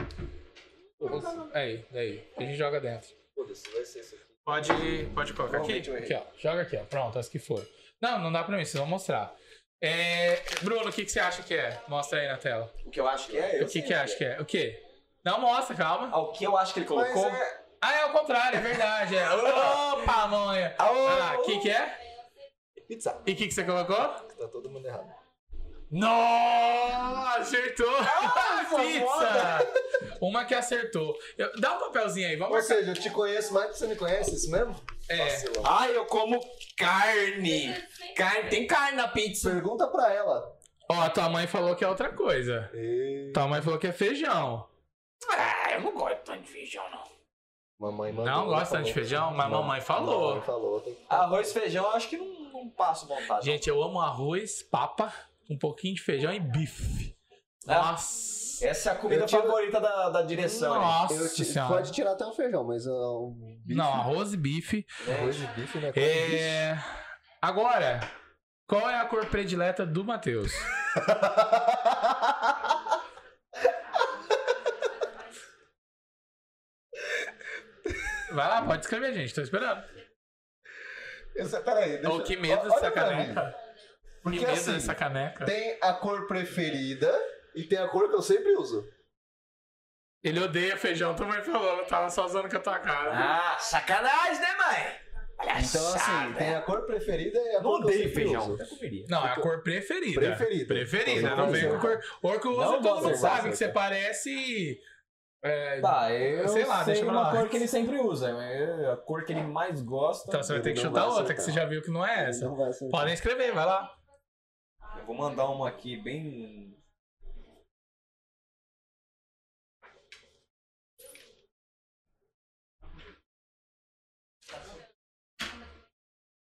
Aí, daí. A gente joga dentro. Foda-se, vai ser isso aqui. Pode, pode colocar aqui? Provavelmente eu Aqui, ó. Joga aqui, ó. Pronto, as que for. Não, não dá pra mim, vocês vão mostrar. É, Bruno, o que, que você acha que é? Mostra aí na tela. O que eu acho que é o que, que acha que é? O quê? Não mostra, calma. Ah, o que eu acho que ele colocou? Mas é... Ah, é o contrário, é verdade. É. Ô, pamonha! Ah, o que, que é? Pizza. E o que, que você colocou? Tá todo mundo errado. Nossa, acertou! [laughs] foda. Pizza! Uma que acertou. Eu- dá um papelzinho aí, vamos Ou marcar. seja, eu te conheço mais do que você me conhece, isso mesmo? É. Vacilão. Ah, eu como carne. Carne, tem carne na pizza. Pergunta pra ela. Ó, a tua mãe falou que é outra coisa. E... Tua mãe falou que é feijão. Ah, eu não gosto tanto de feijão, não. Mamãe mandou. né, Não gosta falou. de feijão? Mas mamãe falou. Mamãe falou. Tem que... Arroz e feijão, eu acho que não, não passo vontade. Gente, eu amo arroz, papa, um pouquinho de feijão e bife. Ah. Nossa! Essa é a comida Eu tiro- favorita da, da direção. hein? Nossa Eu te- senhora. Pode tirar até o feijão, mas ó, o bife, Não, arroz e bife. arroz de bife, né? [laughs] É... Agora, qual é a cor predileta do Matheus? Vai lá, pode escrever, gente. Tô esperando. Essa, peraí, deixa Oh, que medo Ó, dessa olha pra mim. caneca. Que Porque medo assim, dessa caneca. tem a cor preferida e tem a cor que eu sempre uso. Ele odeia feijão, tu mãe falou. Eu tava só usando com a tua cara. Ah, sacanagem, né, mãe? É Então, assim, né? tem né? a cor preferida e a cor que eu sempre uso. Não, é a cor preferida. Preferida. Preferida. Você Não não vem com usa. cor. Cor que usa, Não todo você mundo usa, sabe você. que você parece. é, Tá, eu Sei sei lá, deixa pra uma lá. cor que ele sempre usa. mas A cor que ele mais gosta. Então você vai ter que Não chutar vai outra, que você já acertar. viu que não é essa. Não vai ser. Podem escrever, vai lá. Eu vou mandar uma aqui bem.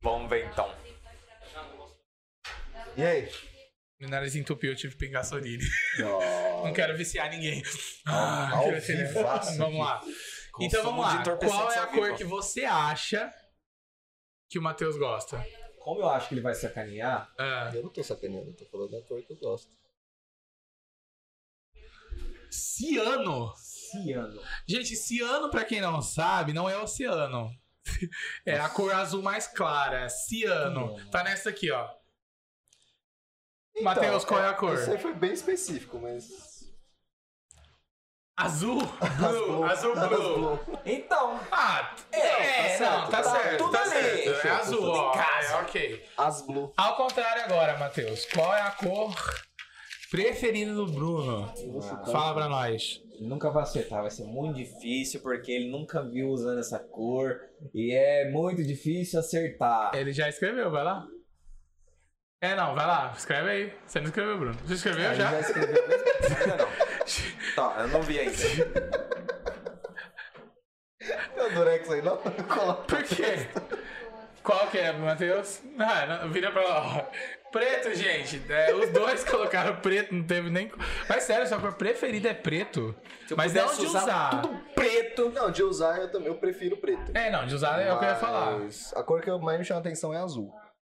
Vamos Vamos ver então. E aí? Meu nariz entupiu, eu tive pingaçorine. Não quero viciar ninguém. Ah, Ao quero ser- vivaço Vamos lá. Então vamos de lá. entorpecentes Qual é a ao vivo. cor que você acha que o Matheus gosta? Como eu acho que ele vai sacanear, Ah, Eu não tô sacaneando, eu tô falando da cor que eu gosto. ciano. ciano. Gente, ciano, pra quem não sabe, não é oceano. [laughs] É a cor azul mais clara. é Ciano. Hum. Tá nessa aqui, ó. Matheus, qual é a cor? Isso Então, aí foi bem específico, mas. [laughs] Azul? Blue. Azul blue. Então, Ah, é, não, tá, certo. tudo tá ali. certo. É Fechou, azul, tudo em ó. casa. É, ok. As Blue. Ao contrário agora, Matheus. Qual é a cor preferida do Bruno? Fala pra nós. Ele nunca vai acertar, vai ser muito difícil, porque ele nunca viu usando essa cor. E é muito difícil acertar. Ele já escreveu, vai lá. É, não, vai lá. Escreve aí. Você não escreveu, Bruno. Você escreveu já? [laughs] Já escreveu mesmo? Ainda não. tá, eu não vi ainda. Tem o Durex aí, não? Coloca. Por quê? Qual que é, Matheus? Ah, não, vira pra lá. ó. Preto, gente. É, os dois [laughs] colocaram preto, não teve nem. Mas sério, sua cor preferida é preto. Mas não de usar. Preto. Não, de usar eu também. Eu prefiro preto. É, não, de usar é o que eu ia falar. Mas A cor que mais me chama atenção é azul.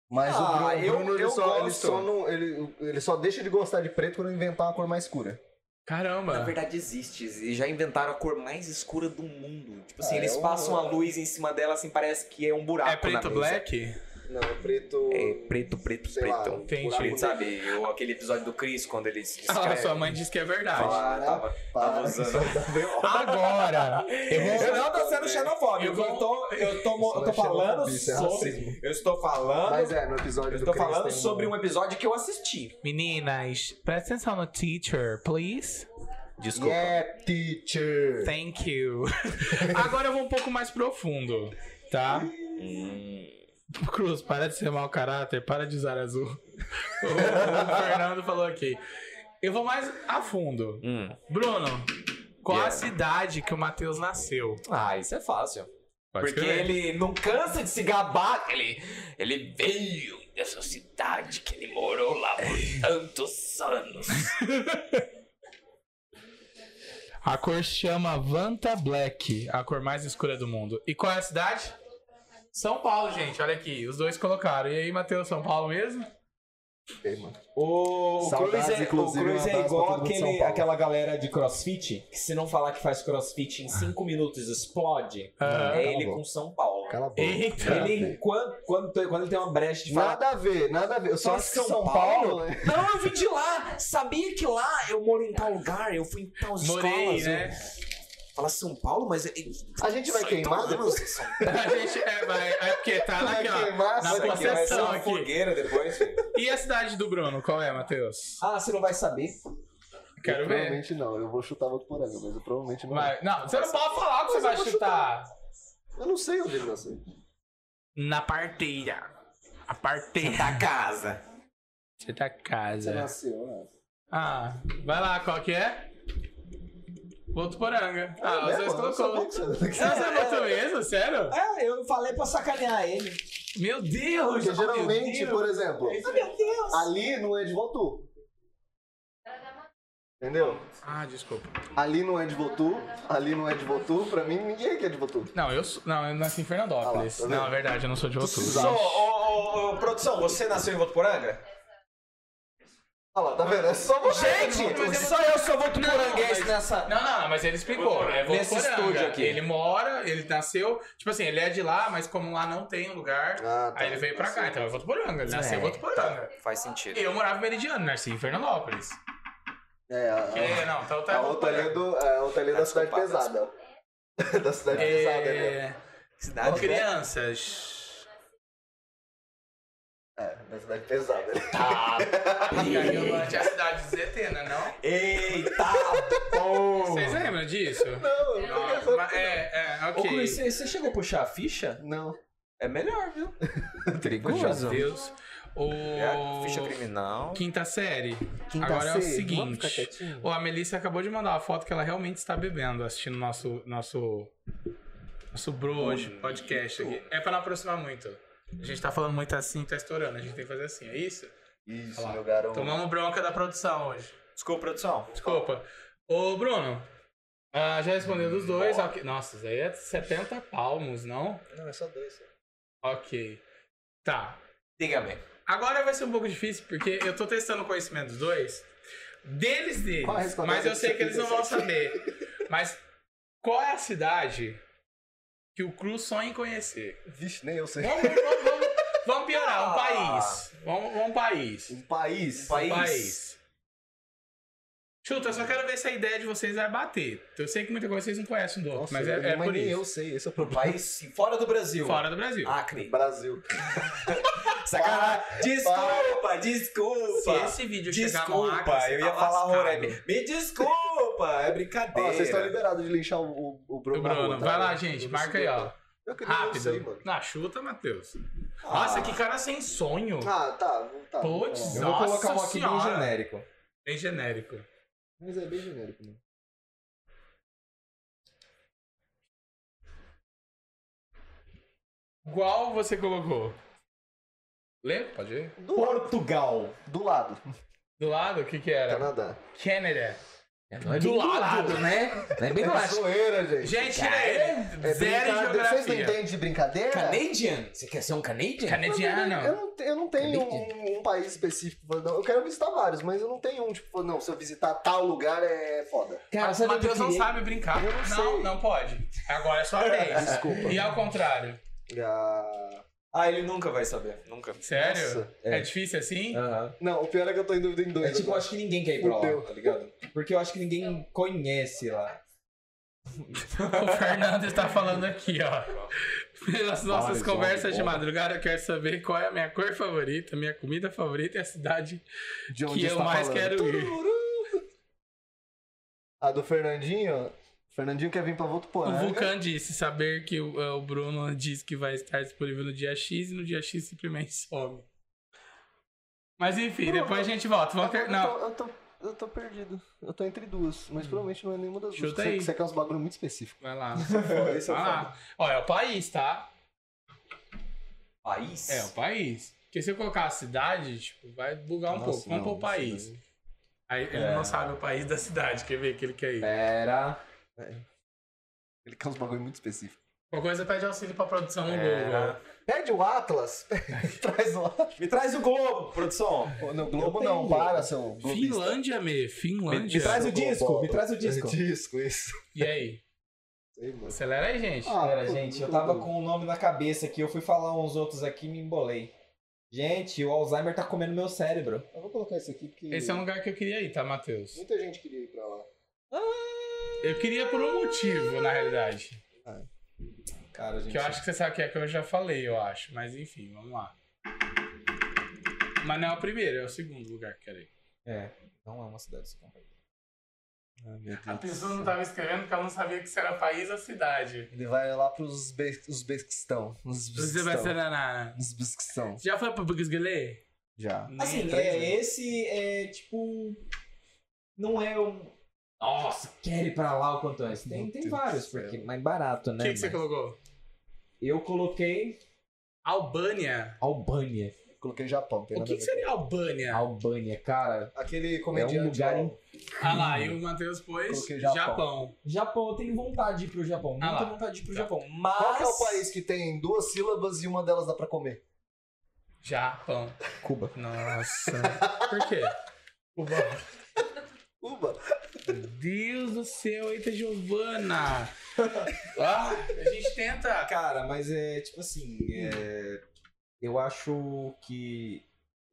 Mas o Ah, Bruno, eu- Bruno, ele, eu só, ele, gosto. só não, ele, ele só deixa de gostar de preto quando inventar uma cor mais escura. Na Caramba. verdade existe, e já inventaram a cor mais escura do mundo. Tipo assim, Ah, eles é um- passam a luz em cima dela, assim, parece que é um buraco É preto na mesa. black? Não, é preto. É preto, preto, Sei lá, preto. um Entendi. buraco Preto, sabe? Ou aquele episódio do Chris, quando ele se Ah, escreve. sua mãe disse que é Ah, verdade. né? Fala, tava, tava usando. [laughs] Agora, eu vou. Eu não tô sendo xenofóbico, Eu eu tô, eu tô, mo- Isso eu não tô é falando xenofobia, isso é racismo. sobre... Eu estou falando... Mas é, no episódio eu do estou Chris falando tem sobre um episódio que eu assisti. Meninas, presta atenção no teacher, please. Desculpa. Yeah, É, teacher! Thank [laughs] you. Agora eu vou um pouco mais profundo, tá? Hum. Cruz, para de ser mau caráter, para de usar azul. o, [laughs] o Fernando falou aqui. Eu vou mais a fundo. Bruno, qual a cidade que o Matheus nasceu? Ah, isso é fácil. Pode Porque escrever. ele não cansa de se gabar. Ele, Ele veio dessa cidade que ele morou lá por tantos anos. A cor chama Vanta Black, a cor mais escura do mundo. E qual é a cidade? São Paulo, gente. Olha aqui, os dois colocaram. E aí, Matheus, São Paulo mesmo? Ei, mano. O, o Saudades, Cruz é, o inclusive, Cruz um abraço é pra igual todo mundo de São aquele, Paulo. aquela galera de crossfit, que se não falar que faz crossfit em 5 minutos explode. Ah. é ele Cala a com São Paulo. Cala a boca. Eita! Cala a Ele, boca. quando, quando, quando ele tem uma brecha de falar. Nada a ver, nada a ver. Eu só Só acho que São São Paulo. Paulo? né? não, eu vim de lá. Sabia que lá eu moro em tal lugar, eu fui em tal Morei, escolas. né? eu- Fala São Paulo, mas... A gente vai queimar depois? A gente é, vai, é porque tá Vai naquela. queimar? Na São Paulo? aqui vai ser uma fogueira depois. E a cidade do Bruno, qual é, Matheus? Ah, você não vai saber. Quero Eu ver. Provavelmente não. Eu vou chutar Votuporanga, mas eu provavelmente não. Vai- Não, você não pode falar que você Mas eu vai vou chutar. Eu não sei onde ele nasceu. Na parteira. A parteira. Da casa. Você tá Você casa. nasceu, né? Ah, vai lá, qual que é? Votuporanga. Ah, os É, dois mano, eu colocou. sabia que você- Ah, Você botou mesmo? Sério? É, eu falei pra sacanear ele. Ah, Meu Deus! Porque oh, meu geralmente, Deus. por exemplo, ali não é de Votu. Entendeu? Ah, desculpa. Ali não é de Votu, ali não é de Votu. Pra mim, ninguém aqui é de Votu. Não, eu sou... Não, eu nasci em Fernandópolis. Ah lá, tá não, vendo? é verdade, eu não sou de Votuporanga. Ô, ô, ô, produção, você nasceu em Votuporanga? Olha lá, tá vendo? É só você. Gente, só eu sou votuporanguense Não, mas- nessa... Não, não, não, mas ele explicou. É Nesse Votuporanga. estúdio aqui. Ele mora, ele nasceu. Tipo assim, ele é de lá, mas como lá não tem um lugar, Ah, tá. aí ele veio pra cá. Então é Votuporanga. Ele nasceu em Votuporanga. Faz sentido. Eu morava em Meridiano, nasci em Fernandópolis. É, a, É, não, então tá. a outra ali é do, a outra ali é da cidade pesada. [laughs] da cidade pesada, né? É... Cidade né? Crianças. É, da cidade pesada. né? Cariolante é a cidade de Zetena, não? Eita! Vocês lembram disso? Não, eu não Não, mas- é, é, Ô, Cruz, ok. você, você chegou a puxar a ficha? Não. É melhor, viu? Meu Deus. É, O... ficha criminal. Quinta série. Agora é o seguinte. Ô, a Melissa acabou de mandar uma foto que ela realmente está bebendo, assistindo nosso nosso nosso bro hoje, podcast aqui. É pra não aproximar muito. A gente tá falando muito assim, tá estourando. A gente tem que fazer assim, é isso? Isso, Olha lá. meu Tá garoto. Tomamos bronca da produção hoje. Desculpa, produção. Desculpa. Ô, Bruno. ah, já respondeu dos dois. ok. Nossa, isso aí é 70 palmos, não? Não, é só dois. só. Ok. Tá. Diga bem. Agora vai ser um pouco difícil, porque eu tô testando o conhecimento dos dois. Deles deles. Qual a resposta Mas eu sei que eles não vão 77? saber. Mas qual é a cidade que o Cruz sonha em conhecer? Vixe, nem eu sei. Vamos, vamos, vamos, vamos piorar, um país. Vamos, vamos um país. Um país. Um país. Chuta, eu só quero ver se a ideia de vocês vai bater. Eu sei que muita coisa vocês não conhecem um do outro, Nossa, mas é, é mas por nem isso. eu sei, esse é o um problema. País fora do Brasil. Fora do Brasil. Acre. Brasil. Sacanagem. Ah, Desculpa, desculpa. se esse vídeo chegar no Desculpa, Acre, você eu tá ia falar lascado. Roraima. Me desculpa, Ó, vocês é estão brincadeira. liberados de linchar o, o, o Bruno. Ô, na Bruno, rua, tá? vai lá, Eu gente. não Marca aí, sei, cara. ó. Eu que nem eu sei, Rápido. mano. Na chuta, Matheus. Ah, Nossa, que cara sem sonho. Ah, tá. tá Puts. Eu vou colocar um Nossa aqui bem Senhora. genérico. Bem genérico. Mas é bem genérico, né? Qual você colocou? Lembra? Pode ir. Do, Portugal. do lado. Do lado, o que que era? Canadá. Canada. É, não é Do bem lado. né? Não é bem do [laughs] É lado. zoeira, gente. Gente, tira ele. Zero É em brincadeira. Vocês não geografia. entendem de brincadeira? Canadian? Você quer ser um canadian? Eu Canadiano. não, te- eu não tenho um, um país específico. falando, não, Eu quero visitar vários, mas eu não tenho um, tipo, falando, não, se eu visitar tal lugar é foda. Cara, O sabe onde eu Matheus não queria? sabe brincar. é. Eu não Não, sei. não pode. Agora é [laughs] sua vez. Desculpa. E ao contrário. Ah, Ah, ele nunca vai saber. Nunca. Sério? nossa. É. É. difícil assim? Aham. Não, o pior é que eu tô em dúvida em dois. É tipo, eu agora. acho que ninguém quer ir pra Fudeu. lá, tá ligado? Porque eu acho que ninguém conhece lá. O Fernando está falando aqui, ó. Pelas nossas Várias, conversas homem, de bom. madrugada, eu quero saber qual é a minha cor favorita, minha comida favorita e a cidade de que eu está mais falando. quero ir. A do Fernandinho, o Fernandinho quer vir pra O Votuporanga. Vulcan disse: saber que o, eh, o Bruno diz que vai estar disponível no dia X e no dia X simplesmente some. Mas enfim, Bruno, depois a gente volta. Vamos ter... é Não, Hum. Eu, tô, eu, tô, eu tô perdido. Eu tô entre duas, mas provavelmente não é nenhuma das Chuta duas. aí. Você, você quer uns bagulho muito específico. vai lá. Esse é o Vai lá. Ó, é o país, tá? País? É, o país. Porque se eu colocar a cidade, tipo, vai bugar um Nossa, pouco. Vamos não, pro país. isso É. Aí ele não sabe o país da cidade, quer ver que ele quer ir. Pera. Ele quer uns bagulho muito específico. Qualquer coisa pede auxílio pra produção no Google. Pede o Atlas. [laughs] Traz o Atlas. Me traz o Globo, produção. No Globo não, para, seu globista. Finlândia, Mê. Me, me Finlândia. traz o disco, [laughs] me traz o disco. Disco, isso. E aí? Sei, mano. Acelera aí, gente. Ah, Pera, pô, gente, eu pô, tava pô. com o nome na cabeça aqui, eu fui falar uns outros aqui e me embolei. Gente, o Alzheimer tá comendo meu cérebro. Eu vou colocar isso aqui porque Esse é um lugar que eu queria ir, tá, Matheus? muita gente queria ir pra lá. Eu queria por um motivo, na realidade. Cara, gente. Que eu acho que você sabe que é que eu já falei, eu acho. Mas enfim, vamos lá. Mas não é o primeiro, é o segundo lugar que eu quero ir. É, não é uma cidade desconhecida. Ah, A pessoa não tava escrevendo porque ela não sabia que isso era país ou cidade. Ele vai lá pros Uzbe- Uzbequistão. Você vai ser Uzbequistão. danada. Uzbequistão. Já foi pro Bugsgalê? Já. Assim, é, esse é tipo. Não é um. Nossa, quer ir pra lá o quanto antes. Tem, Meu tem Deus vários, do céu. porque é mais barato, O né? que, que você mas- colocou? Eu coloquei Albânia. Albânia. Coloquei Japão. tem O nada que, a que ver seria Albânia? Albânia, cara. com- Aquele É comediante. um lugar lá, em Ah lá, e o Matheus pôs Coloquei Japão. Japão. Japão, eu tenho vontade de ir pro Japão. Ah Muita lá. vontade de ir pro Tá. Japão. Mas. Qual que é o país que tem duas sílabas e uma delas dá pra comer? Japão. Cuba. Nossa. Por quê? Cuba. Cuba. Meu Deus do céu, eita Giovana. Ah, a gente tenta. Cara, mas é tipo assim. é, Eu acho que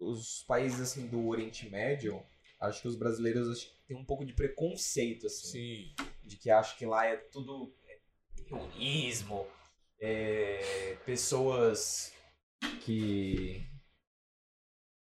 os países assim do Oriente Médio, acho que os brasileiros acho que têm um pouco de preconceito, assim. Sim. de que acho que lá é tudo comunismo, é, pessoas que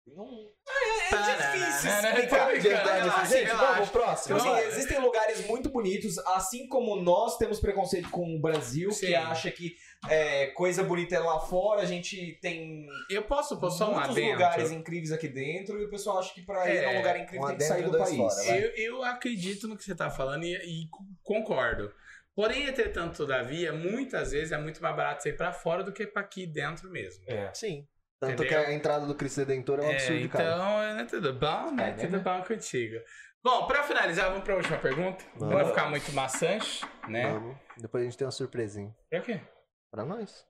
não É difícil Tá explicar. brincando, Adiantar, relaxa, gente, relaxa. vamos pro próximo. Tipo assim, Não, é. existem lugares muito bonitos, assim como nós temos preconceito com o Brasil, Sim. que acha que é, coisa bonita é lá fora, a gente tem Eu posso pôr só um muitos adendo? lugares incríveis aqui dentro, e o pessoal acha que pra ir É, a um lugar um incrível tem que né? adentro sair e do dois país. fora, vai. Eu, eu acredito no que você tá falando e, e concordo. Porém, entretanto, todavia, muitas vezes é muito mais barato sair pra fora do que pra aqui dentro mesmo. Sim. Tanto Entendeu? que a entrada do Cristo Redentor é um absurdo, então, cara. né, tudo bom, né? Tá, né, tudo né? bom contigo. Bom, pra finalizar, vamos pra última pergunta. Não vai ficar muito maçante, né? Vamos. Depois a gente tem uma surpresinha. É o quê? Pra nós.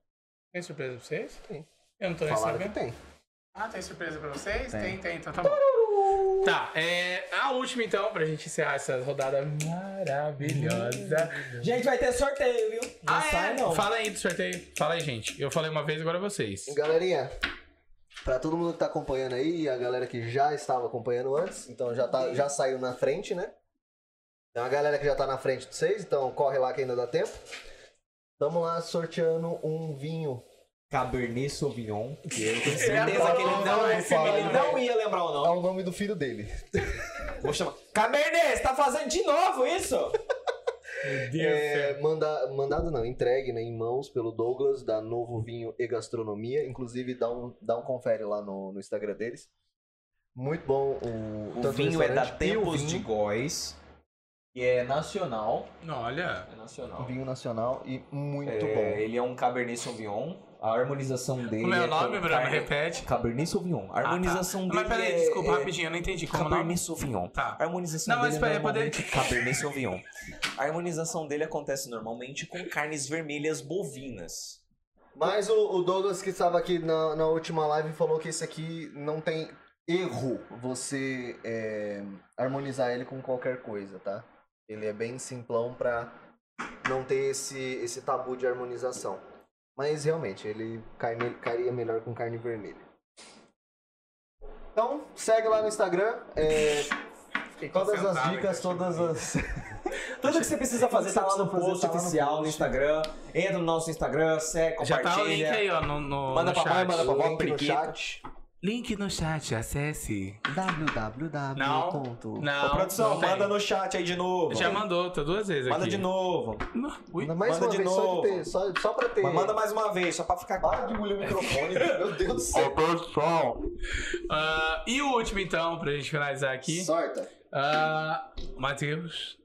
Tem surpresa pra vocês? Tem. Eu não tô nem Falaram sabendo. que tem. Ah, tem surpresa pra vocês? Tem, tem, então tá bom. Tá, é, a última então, pra gente encerrar essa rodada maravilhosa. é? Gente, vai ter sorteio, viu? Não Ah, sai, não. Fala aí do sorteio. Fala aí, gente. Eu falei uma vez, agora vocês. Galerinha, pra todo mundo que tá acompanhando aí, e a galera que já estava acompanhando antes, então já, tá, já saiu na frente, né? Então a galera que já tá na frente de vocês, então corre lá que ainda dá tempo. Tamo lá sorteando um vinho. Cabernet Sauvignon. Certeza que ele não, esse ele menino não ia lembrar o É nome. o nome do filho dele. Vou chamar. Cabernet, você tá fazendo de novo isso? Meu Deus É, manda- mandado não, entregue né, em mãos pelo Douglas, da Novo Vinho e Gastronomia. Inclusive, dá um, dá um confere lá no, no Instagram deles. Muito bom o, tanto O vinho é da restaurante e o Tempos de vinho, Góis. E é nacional. Não, olha. É nacional. vinho nacional e muito É, bom. Ele é um Cabernet Sauvignon. A harmonização dele. Como é o com nome, Bruno? carne- Repete. Cabernet Sauvignon. A tá. harmonização dele. Mas peraí, é- desculpa, é rapidinho, eu não entendi como é o nome. Cabernet Sauvignon. Tá. A harmonização Não, mas dele é peraí, normalmente... Cabernet Sauvignon. A harmonização dele acontece normalmente com carnes vermelhas bovinas. Mas o, o Douglas que estava aqui na, na última live falou que esse aqui não tem erro você é, harmonizar ele com qualquer coisa, tá? Ele é bem simplão pra não ter esse, esse tabu de harmonização. Mas realmente, ele cai me- cairia melhor com carne vermelha. Então, segue lá no Instagram. é, todas as sentado, dicas, hein? todas as. [laughs] Tudo que você é precisa fazer tá lá no Tudo que você precisa fazer tá lá post no oficial no post. Instagram. Entra no nosso Instagram, segue, Já tá o link compartilha. aí, ó, no, no, Manda no pra chat. mãe, manda pra vó, Link no periquita. chat. Link no chat, acesse. www. Não, Ô, produção, não tem. manda no chat aí de novo. Já mandou, tá duas vezes Manda aqui. de novo. Não, ui. Manda mais manda uma de vez, só, novo. de ter, só, só pra ter. Mas manda mais uma vez, só pra ficar Para claro. de [laughs] engolir o microfone, meu Deus do céu. Ah, e o último, então, pra gente finalizar aqui. Sorta. Ah, Matheus.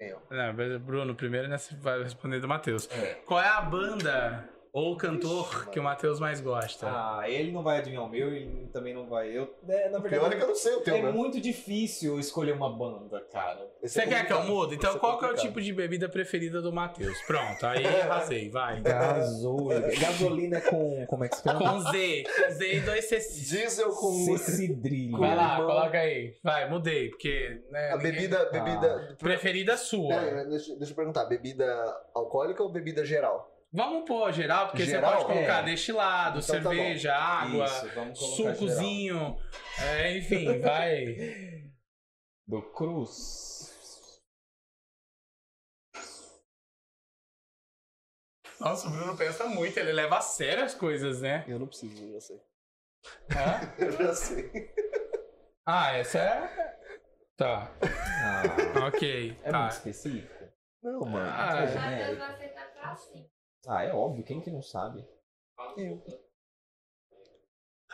Eu. Não, mas é Bruno, primeiro né, você vai responder do Matheus. Qual é a banda ou cantor que o Matheus mais gosta? Ah, ele não vai adivinhar o meu e também não vai. Eu, é, na Pior é verdade, que eu não sei o teu, é né? muito difícil escolher uma banda, cara. Esse Você é quer que eu complicado. mude? Então, Esse qual que é o complicado. tipo de bebida preferida do Matheus? Pronto, aí arrasei, vai. [laughs] Gasolina. Gasolina com. Como é que se chama? Com Z, com Z e dois C. Diesel com Cecidrilho. Vai lá, coloca aí. Vai, mudei, porque. Né, A ninguém- Ah, bebida. É, bebida... Preferida Pera sua. aí, deixa, deixa eu perguntar, bebida alcoólica ou bebida geral? [laughs] Vamos pôr geral, porque Geral? você pode colocar É. destilado, Então tá bom. cerveja, é água, Isso, vamos colocar geral. sucozinho. É, enfim, vai. [laughs] Do Cruz. Nossa, o Bruno pensa muito, ele leva a sério as coisas, né? Eu não preciso, eu já sei. Hã? Eu já sei. Ah, essa é. Tá, Ah, ok. é tá. muito específico. Não, mano. Tá, Ah, É. Matheus vai aceitar pra sim. Ah, é óbvio, quem que não sabe?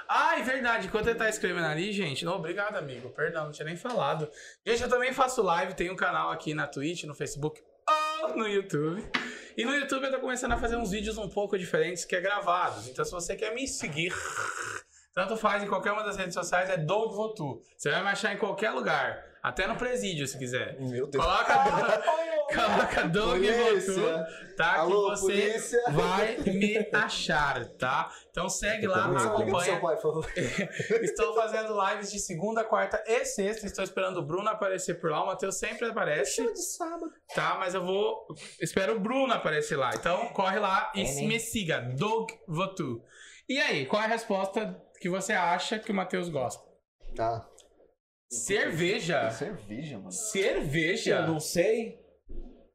Ah, é verdade. Enquanto ele tá escrevendo ali, gente. Não, obrigado, amigo. Perdão, não tinha nem falado. Gente, eu também faço live. Tem um canal aqui na Twitch, no Facebook ou no YouTube. E no YouTube eu tô começando a fazer uns vídeos um pouco diferentes que é gravados. Então, se você quer me seguir, tanto faz em qualquer uma das redes sociais, é Doug Votu. Você vai me achar em qualquer lugar. Até no presídio, se quiser. Meu Deus. Coloca, [laughs] coloca Doug Votu, Polícia. tá? Alô, que você polícia. vai me achar, tá? Então segue lá, Polícia, liga pro seu acompanha. pai, por favor. Estou fazendo lives de segunda, quarta e sexta. Estou esperando o Bruno aparecer por lá. O Matheus sempre aparece. Show de sábado. Tá, mas eu vou. Espero o Bruno aparecer lá. Então corre lá e se me siga. Doug Votu. E aí, qual é a resposta que você acha que o Matheus gosta? Tá. Cerveja? Cerveja, mano. Cerveja? Não sei.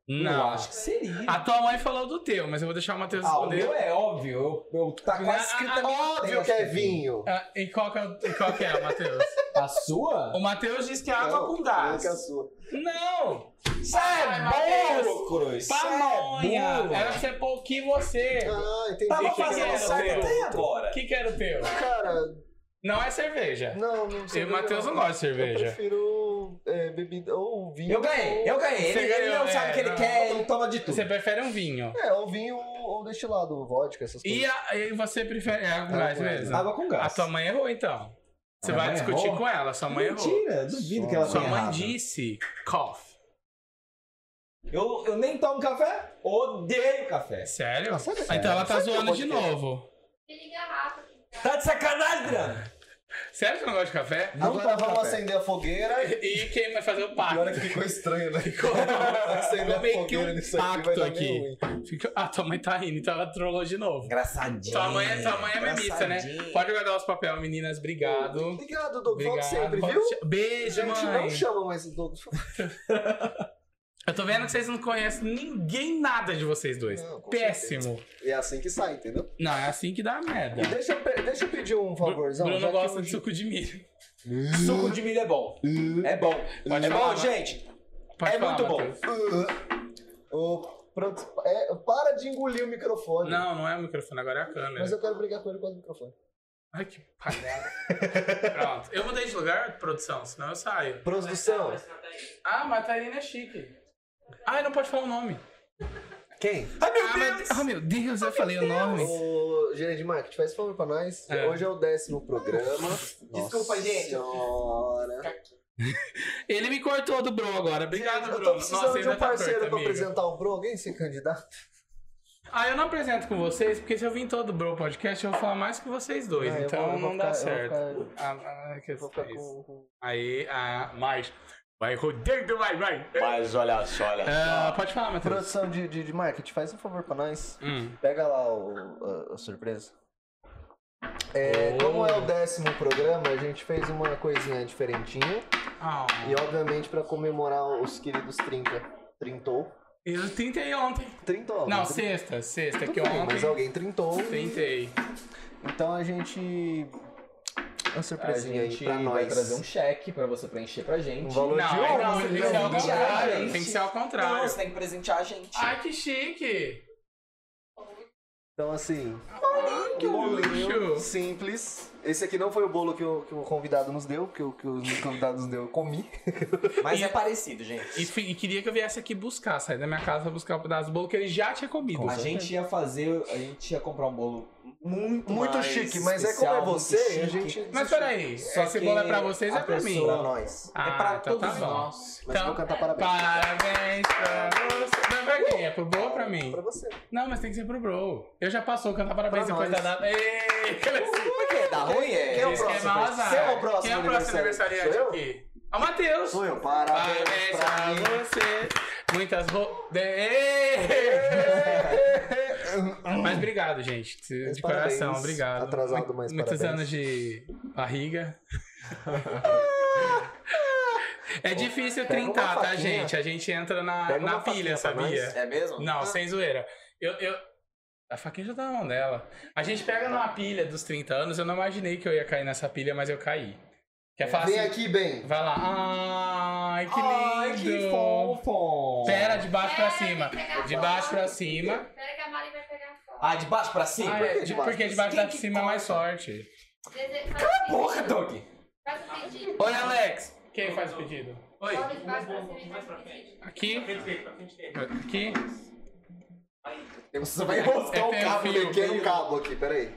Eu Não. acho que seria. A tua mãe falou do teu, mas eu vou deixar o Matheus Ah, o responder. meu é óbvio. Eu, eu tá Ah, ah, quase escrito ah, na minha Óbvio testa que é aqui. vinho. Ah, e qual que é, o- e qual que é, Matheus? A sua? O Matheus disse que é água Não, com não é que é a gás. sua. Não! Sai, Matheus. é burro, Cruz! é Pamonha! Sai, é burro. Era pra ser pôr o que você. Ah, entendi. E Tava que que fazendo era, certo Pedro? até agora. O que, que era o teu? [laughs] Cara, Não é cerveja. Não, não Eu e o Matheus não gosta de cerveja. Eu prefiro é, bebida ou vinho. Eu ganhei, eu ganhei. Você Ele, ganhou, ele não é, sabe o que ele não. quer. Ele toma de tudo. Você prefere um vinho. É, ou vinho ou destilado, vodka, essas coisas. E, a- e você prefere é algo mais mesmo? Água com A gás. tua mãe errou, então. Você Minha vai mãe discutir errou? com ela, sua mãe errou. Mentira, duvido que ela Sua tenha mãe errado. disse cough. Eu, eu nem tomo café, odeio café. É Sério? Ah, sabe- então ela tá sabe que eu zoando gosto de de novo. Ele garrafa. Tá de sacanagem, Drano? Sério que eu não gosta de café? Agora vamos acender a fogueira. E quem vai fazer o Pior é pacto? que ficou estranho, né? [laughs] Ficou meio que um nisso aqui, vai pacto dar meio aqui. ruim. Fica... [laughs] Ah, tua mãe tá rindo, então ela trollou de novo. Engraçadinho. Tua mãe, tua mãe é memista, né? Pode guardar os papéis, meninas. Obrigado. Obrigado, Doug. Volto Obrigado. sempre, Pode- viu? Beijo, Gente, mãe. não chama mais o Doug. Eu tô vendo que vocês não conhecem ninguém nada de vocês dois. Não, com Péssimo. E é assim que sai, entendeu? Não, é assim que dá merda. E deixa, eu pe- deixa eu pedir um favorzão. Bruno já que gosta eu- de suco de [laughs] milho. Suco de milho é bom. É bom. Pode é falar, bom, Matheus. gente. Pode é muito bom. Matheus. Ô, pronto, é, para de engolir o microfone. Não, não é o microfone, agora é a câmera. Mas eu quero brigar com ele com o microfone. Ai, que [laughs] palhaço. Pronto. Eu mudei de lugar, produção, senão eu saio. Produção. Ah, Matarina é chique. Ai, não pode falar o nome. Quem? Ai, meu ah, Deus. mas- ah, meu Deus, Oh, eu falei o nome. Ô, gerente de marketing, faz favor pra nós. É. Hoje é o décimo programa. Desculpa, gente. Senhora. Ele me cortou do Bro agora. Obrigado, Eu Bruno. tô precisando Nossa, de ainda um tá parceiro torto, pra amigo. apresentar o Bro. Alguém se candidata? Ah, eu não apresento com vocês, porque se eu vim todo Bro Podcast, eu vou falar mais que vocês dois. Ah, eu então vou- eu vou não dá ficar- eu certo. vou ficar- Ah, ah, que Vou ficar isso. com- com- Aí, ah, mais. Vai rodando, vai, vai. Mas olha só, olha Ah, pode falar, Matheus. Produção de, de, de marketing, faz um favor pra nós. Hum. Pega lá o, a, a surpresa. É, Como é o décimo programa, a gente fez uma coisinha diferentinha. Ah, E obviamente pra comemorar os queridos 30. Trintou? eu tentei ontem. Trintou. Não, sim. sexta, sexta, que ontem. Mas alguém trintou. Tentei. Então a gente. Uma A surpresinha gente aí pra vai nós. trazer um cheque pra você preencher pra gente. Um valor de Não, é honra. não, tem que ser ao gente. contrário. Tem que ser ao Não, contrário. você tem que presentear a gente. Ai, que chique! Então assim. Luxo. Simples. Esse aqui não foi o bolo que o, que o convidado nos deu, que o que os convidados nos deu, eu comi. Mas é parecido, gente. E, fi- e queria que eu viesse aqui buscar, sair da minha casa pra buscar o pedaço do bolo que ele já tinha comido. A gente ia fazer, a gente ia comprar um bolo muito Muito mais chique, mas é especial, como é muito você, a chique. gente. Mas peraí, Só esse que bolo é pra vocês, a é pra mim. pessoa- Pra nós. Ah, é pra então todos tá bom. nós. Mas Então, eu vou cantar parabéns. Parabéns pra você. Não é pra quem? É pro Bro ou pra mim? Pra você. Não, mas tem que ser pro Bro. Eu já passou, cantar parabéns Pra depois da nós. data. [laughs] Ei, Por que? Dá ruim, Quem é é? o esse que é próximo? mau azar. Quem é o próximo Quem é o próximo aniversariante? aniversariante Sou eu? aqui? É o Matheus. Sou eu. Parabéns, Parabéns pra pra mim. você. Muitas ro... de- [laughs] Mas obrigado, gente. De Mas de parabéns. coração, obrigado. Atrasado, Mu- mas Muitos parabéns. anos de [laughs] barriga. é difícil Pega uma trintar, tá, faquinha. gente? A gente entra na, Pega na uma pilha, faquinha tá pra sabia? nós. É mesmo? Não, sem zoeira. Eu, eu- A faquinha já tá na mão dela. A gente pega numa pilha dos 30 anos, eu não imaginei que eu ia cair nessa pilha, mas eu caí. Quer falar É. Vem assim, aqui, bem. Vai lá. Ai, que lindo. Ai, que fofo! Pera, de baixo pra Pera, tem que cima. pegar De fogo. baixo pra cima. Espera que a Mari vai pegar fogo. Ah, de baixo pra cima? Ah, é, de- de baixo porque de baixo pra cima é mais sorte. Dese- faz o Porra, pedido. Doug. Faz o pedido. um Oi, Alex. Quem faz o pedido? Oi. Olha de baixo pra cima e faz o um pedido. Aqui. Aqui. Você vai enroscar É o perfil, cabo. Eu coloquei um perfil. cabo aqui, peraí.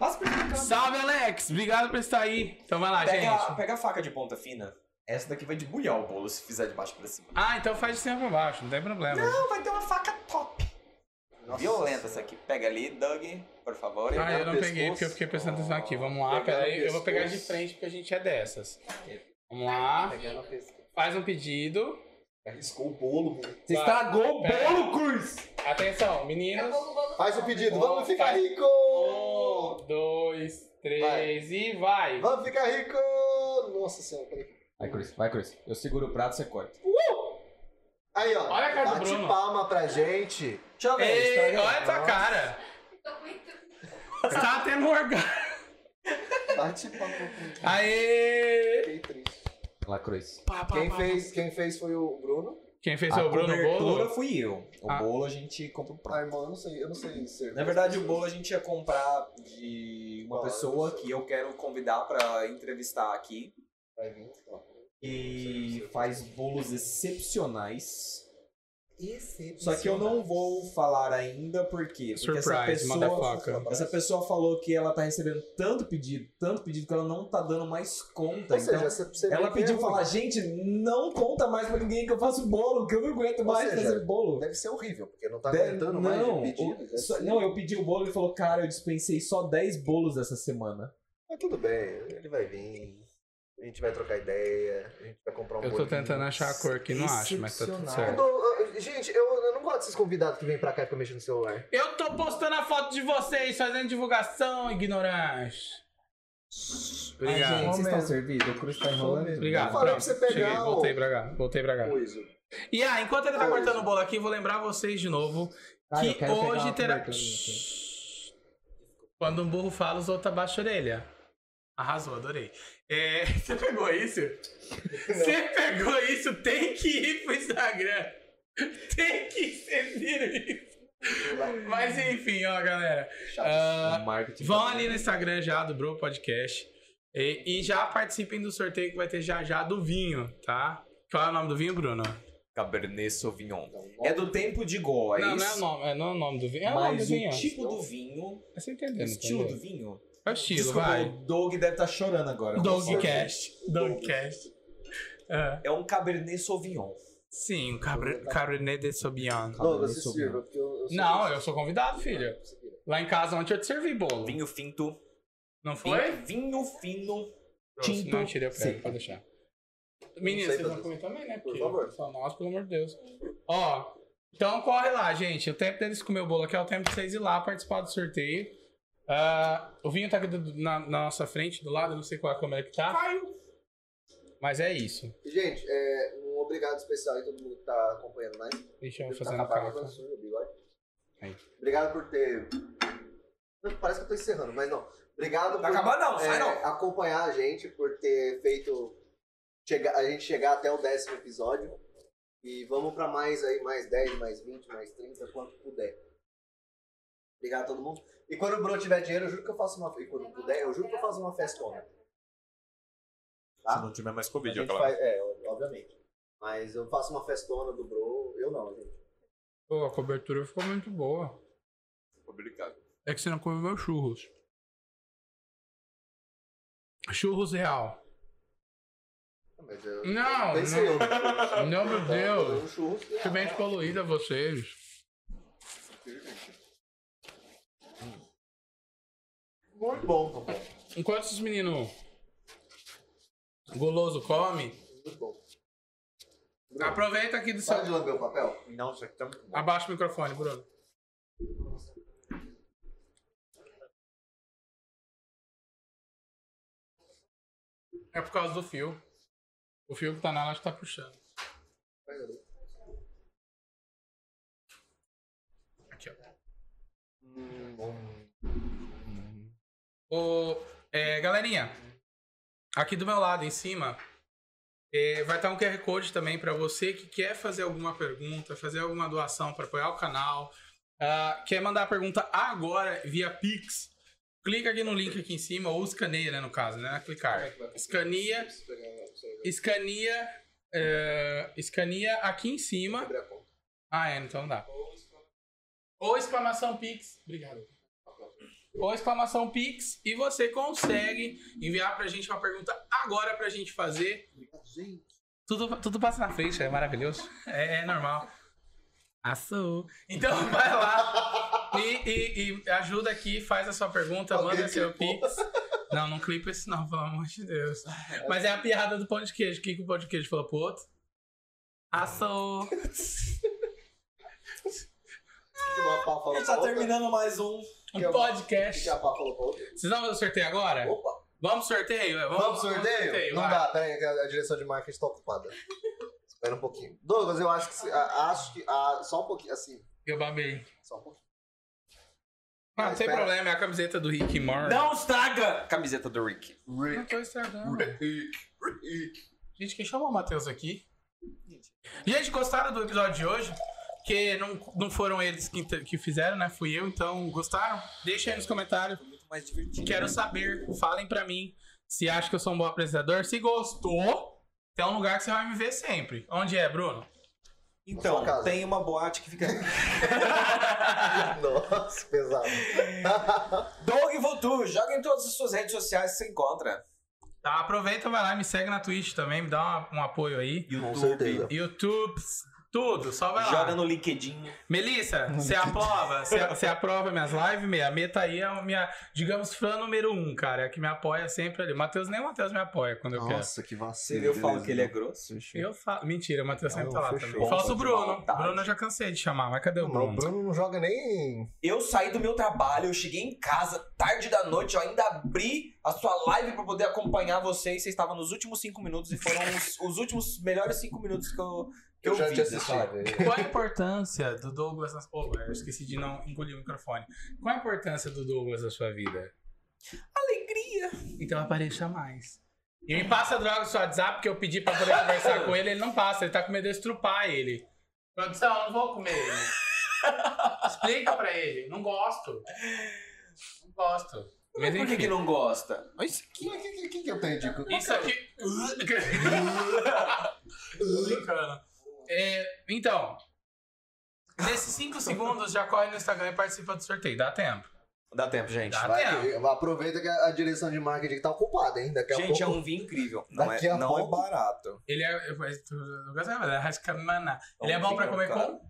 Salve, Alex. Obrigado por estar aí. Então vai lá, então. Pega, gente. pega a faca de ponta fina. Essa daqui vai debulhar o bolo se fizer de baixo pra cima. Ah, então faz de cima pra baixo. Não tem problema. Não, vai ter uma faca top. Violenta essa aqui. Pega ali, Doug, por favor. Ah, eu no não peguei pescoço. porque eu fiquei prestando atenção aqui. Vamos lá, Pegar no peraí. Eu vou pegar de pescoço. frente porque a gente é dessas. Vamos lá. Faz um pedido. Arriscou o bolo. Você estragou o Pera. bolo, Cruz! Atenção, Daqui a meninos. pouco o bolo um Faz o come. pedido, vamos ficar Faz. rico! Um, dois, três e vai. Vamos ficar rico! Nossa senhora, peraí. Vai, Cruz, vai, Cruz. Eu seguro o prato, você corta. Aí, ó. Olha a cara do bate Bruno. palma pra gente. tá Deixa eu ver. Ei, estragou. olha a tua cara. Tô muito- Você tá tendo um orgasmo. Bate palma pra gente. Aê! Fiquei triste. Lá, Cruz. Pá, pá, Quem pá. fez, quem fez foi o Bruno. Quem fez a é o Bruno cobertura Bolo? fui eu. O Ah. bolo a gente compra o próprio. Ai, mano, eu não sei, eu não sei ser. Né? Na verdade, o bolo a gente ia comprar de uma Nossa. pessoa que eu quero convidar pra entrevistar aqui. Vai vir, ó. e faz bolos excepcionais. é Esse Só que eu não vou falar ainda por quê? porque essa Surprise, pessoa, motherfucker. essa pessoa falou que ela tá recebendo tanto pedido, tanto pedido que ela não tá dando mais conta. Ou seja, então, você, você vê ela que pediu é falar, ruim. gente, não conta mais pra ninguém que eu faço bolo, que eu não aguento Ou mais seja, fazer bolo. Deve ser horrível, porque não tá Deve- aguentando não, mais né? de é o- pedido. deve só- ser- não, eu pedi o bolo e ele falou, cara, eu dispensei só 10 bolos essa semana. Mas tudo bem, ele vai vir. A gente vai trocar ideia, a gente vai comprar um Eu tô bolinho. tentando achar a cor que não acho, mas tá tudo certo. Não, eu- gente, eu, eu não gosto desses convidados que vêm pra cá e ficam mexendo no celular. Eu tô postando a foto de vocês, fazendo divulgação, ignorante. Ai, Obrigado. gente, vocês estão servidos? O Cruz tá enrolando. Obrigado. Eu falei Pronto, pra você pegar cheguei, o- voltei pra cá. Voltei pra cá. Coisa. E ah, enquanto ele tá Coisa. cortando o bolo aqui, vou lembrar vocês de novo Ah, eu que quero pegar hoje uma terá. cobertura aqui. Shhh. Quando um burro fala, os outros abaixam a orelha. Arrasou, adorei. É, [laughs] Você pegou isso? Você pegou isso? Tem que ir pro Instagram. Tem que ser isso. Mas enfim, ó, galera. Ah, O marketing Vão tá- ali no Instagram já do Bro Podcast. E, e já participem do sorteio que vai ter já já do vinho, tá? Qual é o nome do vinho, Bruno? Cabernet Sauvignon. É do tempo de Góis. não, não é o nome, é, não é o nome do vinho. É o nome do Mas vinho. o tipo do vinho, É, Você entendeu? o estilo entendeu? do vinho. É o estilo, Desculpa, vai. o Doug deve tá estar chorando agora. Dogcast. Dogcast. É. É um Cabernet Sauvignon. Sim, o Cabre- Cabernet de Sauvignon. Douglas, eu se sou sirva, porque eu, eu sou Não, eu sou convidado, filho. Lá em casa ontem eu te servi bolo. Vinho finto. Não foi? Vinho fino. Trouxe, tinto. Não, tirei o pé, Sim. pode deixar. Meninas, sei vocês vão fazer comer também, né? Por Porque favor. Só nós, pelo amor de Deus. Ó, então corre lá, gente. O tempo deles comer o bolo aqui é o tempo de vocês ir lá participar do sorteio. Ah, o vinho tá aqui do- na, na nossa frente, do lado, eu não sei qual é a câmera que tá. Mas é isso. Gente, é, um obrigado especial a todo mundo que tá acompanhando mais. Deixa eu Tá fazer na acabado, cara. mas eu digo, olha. Aí. Obrigado por ter. Parece que eu tô encerrando, mas não. Obrigado Vai acabar Tá não, é, sai não. acompanhar a gente, por ter feito chega- a gente chegar até o décimo episódio. E vamos pra mais aí, mais 10, mais 20, mais 30, quanto puder. Obrigado a todo mundo. E quando o Bro tiver dinheiro, eu juro que eu faço uma. E quando puder, eu juro que eu faço uma festona. Se não tiver mais A Covid, gente faz, é, obviamente. Mas eu faço uma festona do Bro. Eu não, gente. Pô, a cobertura ficou muito boa. Obrigado. É que você não comeu meus churros. Churros real. Mas eu. Não, Pensei não. eu. [laughs] Não, meu Deus. Um churros que- Extremamente poluída vocês. Muito bom, tá bom. Enquanto esses meninos goloso come, Muito bom. aproveita aqui do Sabe seu. de lamber o papel? Abaixa o microfone, Bruno. É por causa do fio. O fio que tá na laje tá puxando. Aqui, ó. Ô, é, galerinha, aqui do meu lado em cima é, vai estar um QR Code também para você que quer fazer alguma pergunta, fazer alguma doação para apoiar o canal, ah, quer mandar a pergunta agora via Pix. Clica aqui no link aqui em cima, ou escaneia, né, no caso, né? Clicar. Escaneia, escaneia, é, escaneia aqui em cima. Ah, é, então dá. Ou exclamação Pix. Obrigado ou exclamação Pix e você consegue enviar pra gente uma pergunta agora pra gente fazer. Tudo, tudo passa na frente, é maravilhoso. É, é normal. Açou. Então [laughs] vai lá e, e- e ajuda aqui, faz a sua pergunta, manda seu Pix. Não, não clipa esse não, pelo amor de Deus. Mas é a piada do pão de queijo. O que, que o pão de queijo falou pro outro? Açou. O Pá falou A gente tá pra outra, terminando mais um. Um podcast. que a Pá falou pra outra. Vocês vão fazer o sorteio agora? Opa. Vamos pro sorteio? Vamos, Vamos pro sorteio? Não vai. dá, peraí, que a a direção de marketing tá ocupada. Espera um pouquinho. Douglas, eu acho que. se- a- Acho que. a- Só um pouquinho, assim. Eu babei. Só um pouquinho. [laughs] Ah, Ah, não tem espera. problema, é a camiseta do Rick Moore. Não estraga! Camiseta do Rick. Não tô estragando. Gente, quem chamou o Matheus aqui? Gente, gostaram do episódio de hoje? Que não, não foram eles que, inter- que fizeram, né? Fui eu, então gostaram? Deixa aí nos comentários. Muito mais divertido. Quero saber. Falem pra mim se acham que eu sou um bom apresentador. Se gostou, Tem um lugar que você vai me ver sempre. Onde é, Bruno? Então, sua casa. tem uma boate que fica. Nossa, pesado. [laughs] Doug Vultu, joga em todas as suas redes sociais que você encontra. Tá, aproveita, vai lá e me segue na Twitch também, me dá uma- um apoio aí. Com certeza. YouTube, tudo, só vai lá. Joga no LinkedIn. Melissa, você aprova? Você você aprova minhas lives? Meia? A Meta aí é a minha, digamos, fã número um, cara. É a que me apoia sempre ali. Matheus, nem o Matheus me apoia quando eu quero. Nossa, que Você vacilo. viu, eu falo beleza, que ele é então. grosso. Eu falo. Mentira, o Matheus sempre Não, tá lá fechou. também. Falta o Falta de Bruno. maldade. Bruno eu já cansei de chamar, mas cadê o Não, Bruno? mas o Bruno não joga nem. Eu saí do meu trabalho, eu cheguei em casa tarde da noite, eu ainda abri a sua live pra poder acompanhar vocês. Vocês estavam nos últimos cinco minutos e foram os, [laughs] os últimos melhores cinco minutos que eu, que eu, Eu já vi. te dessa assisti. live. Qual a importância do Douglas na... Ô, eu esqueci de não engolir o microfone. Qual a importância do Douglas na sua vida? Alegria! Então apareça mais. E me passa a droga do seu WhatsApp que eu pedi pra [laughs] poder conversar com ele, ele não passa, ele tá com medo de eu estrupar ele. Produção, eu não vou comer [laughs] ele. Explica pra ele, não gosto. Não gosto. Mas Por que, enfim, que não gosta? Quem, quem, quem, quem que eu tenho de. isso aqui. Tô brincando. É, então, nesses 5 segundos já corre no Instagram e participa do sorteio, dá tempo. Dá tempo, gente. Dá Vai, tempo. que- aproveita que a a direção de marketing tá ocupada, hein? Daqui a Gente, é pouco. um vinho incrível. Não, Daqui é, a não é pouco- barato. Ele é. eu- eu- eu gosto de falar, Rascamana. é Ele é um bom pra vinho, comer cara. com?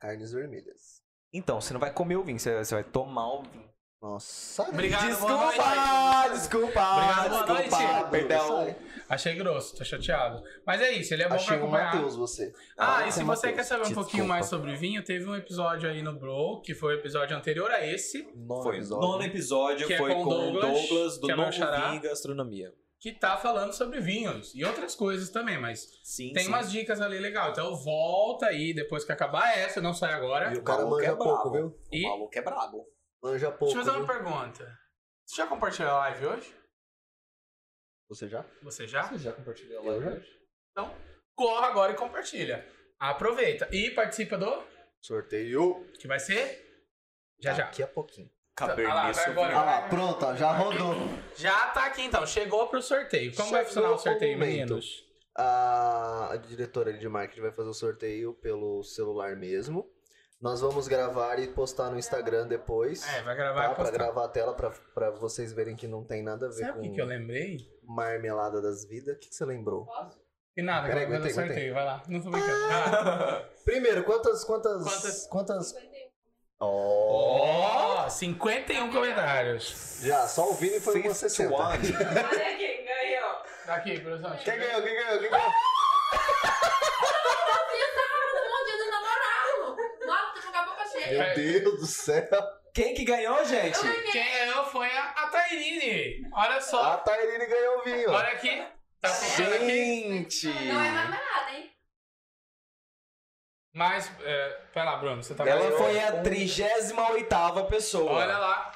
Carnes vermelhas. Então, você não vai comer o vinho, você, você vai tomar o vinho. Nossa, Obrigado, boa desculpa! noite. Desculpa! Obrigado, boa desculpa, é noite. Perdão. Achei grosso, tô chateado. Mas é isso, ele é bom Achei pra um acompanhar. Matheus, você. Ah, Ah, e se é você Matheus. quer saber um Desculpa. pouquinho mais sobre vinho, teve um episódio aí no Bro, que foi o episódio anterior a esse, Nono Foi. episódio. um Nono episódio Que é foi com com, o Douglas, Douglas, do que é meu Novo xará. Vinho e Gastronomia. que tá falando sobre vinhos e outras coisas também, mas Sim, tem sim. umas dicas ali legal. Então volta aí depois que acabar essa, não sai agora. E o cara O maluco manja é pouco, brabo. viu? E O maluco é brabo. Manja pouco. deixa eu fazer uma viu? pergunta. Você já compartilhou a live hoje? Você já? Ah, Você já? já compartilhou Eu já. Corra agora e compartilha. Aproveita e participa do Sorteio. que vai ser já já. Daqui a pouquinho. Ah lá, vai Cabernet Sauvignon. agora. Ah lá, pronto, ó, já rodou. Já tá aqui então, chegou pro sorteio. Como vai Chegou funcionar o sorteio, o momento. meninos? A, a diretora ali de marketing vai fazer o sorteio pelo celular mesmo. Nós vamos gravar e postar no Instagram depois. É, vai tá? gravar e pra postar. gravar a tela pra, pra vocês verem que não tem nada a ver Sabe o com que, que eu lembrei? marmelada das vidas. O que, que você lembrou? Posso? E nada, Peraí, agora vai dar aguentei, Ah! sorteio, vai lá. Não tô brincando. Vai lá. Primeiro, quantas. Quantas. Quantas? quantas... 51. Ó, Ó, 51 comentários. já, Ah, só o Vini foi uma 60. One. Olha quem ganhou. Aqui, produção. Quem ganhou? Quem ganhou? Quem ganhou? Bom dia do namorado. Nossa, tô jogando boca cheia. Meu Deus do céu. Quem que ganhou, gente? Eu ganhei. Quem ganhou foi a, a Tairine. Olha A só. Tairine ganhou o vinho. ó. Olha aqui. Tá funcionando aqui. Gente! Não é namorada, hein? Mas, é, vai lá, Bruno, você tá Ela mais- foi a 38 pessoa. Olha lá.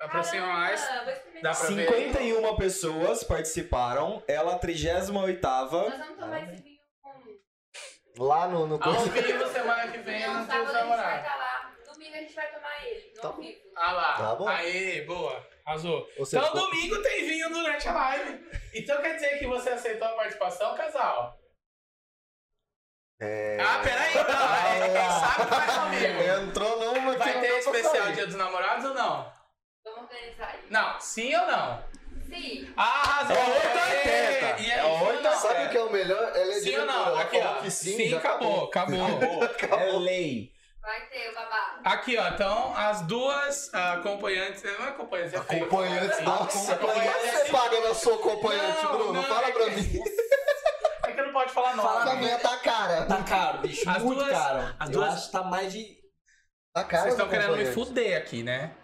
Aproxima Caramba, mais. vou experimentar. Dá pra ver. 51 pessoas participaram, ela a 38 Nós vamos tomar esse vinho com... Lá no. no... Ao vivo, semana que vem, Não, no teu sábado a gente vai namorado. estar lá. Domingo a gente vai tomar ele. No Tá ao bom. vivo. Ah lá. Tá bom. Aê, boa. Arrasou. Ou seja, Então, domingo tem vinho durante a live. Então quer dizer que você aceitou a participação, casal? É... Ah, peraí, então. Aí quem sabe faz comigo. Entrou numa que Vai não ter deu pra especial sair. Dia dos Namorados ou não? Vamos organizar isso. Não, sim ou não? Sim. Ah, arrasou. É 880. E aí, É sim ou 880. não? Sabe o que é o melhor? Ela é Sim ou diretora, não? ela Aqui, falou ó. que Sim, já acabou, acabou. é lei. Vai ter o babado. Aqui, ó. Então, as duas ah, acompanhantes... Não é acompanhantes, é feio. Acompanhantes, nossa, como é que você paga na sua acompanhante, Não, Bruno? não, Fala é pra que- mim. É que não pode falar Fala Essa nome. mulher tá cara. Tá caro, bicho. As muito duas- caro. as Eu duas- acho que tá mais de. Tá cara. Vocês essa estão querendo me acompanhante. fuder aqui, né?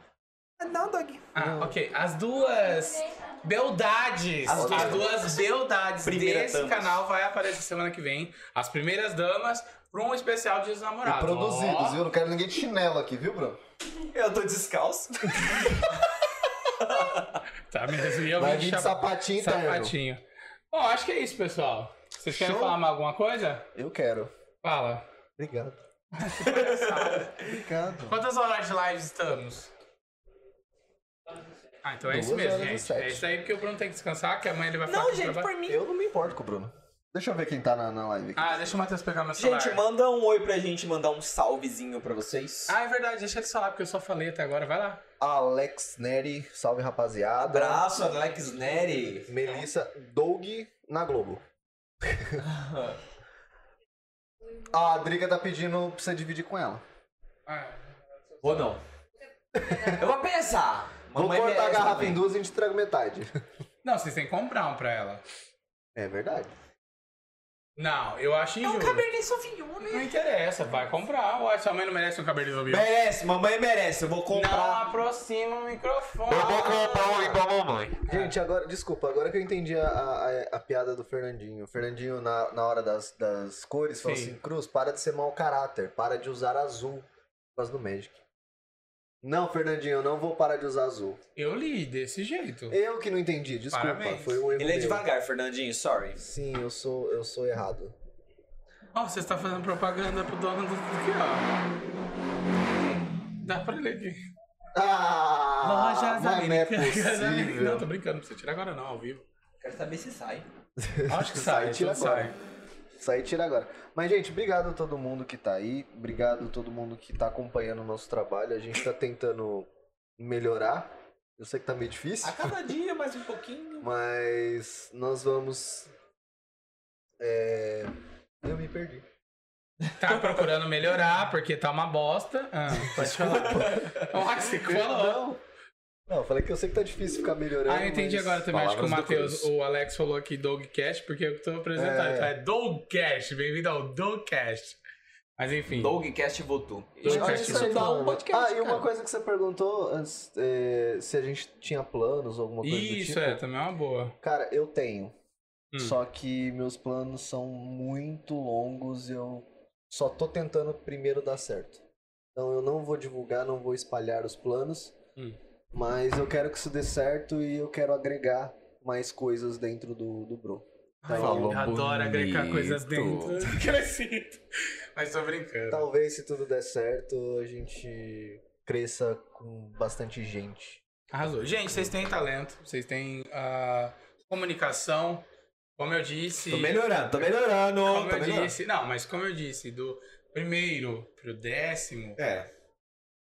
É Não, Doug. Ah, ok. As duas... Beldades! As As duas, duas. beldades Primeira desse damas. canal vai aparecer semana que vem. As primeiras damas para um especial de E namorados. produzidos, viu? Não quero ninguém de chinelo aqui, viu, Bruno? Eu tô descalço. Tá mesmo, e eu Vai vim vir de chamar- sapatinho interno. sapatinho. um Bom, acho que é isso, pessoal. Vocês querem Show. falar mais alguma coisa? Eu quero. Fala. [laughs] Obrigado. Obrigado. Quantas horas de live estamos? Ah, então é isso Duas mesmo, horas e gente. sete. É isso aí, porque o Bruno tem que descansar, que amanhã ele vai falar Não, que gente, trabalha. por mim. Eu não me importo com o Bruno. Deixa eu ver quem tá na, na live aqui. Ah, deixa o Matheus pegar meu celular. Gente, manda um oi pra gente, mandar um salvezinho pra vocês. Ah, é verdade, deixa ele falar, porque eu só falei até agora, vai lá. Alex Neri, salve rapaziada. Abraço, Alex Neri. Melissa Doug na [laughs] Globo. a Driga tá pedindo pra você dividir com ela. Ah, Ou não. Eu vou pensar. Vou Mamãe cortar a merece garrafa também. em duas e a gente traga metade. Não, vocês têm que comprar um pra ela. É verdade. Não, eu acho injusto. Cabernet Sauvignon, né? Não interessa, vai comprar. Ué, sua mãe não merece um cabelo ouvido. Merece, mamãe merece. Eu vou Não comprar. aproxima o microfone. um Gente, agora, desculpa, agora que eu entendi a, a- a piada do Fernandinho. O Fernandinho, na, na hora das, das cores, falou Sim. assim: Cruz, para de ser mau caráter, para de usar azul por causa do Magic. Não, Fernandinho, eu não vou parar de usar azul. Eu li desse jeito. Eu que não entendi, desculpa. Parabéns. Foi um erro. Ele é meu. devagar, Fernandinho, sorry. Sim, eu sou, eu sou errado. Ó, você está fazendo propaganda pro dono do aqui, ó. Dá pra ler aqui. Ah, mas [laughs] não [laughs] é possível. Não, tô brincando, não precisa tirar agora não, ao vivo. Quero saber se sai. Acho que Sai, sai, tira tudo sai. Isso aí tira agora. Mas, gente, obrigado a todo mundo que tá aí. Obrigado a todo mundo que tá acompanhando o nosso trabalho. A gente tá tentando melhorar. Eu sei que tá meio difícil, A cada dia, mais um pouquinho. mas nós vamos. É... Eu me perdi. Tá procurando melhorar, porque tá uma bosta. Ah, pode falar. Ó, você falou. Perdão. Não, eu falei que eu sei que tá difícil ficar melhorando. Ah, eu entendi mas- agora também. Acho que o Palavras do Matheus, Cruz. o Alex falou aqui Dogcast, porque eu tô apresentando. É, Dogcast, bem-vindo ao Dogcast. Mas enfim. Dogcast votou. Dougcast Olha isso aí, dá um mano. podcast, Ah, e uma cara. coisa que você perguntou antes, é, se a gente tinha planos ou alguma coisa do Isso tipo. é, também é uma boa. Cara, eu tenho. Hum. Só que meus planos são muito longos e eu só tô tentando primeiro dar certo. Então eu não vou divulgar, não vou espalhar os planos. Hum. Mas eu quero que isso dê certo e eu quero agregar mais coisas dentro do, do Bro. Então, eu adoro agregar coisas dentro. [laughs] Crescido. Mas tô brincando. Talvez se tudo der certo, a gente cresça com bastante gente. Arrasou. Gente, vocês têm talento, vocês têm ah, comunicação. Como eu disse. Tô melhorando, tô melhorando. Como tô eu melhorando. disse. Não, mas como eu disse, do primeiro pro décimo, É.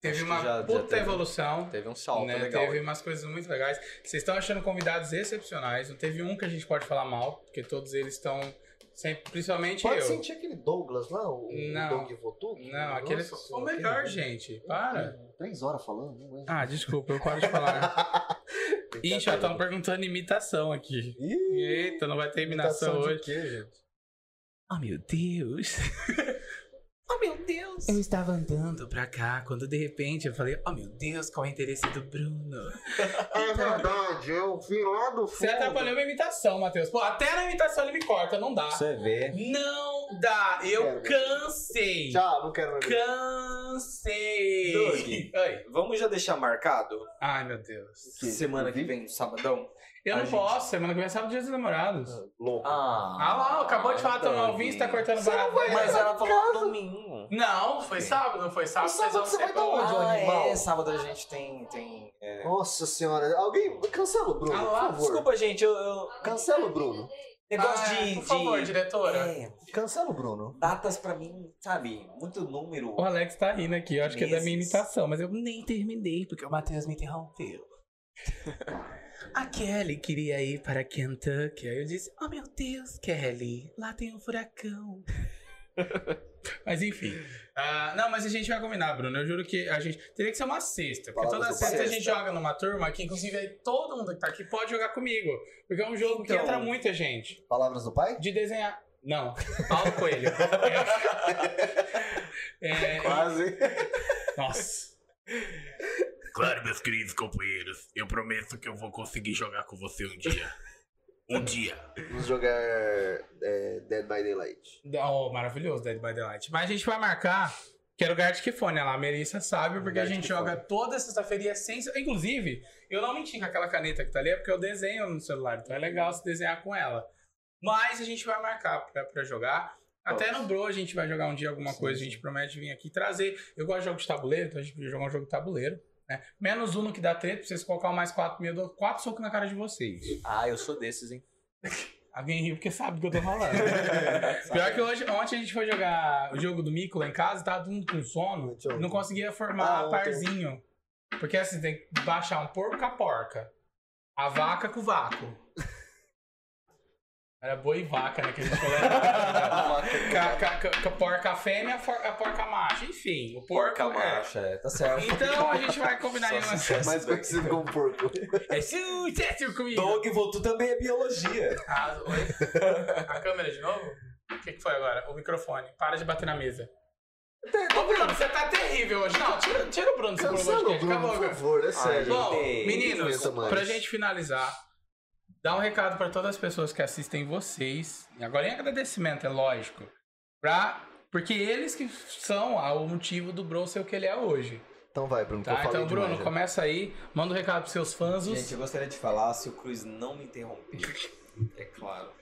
teve Acho que uma já- já puta teve. evolução. Teve um salto né? legal. Teve umas coisas muito legais. Vocês estão achando convidados excepcionais. Não teve um que a gente pode falar mal, porque todos eles estão sempre, principalmente Pode eu. sentir aquele Douglas lá, o o Não. Doug Votu? Não, aquele Nossa foi o senhora, melhor, aquele- gente. Para. Três horas falando, não aguento. Ah, desculpa, eu paro de [laughs] falar. Ih, já estão perguntando imitação aqui. Eita, não vai ter imitação Imitação de hoje. quê, gente? Oh, meu Deus. [laughs] oh, meu Deus. Eu estava andando pra cá, quando de repente eu falei, oh, meu Deus, qual é o interesse do Bruno? É verdade, eu vi lá do Você atrapalhou minha imitação, Matheus. Pô, até na imitação ele me corta, não dá. Você vê. Não dá. Eu Quero ver. cansei. Tchau, não quero mais ver. Cansei. Doug. Oi. Vamos já deixar marcado? Ai, meu Deus. Que? Semana que vem, sabadão. Eu A não gente- posso, semana que vem é sábado dia dos namorados. Louco. Ah, Ah lá, acabou de falar, tomar o vinho, você tá cortando barato. Mas ela falou domingo. Não, foi sábado, não foi sábado. vocês sábado vão você vai ser dar bons. onde? Ah, animal. é, sábado a gente tem... tem é. Nossa senhora, alguém cancela o Bruno, Ah, por lá, favor. Desculpa, gente, eu... eu- Cancela o Bruno. negócio Ah, de... Por favor, de- diretora. é, Cancela o Bruno. datas pra mim, sabe? Muito número. O Alex tá rindo aqui, eu acho que é da minha Meses. imitação, mas eu nem terminei, porque o Matheus me interrompeu. A Kelly queria ir para Kentucky, aí eu disse, oh meu Deus, Kelly, lá tem um furacão. mas enfim. Ah, não, mas a gente vai combinar, Bruno. Eu juro que a gente. Teria que ser uma sexta. Porque toda Palavras do sexta a Paulista. gente joga numa turma que, inclusive, aí todo mundo que tá aqui pode jogar comigo. Porque é um jogo que Então. entra muita gente. Palavras do [laughs] pai? De desenhar. Não, Paulo Coelho. É, é, Quase. nossa. Claro, meus queridos companheiros, eu prometo que eu vou conseguir jogar com você um dia. Um dia. Vamos jogar é, Dead by Daylight. Oh, maravilhoso, Dead by Daylight. Mas a gente vai marcar. Quero Gartic que fone, lá. A Melissa sabe, porque a gente joga toda sexta-feira e é sem. Inclusive, eu não menti com aquela caneta que tá ali, é porque eu desenho no celular. Então é legal se desenhar com ela. Mas a gente vai marcar pra, pra jogar. Até no Bro a gente vai jogar um dia alguma coisa, a gente promete vir aqui trazer. Eu gosto de jogo de tabuleiro, então a gente podia jogar um jogo de tabuleiro. Né? Menos um no que dá treta, pra vocês colocar o mais quatro, eu dou quatro socos na cara de vocês. [laughs] Ah, eu sou desses, hein? Ah, Alguém riu porque sabe o que [laughs] eu tô falando. Pior que hoje, ontem a gente foi jogar o jogo do Mico lá em casa, tava todo mundo com sono. Muito Não conseguia formar Ah, ontem. parzinho. Porque assim, tem que baixar um porco com a porca. A vaca com o vácuo. Era boi e vaca, né? Que a [laughs] gente colocava. é. Ca- ca- ca- ca- porca fêmea, for- a porca macho. Enfim, o porco. Porca é. macho, é, tá um certo. Então a gente vai combinar em uma. É Mais conhecido como porco. É sucesso comigo! [laughs] Doug voltou também é biologia. Ah, [laughs] oi? A câmera de novo? O que, que foi agora? O microfone. Para de bater na mesa. Ô, Bruno, você tá terrível hoje. Não, tira, tira o Bruno. você Cancela provou o de- Bruno, acabou, por cara. favor, é sério. Bom, Gente, meninos, aguenta mais. pra gente finalizar, dá um recado pra todas as pessoas que assistem vocês. E Agora em agradecimento, é lógico. Pra... Porque eles que são ah, o motivo do Bruno ser o que ele é hoje. Então vai, Bruno, que eu Tá? falei Então, Bruno, demais já. começa aí, manda um recado pros seus fãs. Gente, eu gostaria de falar se o Cruz não me [laughs] interromper. É claro.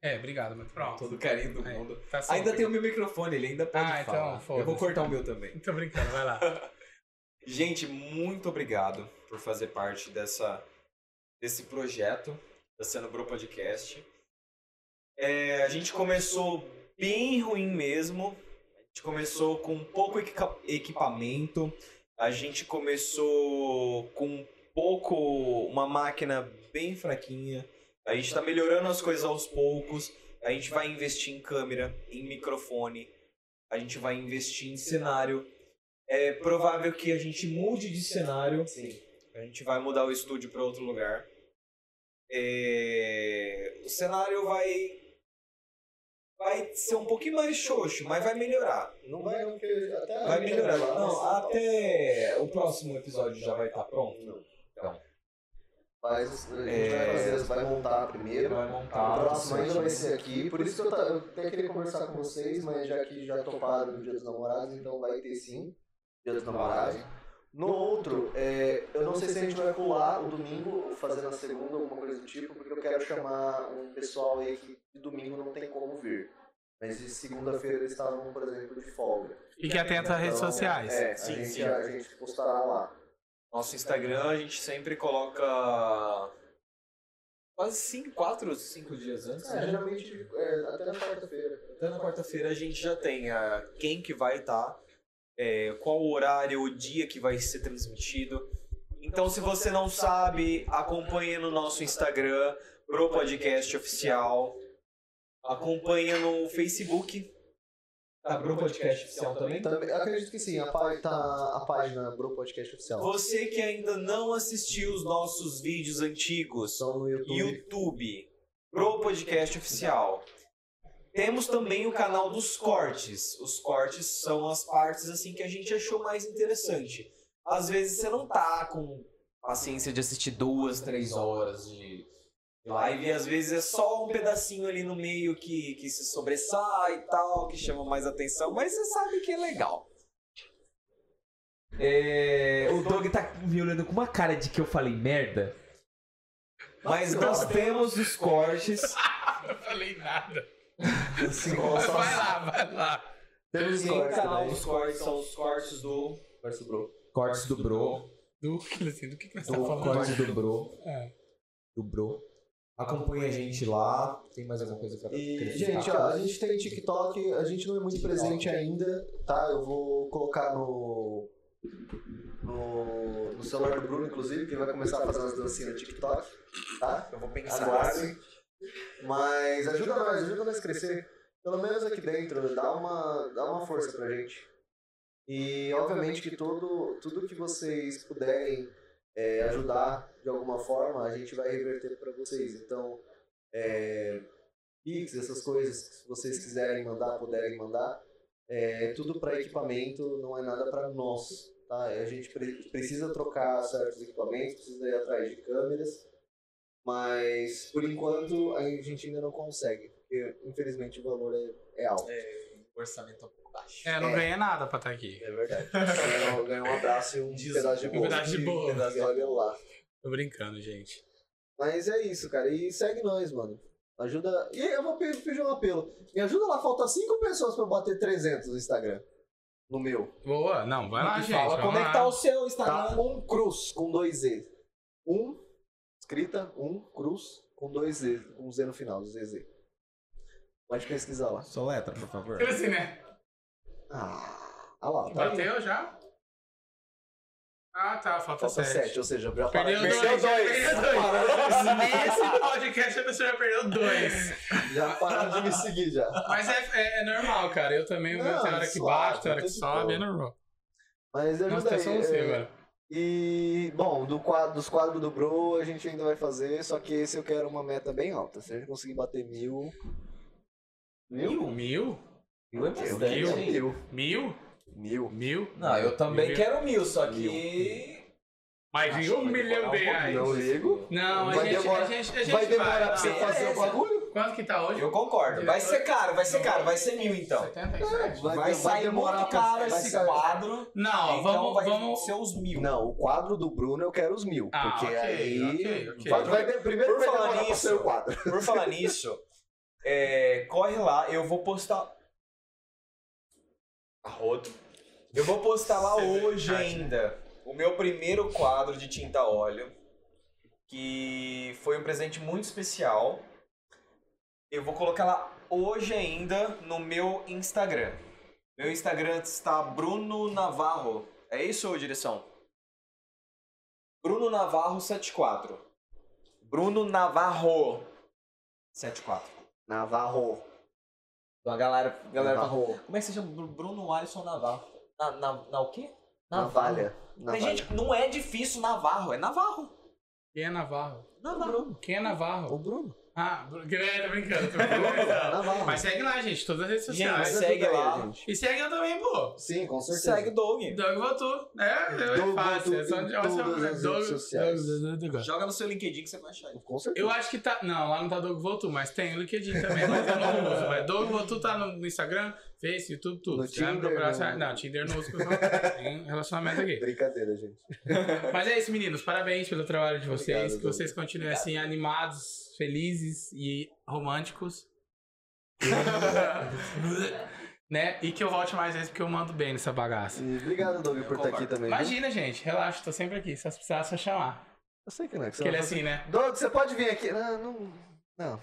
É, obrigado, mas pronto. Todo carinho do Aí, mundo. tá só- Ainda tem o meu microfone, ele ainda pode Ah, então, falar. eu vou foda-se. cortar o meu também. [laughs] Tô brincando, vai lá. Gente, muito obrigado por fazer parte dessa, desse projeto da Cenobro Podcast. É, a gente começou bem ruim mesmo. A gente começou com pouco equica- equipamento. A gente começou com pouco uma máquina bem fraquinha. A gente está melhorando as coisas aos poucos. A gente vai investir em câmera, em microfone. A gente vai investir em cenário. É provável que a gente mude de cenário. Sim. A gente vai mudar o estúdio para outro lugar. É, O cenário vai. Vai ser um pouquinho mais xoxo, mas vai melhorar. Não vai não, porque até Vai melhorar. Não, até o próximo episódio já vai estar pronto. Faz, assim, a gente vai fazer, as- vai É, montar primeiro. Vai A montar. próxima ainda vai ser aqui, por isso que eu, ta- eu até queria conversar com vocês, mas já que já toparam no Dia dos Namorados, então vai ter sim Dia dos Namorados. No outro, é, eu não sei se a gente vai pular o domingo, ou fazer na segunda, alguma coisa do tipo, porque eu quero chamar um pessoal aí que de domingo não tem como vir. Mas de segunda-feira eles estavam, por exemplo, de folga. Fique atento às redes Então, sociais. É, Sim, a, gente, sim. a gente postará lá. Nosso Instagram a gente sempre coloca. Quase 5, 4, 5 dias antes. É, né? geralmente é, até na quarta-feira. Até Então, na quarta-feira a gente já tem a quem que vai estar, qual o horário, o dia que vai ser transmitido. Então, se você não sabe, acompanhe no nosso Instagram, Pro Podcast Oficial. Acompanha no Facebook. Tá, Pro Podcast Oficial também. Também, acredito que sim, a, pá- tá a página Bro Podcast Oficial. Você que ainda não assistiu os nossos vídeos antigos, Só no YouTube. YouTube, Pro Podcast Oficial. Temos também o canal dos cortes. Os cortes são as partes assim que a gente achou mais interessante. Às vezes você não tá com paciência de assistir duas, três horas de live, e às vezes é só um pedacinho ali no meio que, que se sobressai e tal, que chama mais atenção, mas você sabe que é legal. É, o Doug tá me olhando com uma cara de que eu falei merda. Mas nós temos os cortes. Eu falei nada. Sim, Vai lá, vai lá. Temos Sim, o cortes canal também. dos cortes são os cortes do Cortes do Bro. um. Cortes do Bro. Do, assim, do que, que você tá Do falando? corte do Bro. É. Do Bro. Acompanha a gente Ah, lá. Tem mais alguma coisa pra E, acrescentar? gente, ó, a gente tem TikTok, a gente não é muito presente ainda, tá? Eu vou colocar no. No, no celular do Bruno, inclusive, que ele vai começar a fazer umas dancinhas no TikTok, tá? Eu vou pensar. Aguardem. Mas ajuda nós, ajuda nós a crescer. Pelo menos aqui dentro, dá uma, dá uma força pra gente. E obviamente que todo, tudo que vocês puderem é, ajudar de alguma forma, a gente vai reverter pra vocês. Então, é, Pix, essas coisas, se vocês quiserem mandar, puderem mandar, é tudo pra equipamento, não é nada pra nós. Tá? A gente pre- precisa trocar certos equipamentos, precisa ir atrás de câmeras. Mas por enquanto a gente ainda não consegue, porque infelizmente o valor é, é alto. É, orçamento um pouco baixo. É, não É. ganhei nada pra estar aqui. verdade. Ganhou um abraço e um pedaço de Um bolo. pedaço de bolo. E Olha lá. Tô brincando, gente. Mas é isso, cara. E segue nós, mano. Ajuda. E eu vou pe- pedir um apelo. Me ajuda lá, falta 5 pessoas pra eu bater 300 no Instagram. No meu. Boa, não, vai lá, Ah, E gente. fala vamos como é lá. que tá o seu Instagram. Tá? Um cruz com dois E. Um, escrita, um cruz Com dois Z, com um Z no final, ZZ. Pode pesquisar lá. Só letra, por favor. Tipo assim, né? Ah, ah lá, tá aí. Bateu já? Ah, tá. Falta Falta sete. 7, ou seja, já Perdeu dois. perdeu já dois. Perdeu dois. [laughs] Nesse podcast a pessoa já perdeu dois. Já pararam de me seguir já. Mas é, é- é normal, cara. Eu também, o meu Não, tem hora que suave, baixa, tem hora tá que de sobe, boa. é normal. Mas Nossa, ajuda tá aí. só você é, agora. E, bom, do quadro, dos quadros do Bro a gente ainda vai fazer, só que esse eu quero uma meta bem alta. Se a gente conseguir bater mil. Mil? Mil? Mil é bastante, Mil? hein? Mil? Mil. Mil? Não, eu também Mil. quero mil, só que. Mais de um milhão de reais. Não ligo. Não, a Vai gente, demorar- a gente, a gente Vai demorar pra não, você fazer o beleza. bagulho? Quanto que tá hoje? Eu concordo. Vai ser caro, vai ser caro, vai ser mil então. 77? Vai, Vai sair muito caro vai esse sair- quadro. Não, Então vamos, vai vamos... ser os mil. Não, o quadro do Bruno eu quero os mil. Ah, porque ok, aí. ok, ok. Vai, vai ter- primeiro Por vai falar demorar pra nisso- ser o quadro. Por falar nisso, é, corre lá, eu vou postar. Arroto. Eu vou postar lá Você vê hoje chat, né? ainda o meu primeiro quadro de tinta óleo, que foi um presente muito especial. Eu vou colocar lá hoje ainda no meu Instagram. Meu Instagram está Bruno Navarro. É isso, ô direção? Bruno Navarro 74. Bruno Navarro 74. Navarro. Então a galera, a galera fala, Navarro. como é que se chama? Bru- Bruno Alisson Navarro. Na, na, na o quê? Navalha. Mas, Navalha. gente, não é difícil Navarro, é Navarro. Quem é Navarro? Navarro. Quem é Navarro? O Bruno. Ah, Bru- é, tô brincando. Tô brincando. Navarro. Mas segue lá, gente, todas as redes Gente, sociais. segue ajuda aí, lá. gente. E segue eu também, pô. Sim, com certeza. Segue o Doug. Doug voltou. É, é Doug fácil. voltou É só em de olhar todas as Doug- redes sociais. Doug- Doug- Doug- Doug. Joga no seu LinkedIn que você vai achar ele. Com certeza. Eu acho que tá. Não, lá não tá Doug Voltu, mas tem o LinkedIn também, mas eu não uso. Mas Doug Voltu tá no, no Instagram, Face, YouTube, tudo. No Você vai me Tinder, né? procurar, você vai- no- Não, Tinder não uso, pessoal. um [laughs] Tem relacionamento aqui. Brincadeira, gente. Mas é isso, meninos. Parabéns pelo trabalho de vocês. Obrigado, que Doug. vocês continuem assim, animados, felizes e [laughs] românticos. né? E que eu volte mais vezes porque eu mando bem nessa bagaça. E obrigado, Doug, por estar aqui também. viu? Imagina, gente. Relaxa, tô sempre aqui. Só se precisar, é só chamar. Eu sei que não é que você Porque ele é vai assim, né? fazer- Doug, você pode vir aqui. Não, não. Não.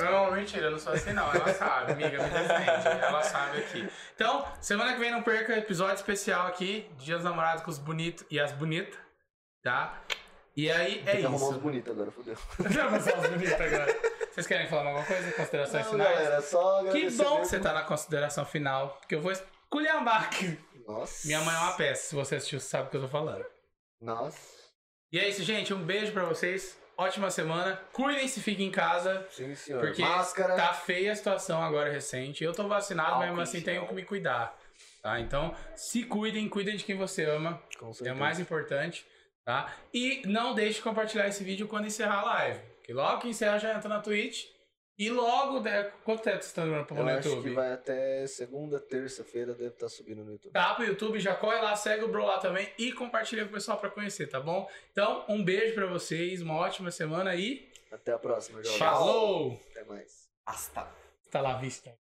Não, mentira, eu não sou assim não. Ela sabe, amiga, me defende. Ela sabe aqui. Então, semana que vem não perca episódio especial aqui, Dia dos Namorados com os bonitos e as bonitas, tá? E aí é Tem que arrumar uns isso. bonitos agora, fodeu. [laughs] Já passou as bonitas agora. Vocês querem falar alguma coisa? Considerações Não, finais? galera, só que agradecer bom que mesmo. você tá na consideração final, porque eu vou esculhambar aqui. Nossa. Minha mãe é uma peça, se você assistiu, sabe o que eu tô falando. Nossa. E é isso, gente. Um beijo pra vocês. Ótima semana. Cuidem-se, fiquem em casa. Sim, senhor. Porque Máscara. Tá feia a situação agora recente. Eu tô vacinado, mas Álcool mesmo em assim gel. tenho que me cuidar. Tá? Então, se cuidem, cuidem de quem você ama. Com É certeza. o mais importante. Tá? E não deixe de compartilhar esse vídeo quando encerrar a live. Que logo que encerrar já entra na Twitch. E logo. De... Quanto tempo você tá está durando pro Eu acho YouTube? que vai até segunda, terça-feira, deve estar subindo no YouTube. Tá pro YouTube, já corre lá, segue o Bro lá também e compartilha com o pessoal pra conhecer, tá bom? Então, um beijo pra vocês, uma ótima semana e. Até a próxima, jovens. Falou! Até mais. Hasta Tá lá vista.